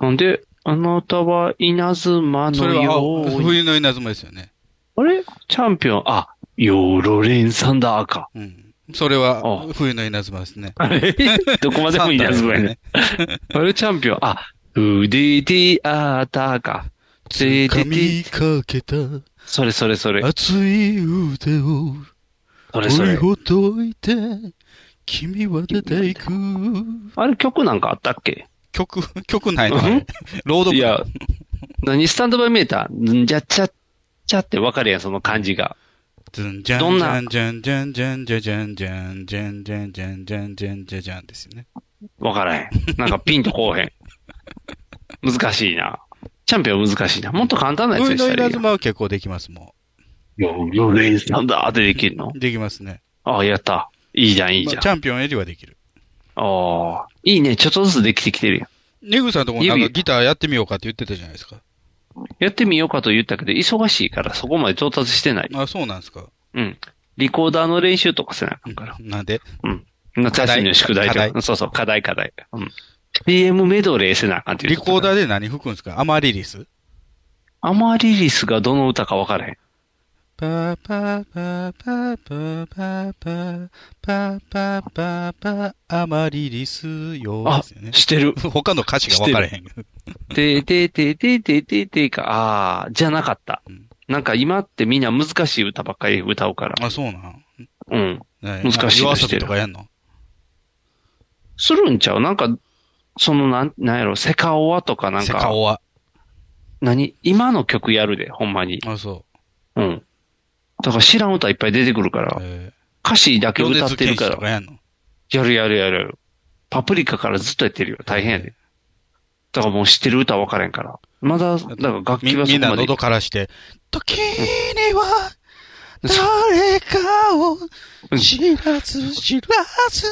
B: なんで、あなたは稲妻
C: そ
B: の
C: れは、
B: よ
C: あ
B: うに。
C: 冬の稲妻ですよね。
B: あれチャンピオン、あ、ヨーロレンサンダーか。
C: それは、冬の稲妻ですね。
B: あれ どこまでも稲妻やね。あれチャンピオン、あ、腕であったか。ででで
C: 髪かけた
B: それそれそれ。
C: 熱い腕を
B: それそ
C: 追い
B: れ。
C: ほどいて、君は出ていく。
B: あれ曲なんかあったっけ
C: 曲、 曲ないの
B: うん
C: ロード
B: いや、何スタンドバイメーターんじゃっちゃっちゃってわかるやん、その感じが。
C: じゃ
B: どんなん
C: じゃんじゃんじゃんじゃんじゃんじゃんじゃんじゃんじゃんじゃんじゃんじゃんじゃんですよね。
B: わからへん。なんかピンとこうへん。難しいな。チャンピオン難しいな。もっと簡単なやつ
C: 冬
B: にし
C: の
B: たらい
C: 稲
B: いやん。
C: 妻は結構できますも
B: よ、よ、レイスなんだってできるの
C: ん。できますね。
B: ああ、やった。いいじゃん、いいじゃ
C: まあ
B: ん。
C: チャンピオンよりはできる。
B: ああ、いいね。ちょっとずつできてきてるやん。
C: ネグさんとこなんか
B: 指
C: ギターやってみようかって言ってたじゃないですか。
B: やってみようかと言ったけど、忙しいからそこまで到達してない。
C: あ、そうなんですか。
B: うん。リコーダーの練習とかせなあかんから。
C: なんで
B: うん。夏休みの宿題と
C: 課
B: か。そうそう、課題課題。うん。CM メドレーせなあかんっていう
C: リ。コーダーで何吹くんですかアマリリス
B: アマリリスがどの歌か分からへん。
C: パーパーパーパーパーパーパーパーパーパーパーアマリリスよ
B: あ
C: ですよね、
B: 知ってる。
C: 他の歌詞が分からへん。
B: で、で、で、で、で、で、でか、ああー、じゃなかった。なんか今ってみんな難しい歌ばっかり歌うから。
C: あ、そうなん
B: うん。
C: ね
B: 難しい
C: 夜
B: の
C: 遊
B: して
C: び
B: る
C: と。かやんの
B: するんちゃうなんか、そのなん、なんやろ、セカオワとかなんか。
C: セカオワ。
B: 何今の曲やるで、ほんまに。
C: あ、そ
B: うん。だから知らん歌いっぱい出てくるから。歌詞だけ歌ってるか。
C: 米津玄師とからやんの
B: やるやるやるやる。パプリカからずっとやってるよ。大変やで。だからもう知ってる歌分からへんから。まだ、だから楽器
C: み
B: はそこ
C: みんな
B: まで。
C: 喉からして、時には
K: 誰かを
B: うん
K: 知らず知らず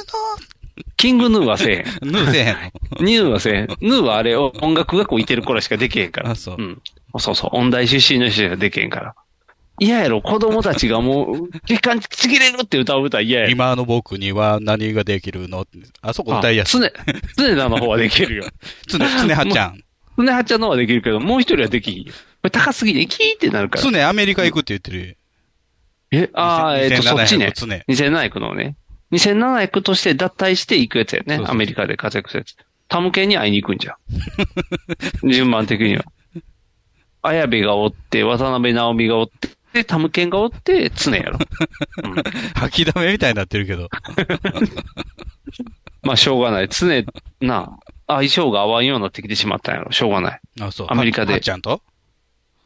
B: キングヌーはせえへん。
C: ヌーせえへん
B: ヌーはせえへん。ヌーはあれを音楽学校いてる頃しかできへんから。
C: そう。
B: ん。そうそう。音大出身の人しかできへんから。嫌やろ、子供たちがもう、 時間ちぎれるって歌う歌嫌やろ。
C: 今の僕には何ができるのってあそこ歌いやすい。
B: あ常、常田の方はできるよ。
C: 常、常はちゃん。
B: 常はちゃんの方はできるけど、もう一人はできひんよ。これ高すぎて、キーってなるから。
C: 常アメリカ行くって言ってる。
B: え、ああ、えっ、と、そっちね。
C: 2007年
B: 2007役のね。2007役として脱退していくやつやね。アメリカで活躍するやつ。タム系に会いに行くん じゃん。順番的には。綾部がおって、渡辺直美がおって、で、タムケンがおって、常や ろ。
C: 吐きだめみたいになってるけど。
B: まあ、しょうがない。常、なあ、相性が合わんようになってきてしまったんやろ。しょうがない。
C: あ、そう。
B: アメリカで
C: はっちゃんと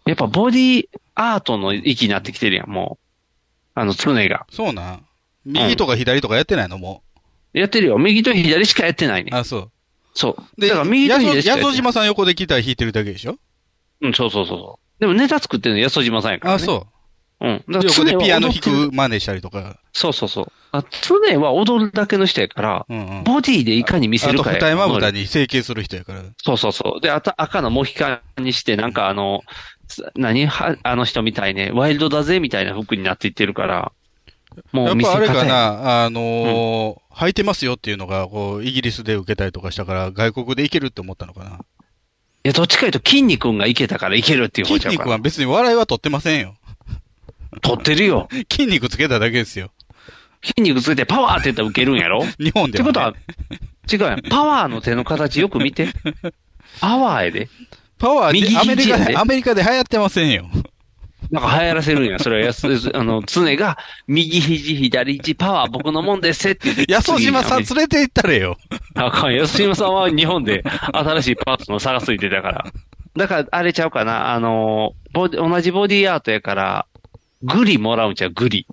B: やっぱボディアートの域になってきてるやん、もう。あの、常が。
C: そうなん。右とか左とかやってないのも
B: やってるよ。右と左しかやってないね。
C: あ、そう。
B: そう。
C: で、
B: だから右と
C: やそ
B: 左しかやって
C: や
B: な
C: そ
B: い。
C: 島さん横でギター弾いてるだけでしょ
B: うん、そうそうそうそう。でもネタ作ってるの安島さんやから、ね。。
C: あそう
B: うん。だから常
C: 横で
B: は
C: ピアノ
B: 踊っ
C: 弾
B: てる
C: く真似したりとか。
B: そうそうそう。あ常は踊るだけの人やから、ボディでいかに見せ
C: あ
B: る
C: と
B: かや
C: 二重まぶたに整形する人やから。
B: そうそうそう。で、あた赤のモヒカンにして、なんかあの、す何はあの人みたいね、ワイルドだぜみたいな服になっていってるから、も
C: や
B: う
C: っ
B: 見せ
C: ぱ
B: 方
C: あれ
B: や
C: かな、あのー履いてますよっていうのが、こう、イギリスで受けたりとかしたから、外国でいけるって思ったのかな。
B: いや、どっちかいうと、筋肉がいけたからいけるっていう方
C: 筋
B: ちゃう
C: 肉
B: から。
C: は別に笑いは取ってませんよ。
B: 取ってるよ。
C: 筋肉つけただけですよ。
B: 筋肉つけてパワーって言ったら受けるんや ろ
C: 日本では、ね。
B: ってことは、違うやん。パワーの手の形よく見て。 パワーやで。
C: パワー
B: 右
C: で、
B: 肘
C: アメリカ
B: や
C: で、
B: で
C: アメリカで流行ってませんよ。
B: なんか流行らせるんや。 それはやす、あの、常が、右肘、左肘、パワー、僕のもんです って言って。
C: 安島さん連れて行ったれよ。
B: あかん。安島さんは日本で新しいパーツの差がついてたから。だから、あれちゃうかな。あの、ボディ同じボディアートやから、グリもらうんちゃう、グリ。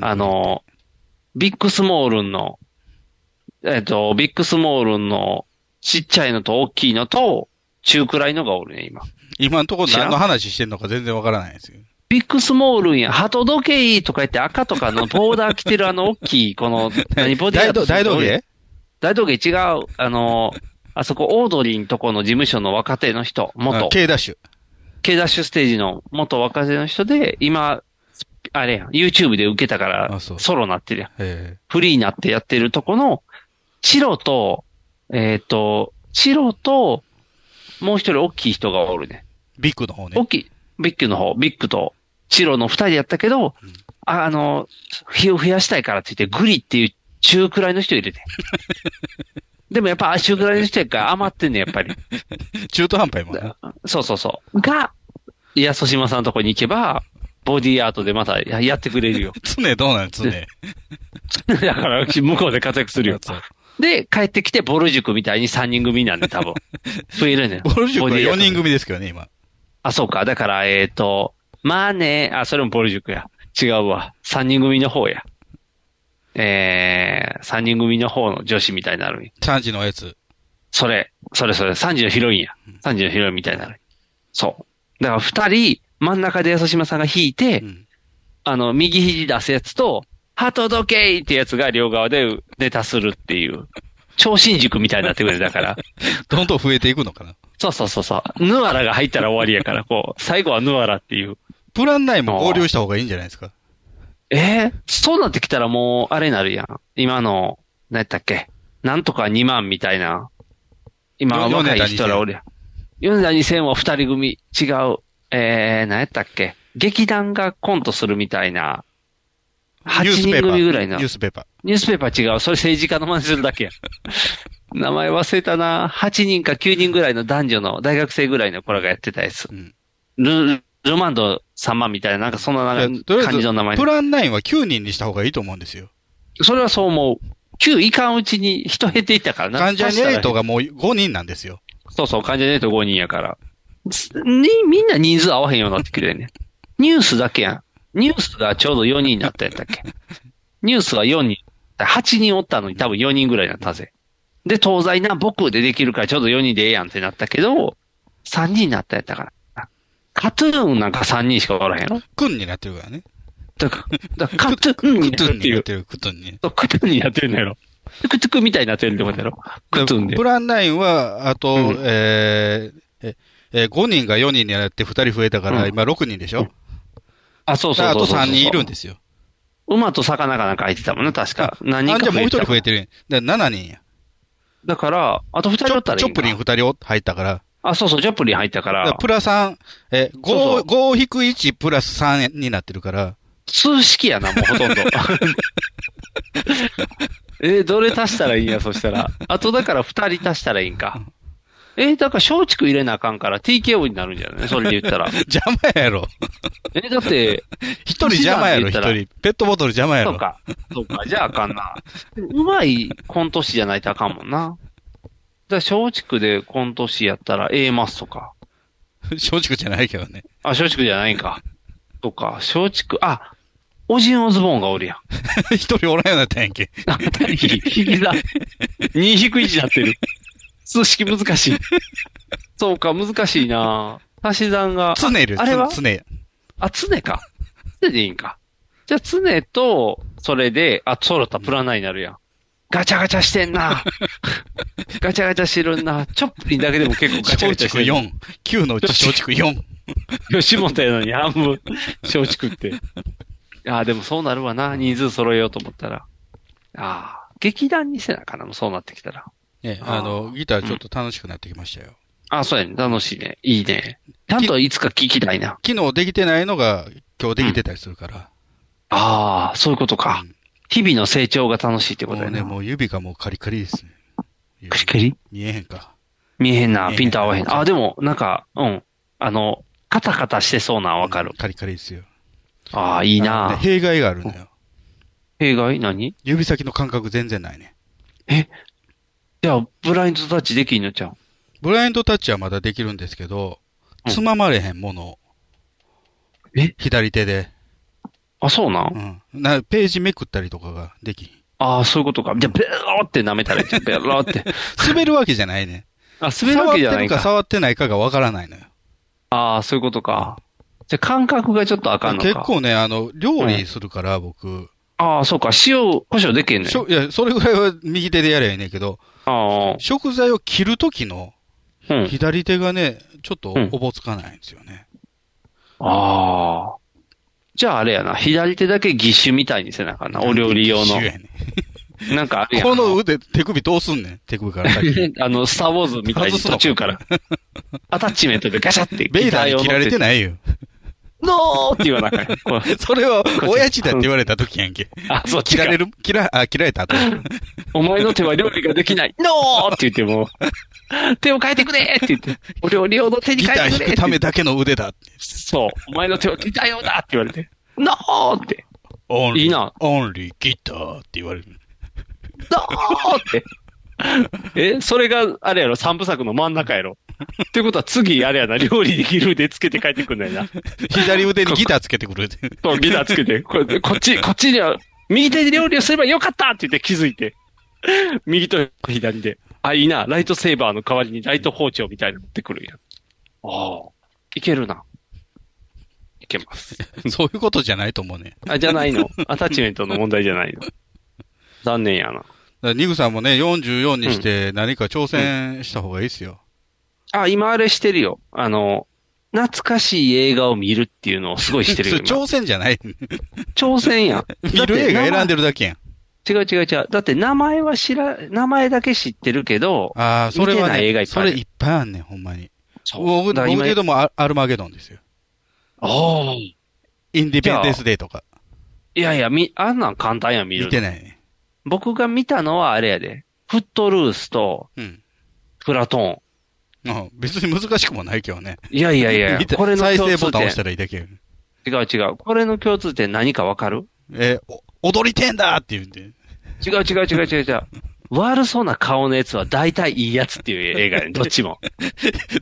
B: あの、ビッグスモールンの、えっと、ビッグスモールンのちっちゃいのと大きいのと、中くらいのがおるね、今。
C: 今のところ
B: 知ら
C: 何
B: ん
C: の話してんのか全然わからないですよ。
B: ビッグスモールンや、鳩時計とか言って赤とかのボーダー着てるあの大きい、こ の、何ボディーアート
C: 大道大道芸
B: 大道芸違う。あの、あそこ、オードリーのとこの事務所の若手の人、元
C: あ。K ダッシュ。
B: K ダッシュステージの元若手の人で、今、あれやん、YouTube で受けたから、ソロなってるやん。
C: え
B: フリーになってやってるとこの、チロと、えっ、と、チロと、もう一人大きい人がおるね。
C: ビッグの方ね。
B: 大きい、ビッグの方、ビッグとチロの二人やったけど、ああの、日を増やしたいからって言って、グリっていう中くらいの人入れ て。でもやっぱ中くらいの人やから余ってんね、やっぱり。
C: 中途半端やも ん
B: な。そうそうそう。が、安島さんのとこに行けば、ボディーアートでまたややってくれる よ。
C: 常どうなん常。
B: だから、向こうで活躍するよ。で、帰ってきて、ボル塾みたいに3人組なんで、多 分。増えるね。
C: ボル塾は
B: ボディーア
C: 4
B: ート
C: 人組ですけどね、今。
B: あ、そうか。だから、えっ、と、マネー、あ、それもボル塾や。違うわ。3人組の方や。えー、3人組の方の女子みたいになるんや
C: 3時のやつ。
B: それ、それそれ、3時のヒロインや。3時のヒロインみたいになる。そう。だから二人、真ん中で安島さんが引いて、あの、右肘出すやつと、鳩時計ってやつが両側でネタするっていう、超新塾みたいになってくれだから。
C: どんどん増えていくのかな。
B: そうそうそうそう。ヌアラが入ったら終わりやから、こう、最後はヌアラっていう。
C: プラン内も合流した方がいいんじゃないですか。
B: えー、そうなってきたらもう、あれになるやん。今の、何やったっけ。なんとか2万みたいな。今、
C: よ
B: 若い人らおるやん。米田2000は2人組、違う。えー、何やったっけ。劇団がコントするみたいな。8
C: ニュース
B: 人
C: ペーパー。
B: 組ぐらいの。
C: ニュースペーパー。
B: ニュースペーパー違う。それ政治家の真似するだ けや。名前忘れたな。8人か9人ぐらいの男女の、大学生ぐらいの子らがやってたやつ。ル、ルマンド様みたいな、なんかそんななんか
C: とりあ
B: 感じの名前
C: えず、プラン9は9人にした方がいいと思うんですよ。
B: それはそう思う。9いかんうちに人減っていったからな。
C: 関ジャニエイトがもう
B: う。
C: 5人なんですよ。
B: そうそう、関ジャニエイト5人やから。すに、みんな人数合わへんようになってくれんねん。ニュースだけやん。ニュースがちょうど4人になったやったっけ。ニュースは4人。8人おったのに多分4人ぐらいになったぜ。で、東西南北でできるからちょうど4人でええやんってなったけど、3人になったやったから。カトゥーンなんか3人しかおらへんの
C: クンになってるからね。
B: だから、だからカトゥーンになってるって
C: いう。クトゥンに。
B: そうクトゥーンになってるんだよ。クトゥクみたいになってるってことやろ。クトゥーンで
C: プ。ラン9は、あと、えーええー、5人が4人になって2人増えたから、
B: うん
C: 今6人でしょ、
B: あ、そうそうそうそうそう。
C: あと3人いるんですよ。
B: 馬と魚がなんか入ってたもんね、確か。何人
C: あ、
B: か
C: じゃあもう1
B: た
C: 人増えてるやん。だから7人や。
B: だから、あと2人おったらいい
C: チョップリン2人お入ったから。
B: あ、そうそう、ジャップリン入ったから。
C: だからプラ3、えー、
B: そうそう
C: 5、5引く1プラス3になってるから。
B: 数式やな、もうほと んど。えーどれ足したらいいんや、そしたら。あとだから2人足したらいいんか。えーだから松竹入れなあかんから TKO になるんじゃないそれで言ったら。
C: 邪魔やろ。
B: えーだって、
C: 一人邪魔やろ、
B: 一
C: 一
B: 時間で言
C: 人。ペットボトル邪魔やろ。
B: そうか。そうか、じゃああかんな。うまいコント師じゃないとあかんもんな。だから松竹でコント師やったら A マスとか。
C: 松竹じゃないけどね。
B: あ、松竹じゃないんか。とか、松竹、あ、オジンオズボーンがおるやん。
C: 一人おらんようになったやんけ。
B: 引きだ。2引く1になってる。数式難しい。そうか、難しいな足し算が。
C: 常いる
B: あれは
C: 常常
B: あ、常か。 常でいいんか。じゃあ常と、それで、あ、ソロとプラナイになるやん。ガチャガチャしてん なガチャガチャしてるなチョップリンだけでも結構ガチャガチャしてる。
C: 松竹4。9のうち松竹4。
B: 吉本やのに半分、松竹 って。ああ、でもそうなるわな。人数揃えようと思ったら。ああ、劇団にせなあかな、もうそうなってきたら。
C: ね、あの、ギターちょっと楽しくなってきましたよ。
B: ああ、そうやね。楽しいね。いいね。ちゃんといつか聞きたいな。
C: 昨日できてないのが今日できてたりするから。
B: ああ、そういうことか。日々の成長が楽しいってことやね。
C: もう指がもうカリカリですね。
B: カリカリ
C: 見えへんか。
B: 見えへんな。
C: え
B: ピント合わへんな。ああ、でも、なんか、うん。あの、カタカタしてそうなんわかる。
C: カリカリですよ。
B: ああ、いいな
C: で弊害があるのよ。
B: 弊害何
C: 指先の感覚全然ないね。
B: えじゃあ、ブラインドタッチできんのちゃう
C: ブラインドタッチはまだできるんですけど、つままれへんものを。
B: え
C: 左手で。
B: あ、そうなん
C: うん。な、ページめくったりとかができん。
B: ああ、そういうことか。じゃあ、ベローって舐めたらいい じゃん。ベローって。
C: 滑るわけじゃないね。
B: あ、 滑るわけじゃない
C: 触ってるか
B: か。
C: 触ってないかがわからないのよ。
B: ああ、そういうことか。じゃあ、感覚がちょっとあかんのか。
C: 結構ね、あの、料理するから、僕。
B: ああ、そうか。塩、胡椒できんねん
C: し。ょいや、それぐらいは右手でやればいいねんけど、
B: ああ。
C: 食材を切るときの
B: うん
C: 左手がね、ちょっと
B: うん
C: おぼつかないんですよね。
B: ああ。じゃああれやな、左手だけ義手みたいにせなあかんな、お料理用の
C: 義手。やね
B: なんかあるやん。
C: この腕、手首どうすんねん手首から 先。
B: あの、スターウォーズみたいに
C: 外すの
B: 途中から、アタッチメントでガシャって、
C: ベイダーに切られてないい よ。
B: ノーって言わなあかんやんこう
C: それは、親父だって言われたときやんけ。
B: あ、そう、
C: 切られる 切ら、あ、切られた 後。
B: お前の手は料理ができない。ノーって言っても、手を変えてくれって言って、お料理用の手に
C: ギタ
B: 変えて
C: ー
B: く
C: 弾
B: れっ
C: く
B: て
C: ためだけの腕だ。
B: そう、お前の手はギター用だって言われて、ノーって、
C: オン
B: い
C: リ
B: い
C: ー
B: な、
C: オンリーギターって言われる。
B: ドーって。え、それが、あれやろ、三部作の真ん中やろ。っていうことは次、あれやな、料理できる腕つけて帰ってくんないな。
C: 左腕にギターつけ てくる。
B: そう、ギターつけて。これこっち、こっちには、右手で料理をすればよかったって言って気づいて。右と左で。あ、いいな。ライトセーバーの代わりにライト包丁みたいなの持ってくるんやん。ああ。いけるな。いけます。
C: そういうことじゃないと思うね。
B: あ、じゃない の。アタッチメントの問題じゃないの。残念やな。
C: だからニグさんもね、44にして何か挑戦した方がいいですよ。
B: あ、今あれしてるよ。あの、懐かしい映画を見るっていうのをすごいしてる よ。
C: それ
B: 今
C: 挑戦じゃない。
B: 挑戦 やん。
C: 見る映画選んで
B: る。
C: るだけやん。
B: 違う違う違う。だって名前は知ら、名前だけ知ってるけど、
C: ああ、それ
B: 見
C: は
B: てない映画い
C: ね、
B: っぱ
C: そ
B: いある
C: れいっぱいあんねん、ほんまに。
B: そう
C: 僕、僕
B: だか
C: で
B: ら今
C: 言うともうアアルマゲドンですよ。
B: ああ。い
C: インディペンデンスデーとか。
B: やいや、み、あんなん簡単やん、見る
C: 見
B: の
C: てないね。
B: 僕が見たのはあれやで。フットルースと、
C: うん。
B: プラトーン。
C: あ別に難しくもないけどね。
B: いやいやいや
C: 見て
B: これの
C: 再生
B: 共通
C: ボタン
B: 点
C: 押したらいいだけよ。
B: 違う違う。これの共通点何かわかる
C: えーお踊りてんだって言うんで。
B: 違う違う違う違う違う。悪そうな顔のやつは大体いいやつっていう映画 やねん。どっちも。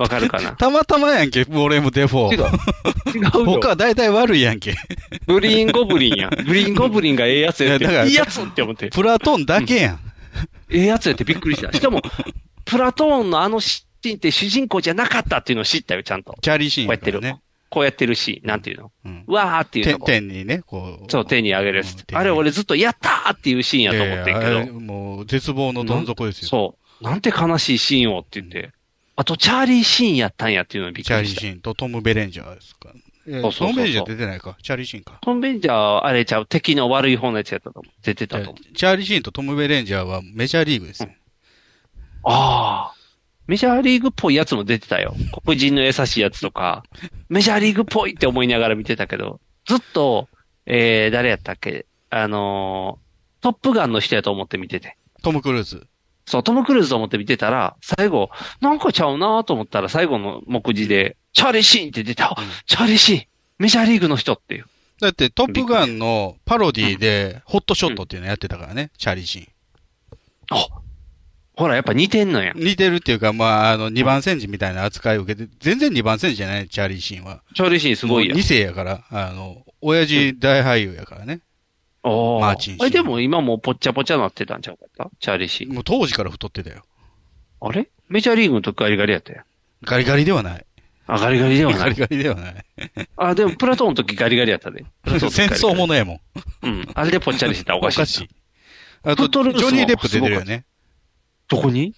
B: わかるかな
C: たまたまやんけ、俺もデフォ
B: 違
C: ー。
B: 違うよ。
C: 他は大体悪いや んけ。
B: グリーンゴブリン や。グリーンゴブリンがええやつやって。
C: いやだか
B: い
C: ら
B: いやつって思って。
C: プラトンだけやん。
B: ええやつやってびっくりした。しかも、プラトーンのあのシーンって主人公じゃなかったっていうのを知ったよ、ちゃんと。
C: チャーリーシーン
B: こうやって
C: やから
B: る
C: ね。。
B: こうやってるし、なんていうの
C: うん。
B: うわーっていう
C: 天
B: とこ。
C: 天にね、こう。
B: そう、手に上げるやつ
C: うん。手に
B: あれ俺ずっとやったーっていうシーンやと思ってん
C: いやいやあ
B: け
C: れもう、絶望のどん底です
B: ど。
C: よ。
B: そう。なんて悲しいシーンをって言って。あと、チャーリーシーンやったんやっていうのにびっ
C: チ
B: く
C: ャー
B: り
C: リー・
B: した。
C: シーンとトム・ベレンジャーですか。え
B: そう
C: ー
B: そうそうそう
C: トム・ベレンジャー出てないか。チャーリー・シーンか。
B: コンベンジャーはあれちゃう、敵の悪い方のやつやったと思う。出てたと思う。
C: えーチャーリー・シーンとトム・ベレンジャーはメジャーリーグですね。
B: ああ。メジャーリーグっぽいやつも出てたよ。黒人の優しいやつと か、メジャーリーグっぽいって思いながら見てたけど、ずっと、えー、誰やったっけあのートップガンの人やと思って見てて。
C: トム・クルーズ。
B: そう、トム・クルーズと思って見てたら、最後、なんかちゃうなと思ったら、最後の目次で、チャーリー・シーンって出た。あチャーリー・シーンメジャーリーグの人っていう。
C: だって、トップガンのパロディで、ホットショットっていうのやってたからね、チャーリー・シーン。
B: あほら、やっぱ似てんのや。
C: 似てるっていうか、まあ、あの、二番戦時みたいな扱いを受けて、全然二番戦時じゃない、チャーリー・シーンは。
B: チャーリー・シーンすごいや
C: もう二。世やから、あの、親父大俳優やからね。
B: お
C: マーチンシーン
B: え、でも今もうぽっちゃぽちゃなってたんちゃうかったチャーリー・シーン。
C: もう当時から太ってたよ。
B: あれメジャーリーグの時ガリガリやったやん。
C: ガリガリではない。
B: あ、ガリガリではな
C: ガリ
B: い。
C: ガリではない。
B: あ、でもプラトーンの時ガリガリやったで。プラトーンの時
C: 戦
B: ガリガリ
C: 争ものやもん。
B: うん。あれでぽっちゃりしてたらお
C: お
B: かしいな。
C: かしい。あと、
B: フッ
C: ジ
B: トルースも
C: ョニー・デップ出てるよね。
B: どこに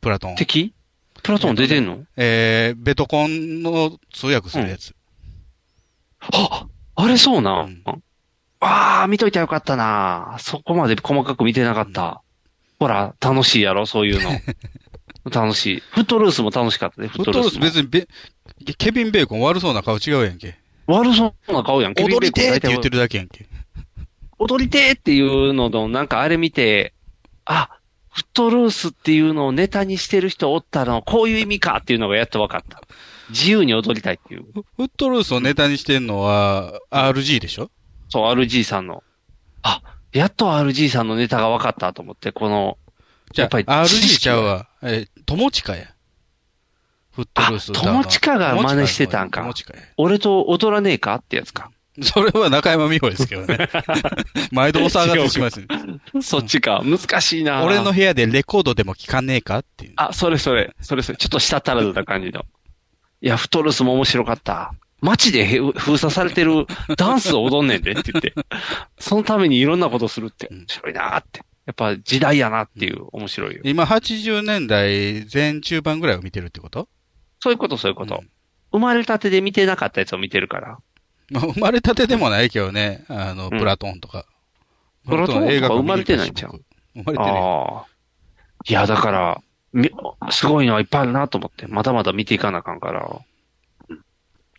C: プラトン。
B: 敵プラトーン出てんの
C: えー、ベトコンの通訳するやつ。
B: あ、あれそうな。
C: うん
B: ああ、見といたらよかったな。そこまで細かく見てなかった。ほら、楽しいやろ、そういう の。楽しい。フットルースも楽しかったね、フッ
C: フッ
B: ト
C: ト
B: ルー
C: ルー
B: ス
C: ス
B: も。
C: 別にベ、ケビン・ベーコン悪そうな顔違うやんけ。
B: 悪そうな顔やん。ケビ
C: 踊
B: ンベ
C: り
B: ーコン大
C: てーって
B: 体
C: 言ってるだけやんけ。
B: 踊りてーっていうのの、なんかあれ見て、あ、フットルースっていうのをネタにしてる人おったの、こういう意味かっていうのがやっと分かった。自由に踊りたいっていう。
C: フットルースをネタにしてんのは、RG でしょ
B: そう、RG さんの。あ、やっと RG さんのネタが分かったと思って、この、
C: じゃあ、
B: 知
C: RG
B: 識
C: ち
B: が
C: ゃうわ。えー、友近や。フットルース歌うの
B: 友近が真似してたんか
C: 友。近や
B: 俺と踊らねえかってやつか。
C: それは中山美穂ですけ どね。毎度お騒がせしますね。
B: そっちか。難しいな
C: 俺の部屋でレコードでも聴かねえかっていう。
B: あ、それそれ。それそれ。ちょっと舌足らずな感じの。いや、フトルスも面白かった。街でへ封鎖されてるダンスを踊んねんでって言って。そのためにいろんなことするって。面白いなーって。やっぱ時代やなっていう、面白いよ。
C: 今、80年代前中盤ぐらいを見てるってこと
B: そういうこと、そういうこと。生まれたてで見てなかったやつを見てるから。
C: まあ生まれたてでもないけどね。あの、プラトーンとか。
B: プラトーンとか
C: 映画
B: 生
C: 館見に
B: ま
C: 行
B: れ
C: った
B: て
C: し
B: ないんちゃう
C: 生まれてない。
B: ああ。いや、だから、みすごいのはいっぱいあるなと思って、まだまだ見ていかなあかんから、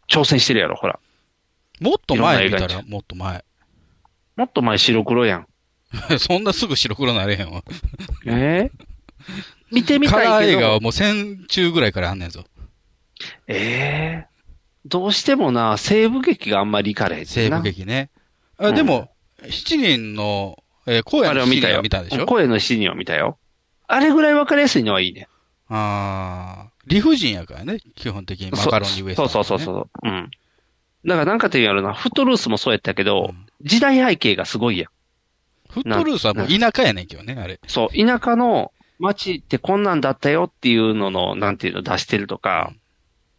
B: 挑戦してるやろ、ほら。
C: もっと前見た
B: いろんな映画
C: ら、
B: に
C: もっと前。
B: もっと前白黒やん。
C: そんなすぐ白黒なれへんわ。
B: え見てみたい
C: カ
B: けど
C: ラー映画はもう戦中ぐらいからあんねんぞ。
B: ええどうしてもな、西部劇があんまりいかれへん
C: 西部劇ね。あでも、7人の、えー、
B: あ
C: 荒
B: れ
C: 野
B: を
C: の
B: 見た
C: 7人
B: よ。
C: を見たでしょ
B: 声のシーンを見たよ。あれぐらい分かりやすいのはいいね。
C: ああ、理不尽やからね、基本的にマカロニウエスト、
B: そうそうそうそう。うん。だからなんかというやろな、フットルースもそうやったけど、時代背景がすごいやん。
C: フットルースはもう田舎やねんけどね、あれ。
B: そう、田舎の街ってこんなんだったよっていうのの、なんていうの出してるとか、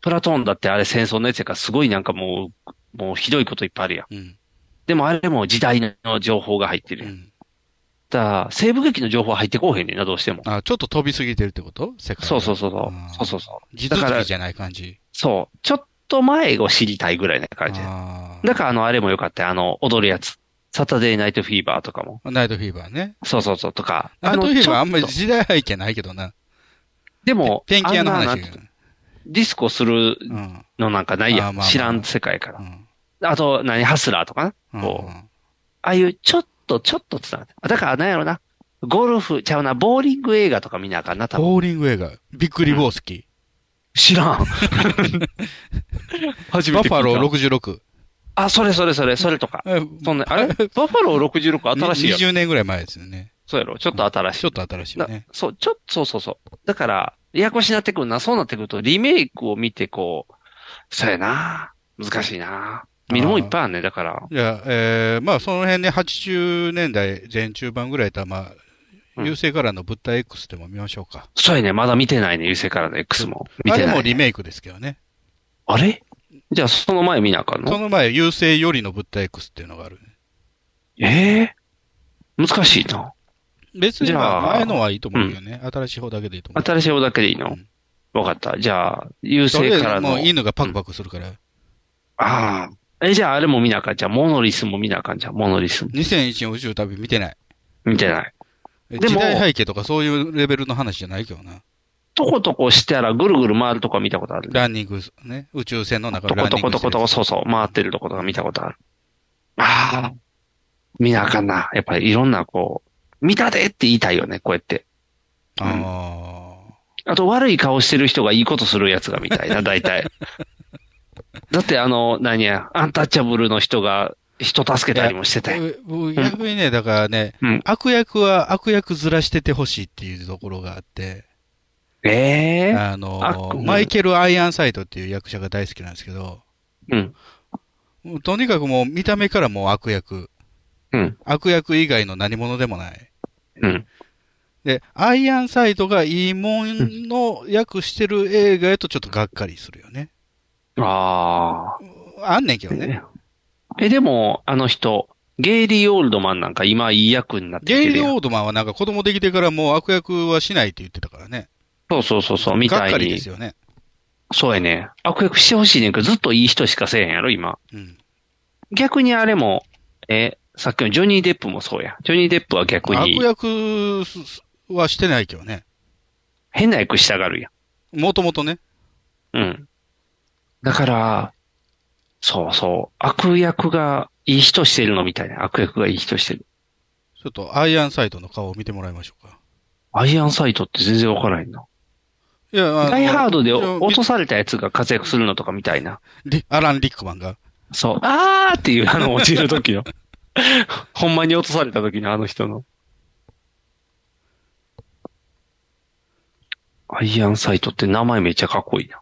B: プラトーンだってあれ戦争のやつやからすごいなんかもう、もうひどいこといっぱいあるやん。
C: うん
B: でもあれも時代の情報が入ってるやん。だから、西部劇の情報は入ってこうへんねんな、どうしても。
C: あちょっと飛びすぎてるってこと世界
B: そうそうそうそう。そうそうそう。
C: 地
B: だか
C: 続
B: ら
C: きじゃない感じ。
B: そう。ちょっと前を知りたいぐらいな感じ。だから、あの、あれもよかったよあの、踊るやつ。サタデーナイトフィーバーとかも。
C: ナイトフィーバーね。
B: そうそうそう、とか。
C: ナイトフィーバーあんまり
B: ちょっと
C: 時代背景ないけどな。
B: でも、
C: ペンキ屋の
B: あんなな
C: 話
B: ん
C: や
B: てディスコするのなんかないや
C: あ
B: ん。
C: まあまあ
B: 知らん世界から。あと、何、ハスラーとかな。こう。ああいう、ちょっと、ちょっとつながって。だから、なんやろな。ゴルフ、ちゃうな、ボーリング映画とか見なあかんな、多分
C: ボーリング映画。ビックリボースキー。
B: 知らん。初めて聞いた
C: バッファロー66。
B: あ、それそれそれ、それとか。そんな、あれバッファロー66新しいやろ
C: 20年ぐらい前ですよね。
B: そうやろちょっと新しい。ちょっ
C: と新しい
B: ね。そう、ちょっと、そうそうそう。だから、ややこしになってくるな。そうなってくると、リメイクを見て、こう、そうやな難しいな見るもんいっぱいあるね、だから。
C: いや、えー、まあその辺ね、80年代前中盤ぐらいとは、まあ、優勢からの物体 X でも見ましょうか。
B: そうやね、まだ見てないね、優勢からの X も。見
C: あ
B: て
C: れ
B: な
C: も
B: い。
C: リメイクですけどね。
B: あれじゃあ、その前見なあかん
C: そ
B: の
C: の前、優勢よりの物体 X っていうのがある。
B: ええ難しいな。
C: 別に、
B: じゃあ
C: まあ、前のはいいと思うけどね。新しい方だけでいいと思う。
B: 新しい方だけでいいのわかった。じゃあ、優
C: とりあ
B: 勢
C: えず
B: からの。
C: もう犬がパクパクするから。
B: ああ。え、じゃああれも見なあかんじゃん。モノリスも見なあかんじゃん。モノリスも。
C: 2001宇宙旅見てない。
B: 見てない。
C: え
B: でも
C: 時代背景とかそういうレベルの話じゃないけどな。
B: とことこしたらぐるぐる回るとか見たことある。
C: ランニング、ね。宇宙船の中
B: と
C: でラ
B: こ
C: ンニ
B: と
C: ング
B: こ
C: してる
B: とことこ、そうそう、回ってるとことか見たことある。ああ。見なあかんな。やっぱりいろんなこう、見たでって言いたいよね、こうやって。あと悪い顔してる人がいいことするやつが見たい な、大体。だってあの、何や、アンタッチャブルの人が人助けたりもしてたよ。
C: うう逆にね、だからね、
B: うん
C: 悪役は悪役ずらしててほしいっていうところがあって、
B: ええ
C: あの
B: あうん
C: マイケル・アイアンサイトっていう役者が大好きなんですけど、
B: うん
C: もうとにかくもう見た目からもう悪役。
B: うん
C: 悪役以外の何者でもない。
B: うん。
C: で、アイアンサイトがいいもんの役してる映画やとちょっとがっかりするよね。
B: ああ。
C: あんねんけどね。
B: え、でも、あの人、ゲイリー・オールドマンなんか今いい役になってき
C: ゲ
B: て
C: イ
B: る
C: リ
B: やん
C: ー・オードマンはなんか子供できてからもう悪役はしないって言ってたからね。
B: そうそうそうそう、みた
C: がっ
B: い
C: かりで
B: に
C: す。よね。
B: そうやね。悪役してほしいねんけど、ずっといい人しかせえへんやろ、今。
C: うん
B: 逆にあれも、え、さっきのジョニー・デップもそうや。ジョニー・デップは逆
C: 悪
B: に、
C: 役はしてないけどね。
B: 変な役したがるやん。
C: もともとね。
B: うん。だから、そうそう。悪役がいい人してるのみたいな。悪役がいい人してる。
C: ちょっとアイアンサイトの顔を見てもらいましょうか。
B: アイアンサイトって全然わからへんな。
C: いや、あの
B: ダイハードで落とされたやつが活躍するのとかみたいな。
C: リアラン・リックマンが。
B: そう。あーっていう、 あの、落ちる時の。ほんまに落とされた時のあの人の。アイアンサイトって名前めっちゃかっこいいな。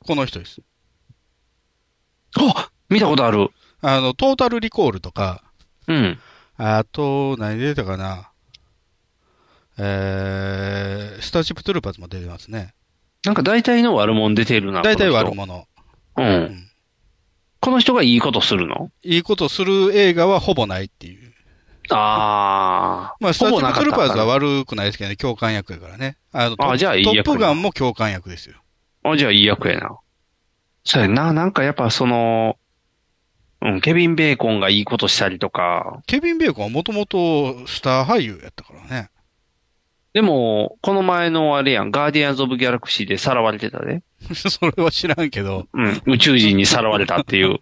C: この人です。
B: あ見たことある。
C: あの、トータルリコールとか、
B: うん。
C: あと、何出てたかな。えー、スターシップトゥルーパーズも出てますね。
B: なんか大体の悪者出てるな。
C: 大体悪
B: 者。
C: 者。
B: うん。この人がいいことするの
C: いいことする映画はほぼないっていう。
B: あー。
C: まあ、スターシップトゥルーパーズは
B: 悪
C: 悪くないですけどね、共感役やからね。あの、ト
B: あじゃあいい役や
C: ップガンも共感役ですよ。
B: あ、じゃあいい役やな。そうやな、なんかやっぱその、うん、ケビン・ベーコンがいいことしたりとか、
C: ケビン・ベーコンはもともとスター俳優やったからね。
B: でも、この前のあれやん、ガーディアンズ・オブ・ギャラクシーでさらわれてたで。
C: それは知らんけど。
B: うん、宇宙人にさらわれたっていう。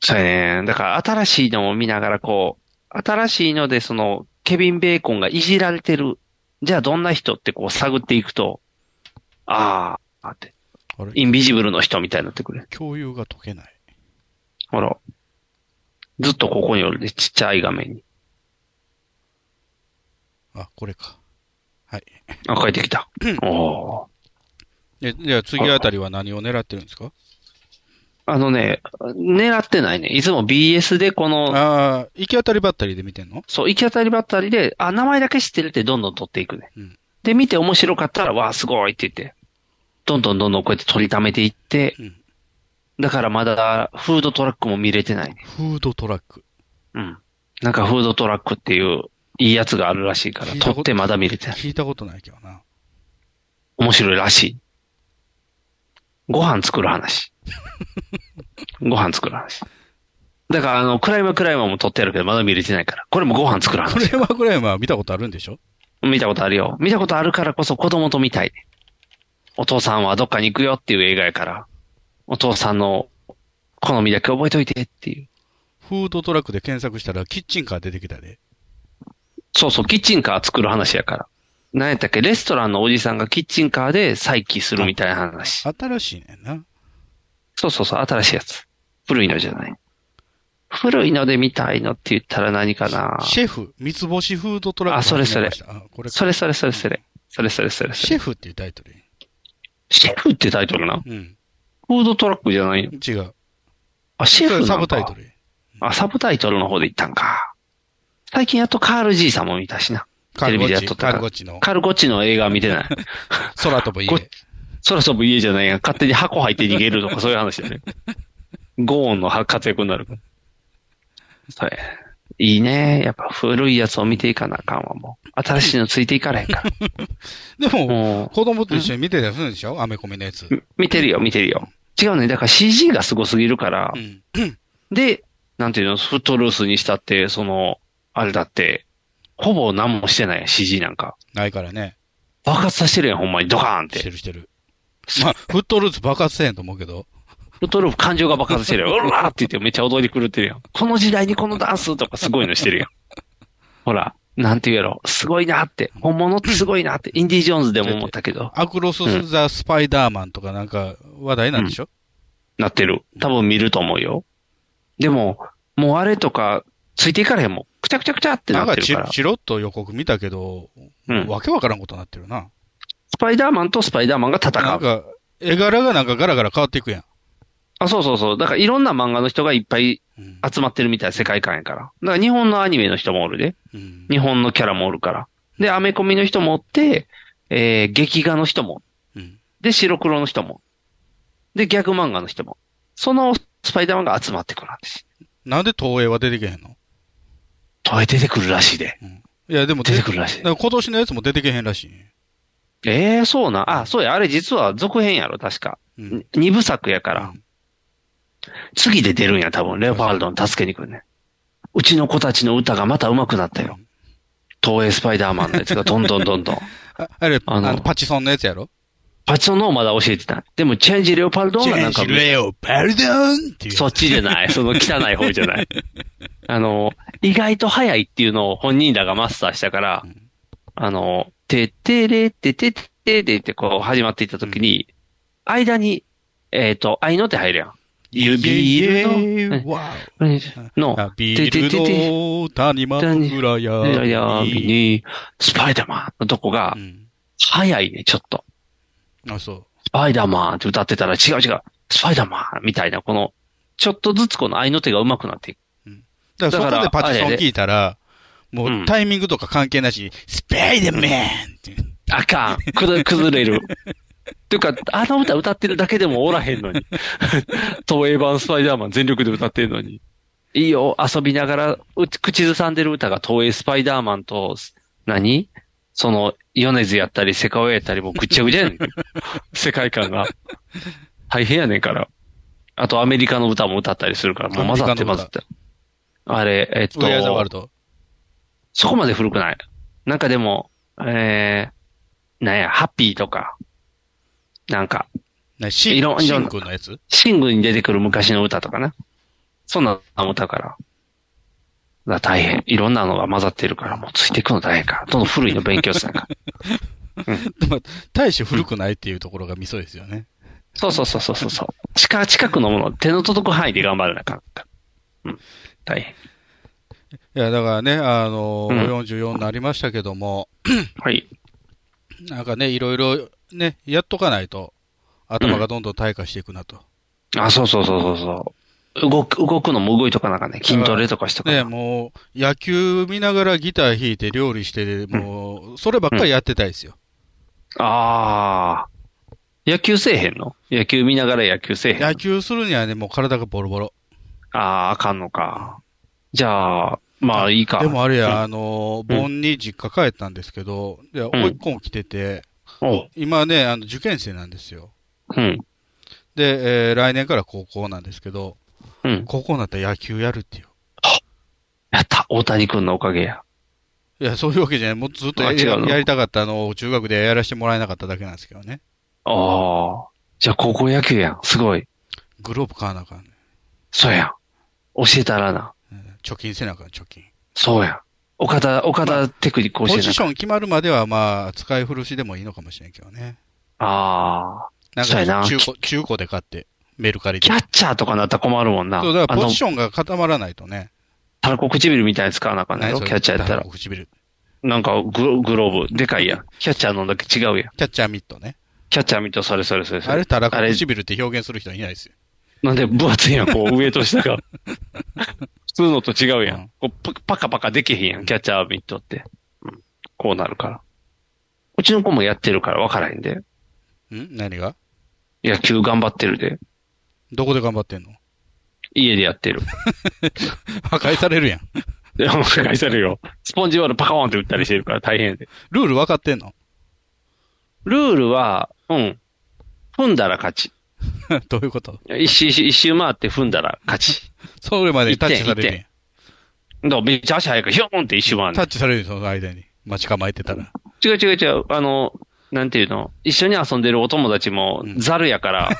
B: そうやね。だから新しいのを見ながらこう、新しいのでその、ケビン・ベーコンがいじられてる。じゃあどんな人ってこう探っていくと、あーって
C: あれ、
B: インビジブルの人みたいになってくる。
C: 共有が解けない。
B: ほら。ずっとここにおるで、ちっちゃい画面に。
C: あ、これか。
B: あ、帰ってきた。おー
C: えじゃあ次あたりは何を狙ってるんですか
B: あのね、狙ってないね。いつも BS でこの、
C: ああ、行き当たりばったりで見てんの
B: そう、行き当たりばったりで、あ、名前だけ知ってるってどんどん取っていくね。で、見て面白かったら、わあ、すごいって言って、どんどんどんどんこうやって取りためていって、だからまだフードトラックも見れてないね。
C: フードトラック。
B: うん。なんかフードトラックっていう、いいやつがあるらしいから、
C: 聞いた
B: 取
C: こ
B: っ
C: と
B: てまだ見れてない。
C: 聞いたことないけどな。
B: 面白いらしい。ご飯作る 話。ご飯作る話。だから、あの、クライマークライマーも撮ってあるけど、まだ見れてないから。これもご飯作る話
C: こ。れはぐらいは見たことあるんでしょ
B: 見たことあるよ。見たことあるからこそ子供と見たい。お父さんはどっかに行くよっていう映画やから、お父さんの好みだけ覚えといてっていう。
C: フードトラックで検索したらキッチンカー出てきたで。
B: そうそう、キッチンカー作る話やから。何やったっけレストランのおじさんがキッチンカーで再起するみたいな話。
C: 新しいねんな。
B: そうそうそう、新しいやつ。古いのじゃない。古いので見たいのって言ったら何かな
C: シェフ、三つ星フードトラック。
B: あ、それそれ。
C: あこれか
B: それそれそれそれ。それそれそれそ
C: シ
B: れ。
C: ェフっていうタイトル。
B: シェフってタイトルな。
C: うん。
B: フードトラックじゃないよ。
C: 違う。
B: あ、シェフなんだ
C: それサブタイトル。
B: あ、サブタイトルの方で行ったんか。最近やっとカール爺さんも見たしな。
C: カー
B: テ
C: ル
B: レ
C: ゴ
B: ビでや
C: ッ
B: っとっ
C: チ。
B: た
C: カ
B: から
C: ールゴッチの
B: カルゴッチの映画見てない。
C: 空飛ぶ家
B: こ。空飛ぶ家じゃないやん。勝手に箱入って逃げるとかそういう話だね。ゴーンの活躍になる。それ。いいね。やっぱ古いやつを見ていかなあかんわ、もう。新しいのついていかれへん から。
C: で
B: も
C: も、子供と一緒に見てたりするんでしょアメコミのやつ。
B: 見てるよ、見てるよ。違うね。だから CG がすごすぎるから。で、なんていうの、フットルースにしたって、その、あれだって、ほぼ何もしてないやん CG なんか。
C: ないからね。
B: 爆発させてるやん、ほんまに。ドカーンっ。
C: しててるしてる。まあ、フットルーツ爆発せえへんと思うけど。
B: フットルース感情が爆発してるや ん。うらーって言ってめっちゃ踊り狂ってるやん。この時代にこのダンスとかすごいのしてるやん。ほら、なんて言うやろ。すごいなって。本物ってすごいなって。インディ・ジョーンズでも思ったけど。
C: アクロス・ザ・スパイダーマンとかなんか話題なんでしょ
B: なってる。多分見ると思うよ。でも、もうあれとか、ついていかれへんもん。くちゃくちゃくちゃってな
C: なん
B: っ
C: か
B: てる
C: チ
B: か
C: ロ
B: ら。
C: チロッと予告見たけど、
B: うん
C: わけわからんことになってるな。
B: スパイダーマンとスパイダーマンが戦
C: なん
B: う。
C: か、絵柄がなんかガラガラ変わっていくやん。
B: あ、そうそうそう。だからいろんな漫画の人がいっぱい集まってるみたいな世界観やから。だから日本のアニメの人もおるで。日本のキャラもおるから。で、アメコミの人もおって、えー、劇画の人も。で、白黒の人も。で、ギャグ漫画の人も。そのスパイダーマンが集まってくるんです。
C: なんで東映は出てけへんの
B: 東映出てくるらしいで。
C: いや、でも
B: 出てくるらしい
C: だから今年のやつも出てけへんらしい。
B: ええそうなん。あ、そうや、あれ実は続編やろ、確か。に二部作やから。次で出るんや、多分。レオパルドの助けに来るね。うちの子たちの歌がまた上手くなったよ。東映スパイダーマンのやつがどんどんどんど ん。
C: ああれ、
B: あ
C: あ
B: の
C: の、パチソンのやつやろ
B: パチソンのをまだ教えてた。でも、チェンジレオパルドンはなんか。
C: チェンジレオパルドンっていうやつ。
B: そっちじゃない。その汚い方じゃない。あの、意外と早いっていうのを本人らがマスターしたから、あの、てってれっててってれってこう始まっていったときに、間に、えっ、と、愛の手入るやん。ゆビールの
C: イエイイエイ
B: うん
C: わ
B: の、
C: ビールの谷間浦
B: いや
C: や
B: ー
C: に。
B: に、スパイダーマンのとこが、早いね、ちょっと。
C: あ、そ
B: スパイダーマンって歌ってたら違う違う、スパイダーマンみたいな、この、ちょっとずつこの愛の手が上手くなっていく。
C: う。だからそこでパチソン
B: あれ
C: 聞いたら、もうタイミングとか関係なしに、スペイダーマン
B: あかん。くず崩れる。っていうか、あの歌歌ってるだけでもおらへんのに。東映版スパイダーマン全力で歌ってんのに。いいよ、遊びながら、う口ずさんでる歌が東映スパイダーマンと、何その、ヨネズやったり、セカオエやったり、もうぐっちゃぐちゃやねん。世界観が。大変やねんから。あと、アメリカの歌も歌ったりするから、もう混ざって混ざって。あれ、えっと、
C: ウェアザワールド。
B: そこまで古くない。なんかでも、えー、なんや、ハッピーとか、なんか、
C: シン
B: いろん
C: シンクのやつ
B: シングに出てくる昔の歌とかな。そんなの歌から。だから大変。いろんなのが混ざってるから、もうついていくの大変か。どんどん古いの勉強する から。
C: 大して古くないっていうところがミソですよね。
B: そうそうそうそうそうそう。近、近くのもの、手の届く範囲で頑張らなあかんから。うん。大変。
C: いや、だからね、あのー
B: うん
C: 44になりましたけども、
B: はい。
C: なんかね、いろいろね、やっとかないと、頭がどんどん退化していくなと。
B: あ、そうそうそうそうそう。動く、動くのも動いとかなんかね、筋トレとかしとか。
C: ね、もう、野球見ながらギター弾いて料理して、もう、そればっかりやってたいですよ。
B: ああ。野球せえへんの野球見ながら野球せえへん。あ
C: 野球するにはね、もう体がボロボロ。
B: あー、あかんのか。じゃあ、まあいいか。
C: でもあれや、あ
B: うん
C: のー、
B: うん
C: 盆に実家帰ったんですけど、で、
B: ん
C: 甥っ子も来てて、
B: おう
C: 今ね、あの、受験生なんですよ。
B: うん。
C: で、えー来年から高校なんですけど、
B: うん
C: 高校になったら野球やるってよ。
B: やった。大谷くんのおかげや。
C: いや、そういうわけじゃない。もうずっとや
B: あ違うの
C: やりたかったのを中学でやらせてもらえなかっただけなんですけどね。
B: ああ。じゃあ高校野球やん。すごい。
C: グローブ買わなあかんね。
B: そうやん。教えたらな。
C: 貯金せなあかん、貯金。
B: そうやん。岡田、岡田テクニック
C: ポ
B: 教えな
C: ジ
B: あ
C: シ
B: かん
C: ョン決まるまでは、まあ、使い古しでもいいのかもしれんけどね。
B: ああ。
C: なん
B: そうやな。
C: か、
B: キ
C: 中
B: ャ
C: 古、中古で買って、メルカリで。
B: ッチャーとかなったら困るもんな。
C: そう、だからポジシ
B: ョン。
C: ョンが固まらないとね。
B: タラコ唇みたいに使わなあかんね
C: 何
B: やろ
C: それ
B: キャッチャーやった
C: タラ
B: ら
C: コ。唇。
B: なんかグロ、グローブ、でかいやん。キャッチャーのだけ違うやん。
C: キャッチャーミットね。
B: キャッチャー見とそれそれそれそれ。
C: あれ、タラコ
B: あれ
C: 唇って表現する人いないですよ。
B: なんで分厚いやん、 こう、上と下が。普通のと違うやん。こうパパカパカできへんやん、キャッチャーミットって。うんこうなるから。うちの子もやってるから分からへんで。
C: ん何が
B: 野球頑張ってるで。
C: どこで頑張ってんの
B: 家でやってる。
C: 破壊されるやん。
B: で、もう破壊されるよ。スポンジボールパカーンって打ったりしてるから大変やで。
C: ルール分かってんの
B: ルールは、うん。踏んだら勝ち。
C: どういうこと
B: 一周、一周回って踏んだら勝ち。
C: それまでにタッチされる
B: 一点だからめっちゃ足早いから、ヒョーンって一周回
C: や
B: ん
C: ん。
B: ね
C: タ
B: ん
C: ッチされるよその間に。待ち構えてたら。
B: 違う違う違う、あの、なんていうの、一緒に遊んでるお友達もザルやから、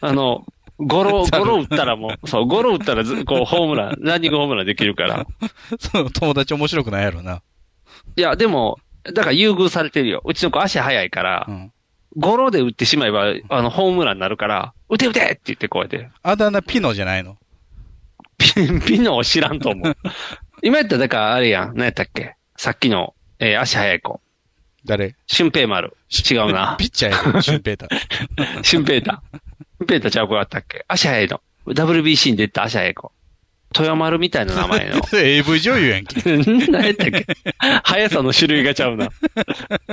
B: あの、ゴロ、ゴロ打ったらもう、そう、ゴロ打ったらず、こう、ホームラン、ランニングホームランできるから。
C: その友達面白くないやろな。
B: いや、でも、だから優遇されてるよ。うちの子足早いから、ゴロで打ってしまえば、あの、ホームランになるから、打て打てって言ってこうやって。
C: あだ名ピノじゃないの
B: ピピノを知らんと思う。今やったら、だからあれやん、何やったっけさっきの、えー足早い子。
C: 誰
B: 俊平丸。違うな。
C: ピッチャーやろ、シュンペ ーター。
B: シュンペーター。シュンペーターちゃう子あったっけアシャヘイの。WBC に出たアシャヘイ子。豊丸みたいな名前の。
C: それ AV 女優やんけ。
B: 何やったっけ速さの種類がちゃうな。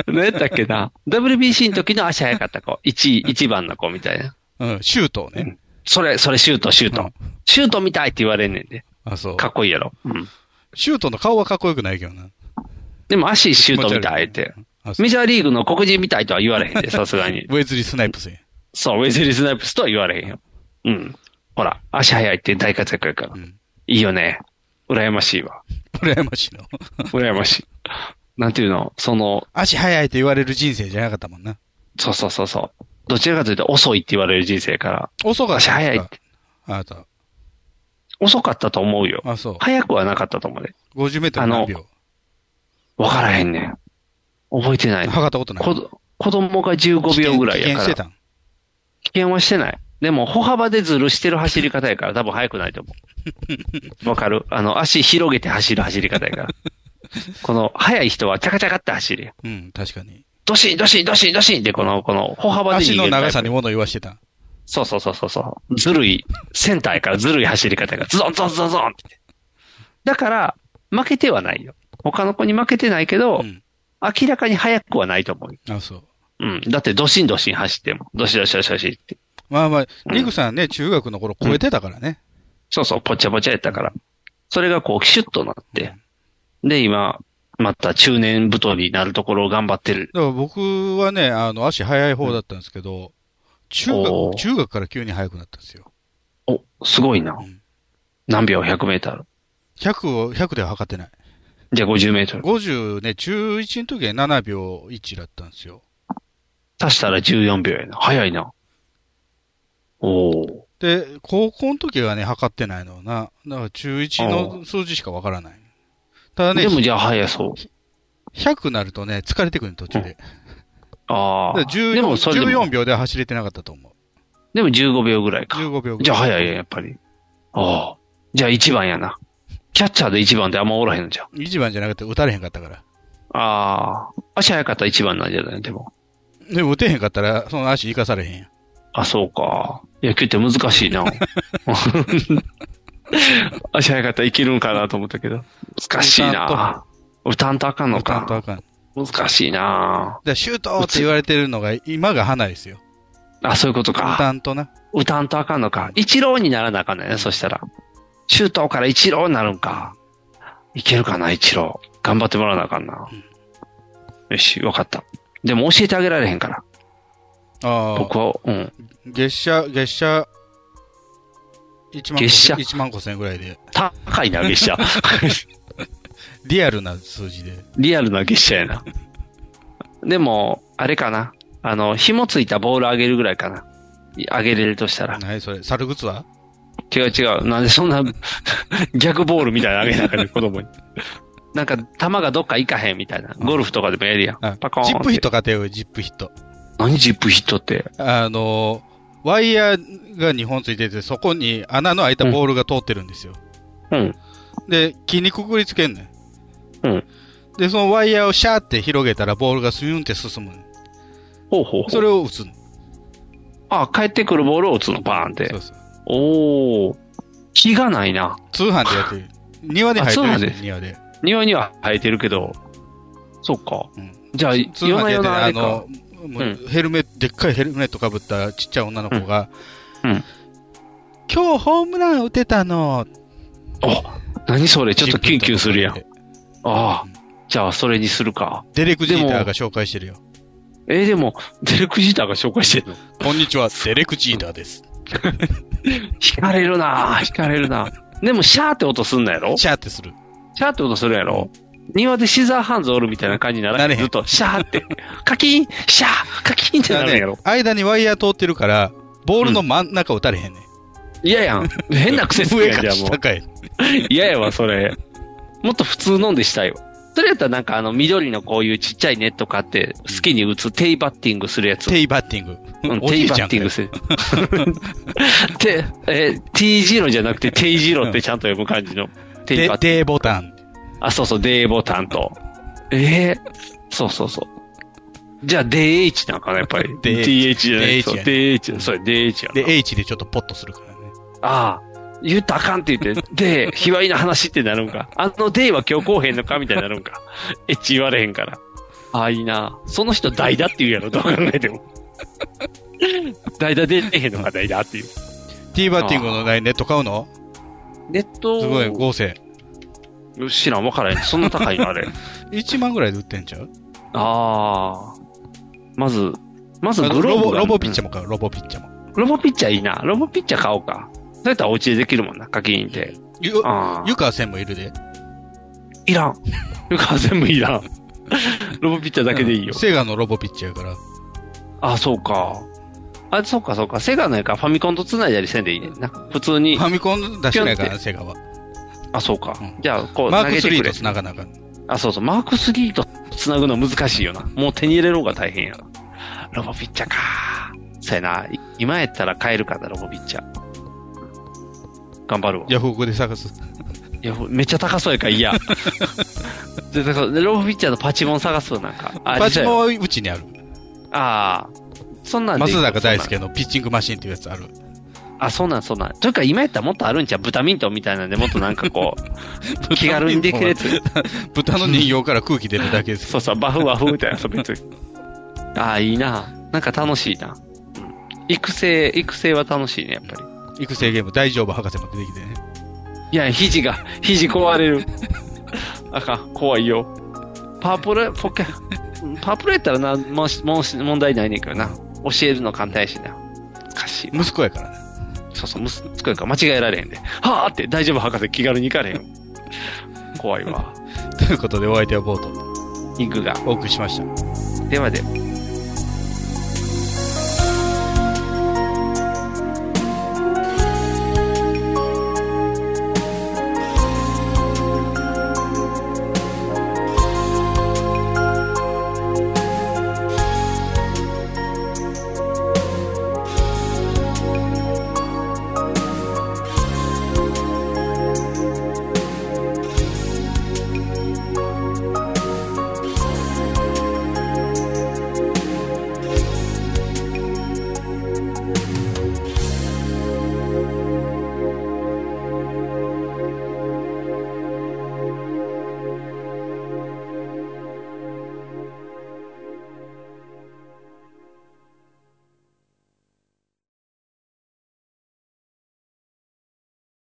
B: 何やったっけな ?WBC の時の足早かった子。1、一番の子みたいな。
C: うん、シュートをね。
B: それ、それシュート、シュート。シュートみたいって言われんねんで。
C: あ、そう。
B: かっこいいやろ。うん。
C: シュートの顔はかっこよくないけどな。
B: でも足シュートみたいって。メジャーリーグの黒人みたいとは言われへんで、さすがに。
C: ウェズリー・スナイプスやん。
B: そう、ウェズリー・スナイプスとは言われへんよ。うん。ほら、足早いって大活躍やから。いいよね。羨ましいわ。
C: 羨ましい の。
B: 羨ましい。なんていうのその、
C: 足速いと言われる人生じゃなかったもんな。
B: そうそうそうそう。どちらかというと遅いって言われる人生から。
C: 遅かったんですか
B: 足早いって。
C: あなた。
B: 遅かったと思うよ。
C: あ、そう。
B: 早くはなかったと思うね。
C: 50メートル何秒
B: わからへんねん。覚えて ない。
C: 測ったことない。
B: こ子供が15秒ぐらいやから。
C: 危険してたん
B: 危険はしてない。でも、歩幅でズルしてる走り方やから、多分速くないと思 う。わかるあの、足広げて走る走り方やから。この、速い人はチャカチャカって走るやん。
C: うん、確かに。
B: ドシン、ドシン、ドシン、ドシンって、この、この、歩幅で逃げ
C: 足
B: る
C: の
B: タイプ
C: 長さに物言わしてたん。
B: そうそうそうそうそう。ずるい、センターやからずるい走り方が、ズドンズドンズドンズドンって。だから、負けてはないよ。他の子に負けてないけど、明らかに速くはないと思うよ。
C: あ、そう。
B: うん。だって、ドシンドシン走っても、ドシドシドシドシって。
C: まあまあ、リグさんね、中学の頃超えてたからね。
B: そうそう、ぽっちゃぽちゃやったから。それがこう、シュッとなって。で、今、また中年太りになるところを頑張ってる。
C: だから僕はね、あの、足速い方だったんですけど、中
B: お
C: 学、
B: ー
C: 中学から急に速くなったんですよ。
B: お、すごいな。何秒 ?100 メーター。
C: 100を、100では測ってない。
B: じゃあ50メートル。
C: 50ね、中1の時は7秒1だったんですよ。
B: 足したら14秒やな。早いな。おお。
C: で、高校の時はね、測ってないのな。だから中1の数字しかわからない。ただね、
B: でもじゃあ早そう。
C: 100なるとね、疲れてくるの途中で。
B: ああ。
C: だから14
B: でもそれでも
C: 14、秒では走れてなかったと思う。
B: でも15秒ぐらいか。
C: 15秒ぐらい
B: じゃあ早いやん、やっぱり。ああ。じゃあ1番やな。キャッチャーで1番ってあんまおらへんのじゃん。
C: 1番じゃなくて打たれへんかったから。
B: ああ。足早かったら1番なんじゃないでも。
C: でも打てへんかったら、その足生かされへんやん。
B: あ、そうか。野球って難しいな。 足早かったらいけるんかなと思ったけど。難しいな。歌んとあかんのか。
C: とあかん。
B: 難しいな。
C: で、シュートって言われてるのが、今が花ですよ。
B: あ、そういうことか。
C: 歌んとな。
B: 歌んとあかんのか。一郎にならなあかんのやね、そしたら。周東から一郎になるんか。いけるかな、一郎。頑張ってもらわなあかんな。よし、わかった。でも教えてあげられへんから。
C: ああ。
B: 僕は、うん。
C: 月謝、月謝、1万
B: 月謝
C: 1万5千円ぐらいで。
B: 高いな、月謝。
C: リアルな数字で。
B: リアルな月謝や な。でも、あれかな。あの、紐ついたボールあげるぐらいかな。いあげれるとしたら。
C: 何それ猿靴は
B: 違う違う。なんでそんな 逆ボールみたいなのあげなあかんねん子供に。なんか、球がどっか行かへんみたいな。ゴルフとかでもやるやん。パコーンっ
C: ジ
B: て。
C: ップヒット買てよ、ジップヒット。
B: 何ジップヒットって。
C: あのー、ワイヤーが2本ついてて、そこに穴の開いたボールが通ってるんですよ。
B: うん。
C: で、木にくくりつけんねん。
B: うん。
C: で、そのワイヤーをシャーって広げたら、ボールがスユンって進むねん
B: ほうほうほう
C: それを打つの。
B: あ、帰ってくるボールを打つの、バーンって。
C: そう
B: おー。気がないな。
C: 通販でやってる。庭で
B: あ
C: 入って
B: そう
C: る
B: なんん
C: で
B: ですす
C: よ、庭で。
B: 庭には生えてるけど。そうか。じゃあ、
C: 通
B: 夜な
C: 販でやっ
B: 夜
C: て
B: なあ
C: あ
B: れか
C: の。、もうヘルメット、でっかいヘルメットかぶったちっちゃい女の子が、
B: うん。
C: 今日ホームラン打てたの。
B: 何それ、ちょっとキュンキュンするやん。ああ。じゃあ、それにするか。
C: デレク・ジーター
B: で
C: が
B: も
C: 紹介してるよ。
B: えーでも、デレク・ジーターが紹介してるの。
C: こんにちは、デレク・ジーターです。
B: 惹かれるなぁ惹かれるなぁでも、シャーって音すんのやろ
C: シャーってする。
B: シャーって音するやろ庭でシザーハンズおるみたいな感じにならへん。ずっと、シャーって、 カキン、シャー、カキンってなるんやろ。
C: 間にワイヤー通ってるから、ボールの真ん中打たれへんねん。
B: 嫌やん。変な癖つけ
C: 上
B: やんじ
C: か
B: ゃあも
C: 下かへ
B: う。嫌やわ、それ。もっと普通のんでしたいわ。それやったらなんかあの緑のこういうちっちゃいネット買って好きに打つテイバッティングするやつ。
C: テイバッティング。
B: うん、
C: お
B: テ
C: じ
B: イ
C: い
B: バ
C: ちゃん
B: ッ
C: か
B: ティン
C: よ
B: グする。 て、え、t 字路じゃなくて t 字路ってちゃんと読む感じの。テイバッティング
C: で、D ボタン。
B: あ、そうそう、D ボタンと。ええそうそうそう。じゃあ DH なんかな、やっぱり。DH じゃない
C: DH
B: そう
C: や
B: DH、そう、DH やな。
C: で、H でちょっとポッとするからね。
B: ああ、言ったらあかんって 言って、で、卑猥な話ってなるんか。あの D は今日こうへんのかみたいになるんか。 エッチ言われへんから。ああ、いいな。その人代打って言うやろ、どう考えても。 代打出てへんのか、代打っていう。
C: T バッティングのないネット買うの
B: ネット
C: すごい、合成。
B: 知らん、わからへん。そんな高いの、あ れ。
C: 1万ぐらいで売ってんちゃう
B: ああ。まず、まず
C: あ
B: グロー
C: ロ
B: ブ
C: ボ、
B: が
C: ロボピッチャーも買う、ロボピッチャーも。
B: ロボピッチャーいいな。ロボピッチャー買おうか。そうやったらお家でできるもんな、課金って。
C: ゆ
B: あ、
C: 湯川線もいるで。
B: いらん。ゆか全部いらん。 ロボピッチャーだけでいいよ。
C: セガのロボピッチャーやから。
B: あ、そうか。あ、そうかそうか。セガのやからファミコンと繋いだりせんでいいねんな。普通に。
C: ファミコン出してないから
B: ピョン
C: な、
B: って
C: セガは。
B: あ、そうか。じゃあ、こう、
C: マ
B: 投げ
C: ーク
B: てく
C: 3
B: れ
C: と。繋がなあかん。
B: あ、そうそう。マーク3と繋ぐの難しいよな。もう手に入れる方が大変やな。ロボピッチャか。そうやな。い今やったら買えるかな、ロボピッチャ。頑張るわ。
C: ヤフオクで探す。
B: いや、めっちゃ高そうやから嫌。 でだからでロボピッチャーのパチモン探すわ、なんか。あ
C: パチモンは
B: 実際
C: うちにある。
B: ああ。そんなんでいい
C: 松
B: か
C: 坂大輔のピッチングマシンっていうやつある。
B: あ、そうなん、そうなん。というか、今やったらもっとあるんちゃう豚ミントみたいなんで、もっとなんか こう、気軽にできるやつ。
C: 豚の人形から空気出るだけ です。
B: そうそう、バフバフみたいな、そう別に。 ああ、いいな。なんか楽しいな。うん育成、育成は楽しいね、やっぱり。
C: 育成ゲーム大丈夫博士も出てきてね。
B: いや、肘が、肘壊れ る。あかん、怖いよ。パープル、ポケ、パープルやったらな、もし、もし、問題ないねんけどな。教えるの簡単やしな。難しい。
C: 息子やからね。
B: そうそう、息子やから間違えられへんで。はぁって、大丈夫博士、気軽に行かれへん。怖いわ。
C: ということでお相手はボート。
B: インクが。
C: お送りしました。
B: ではでは。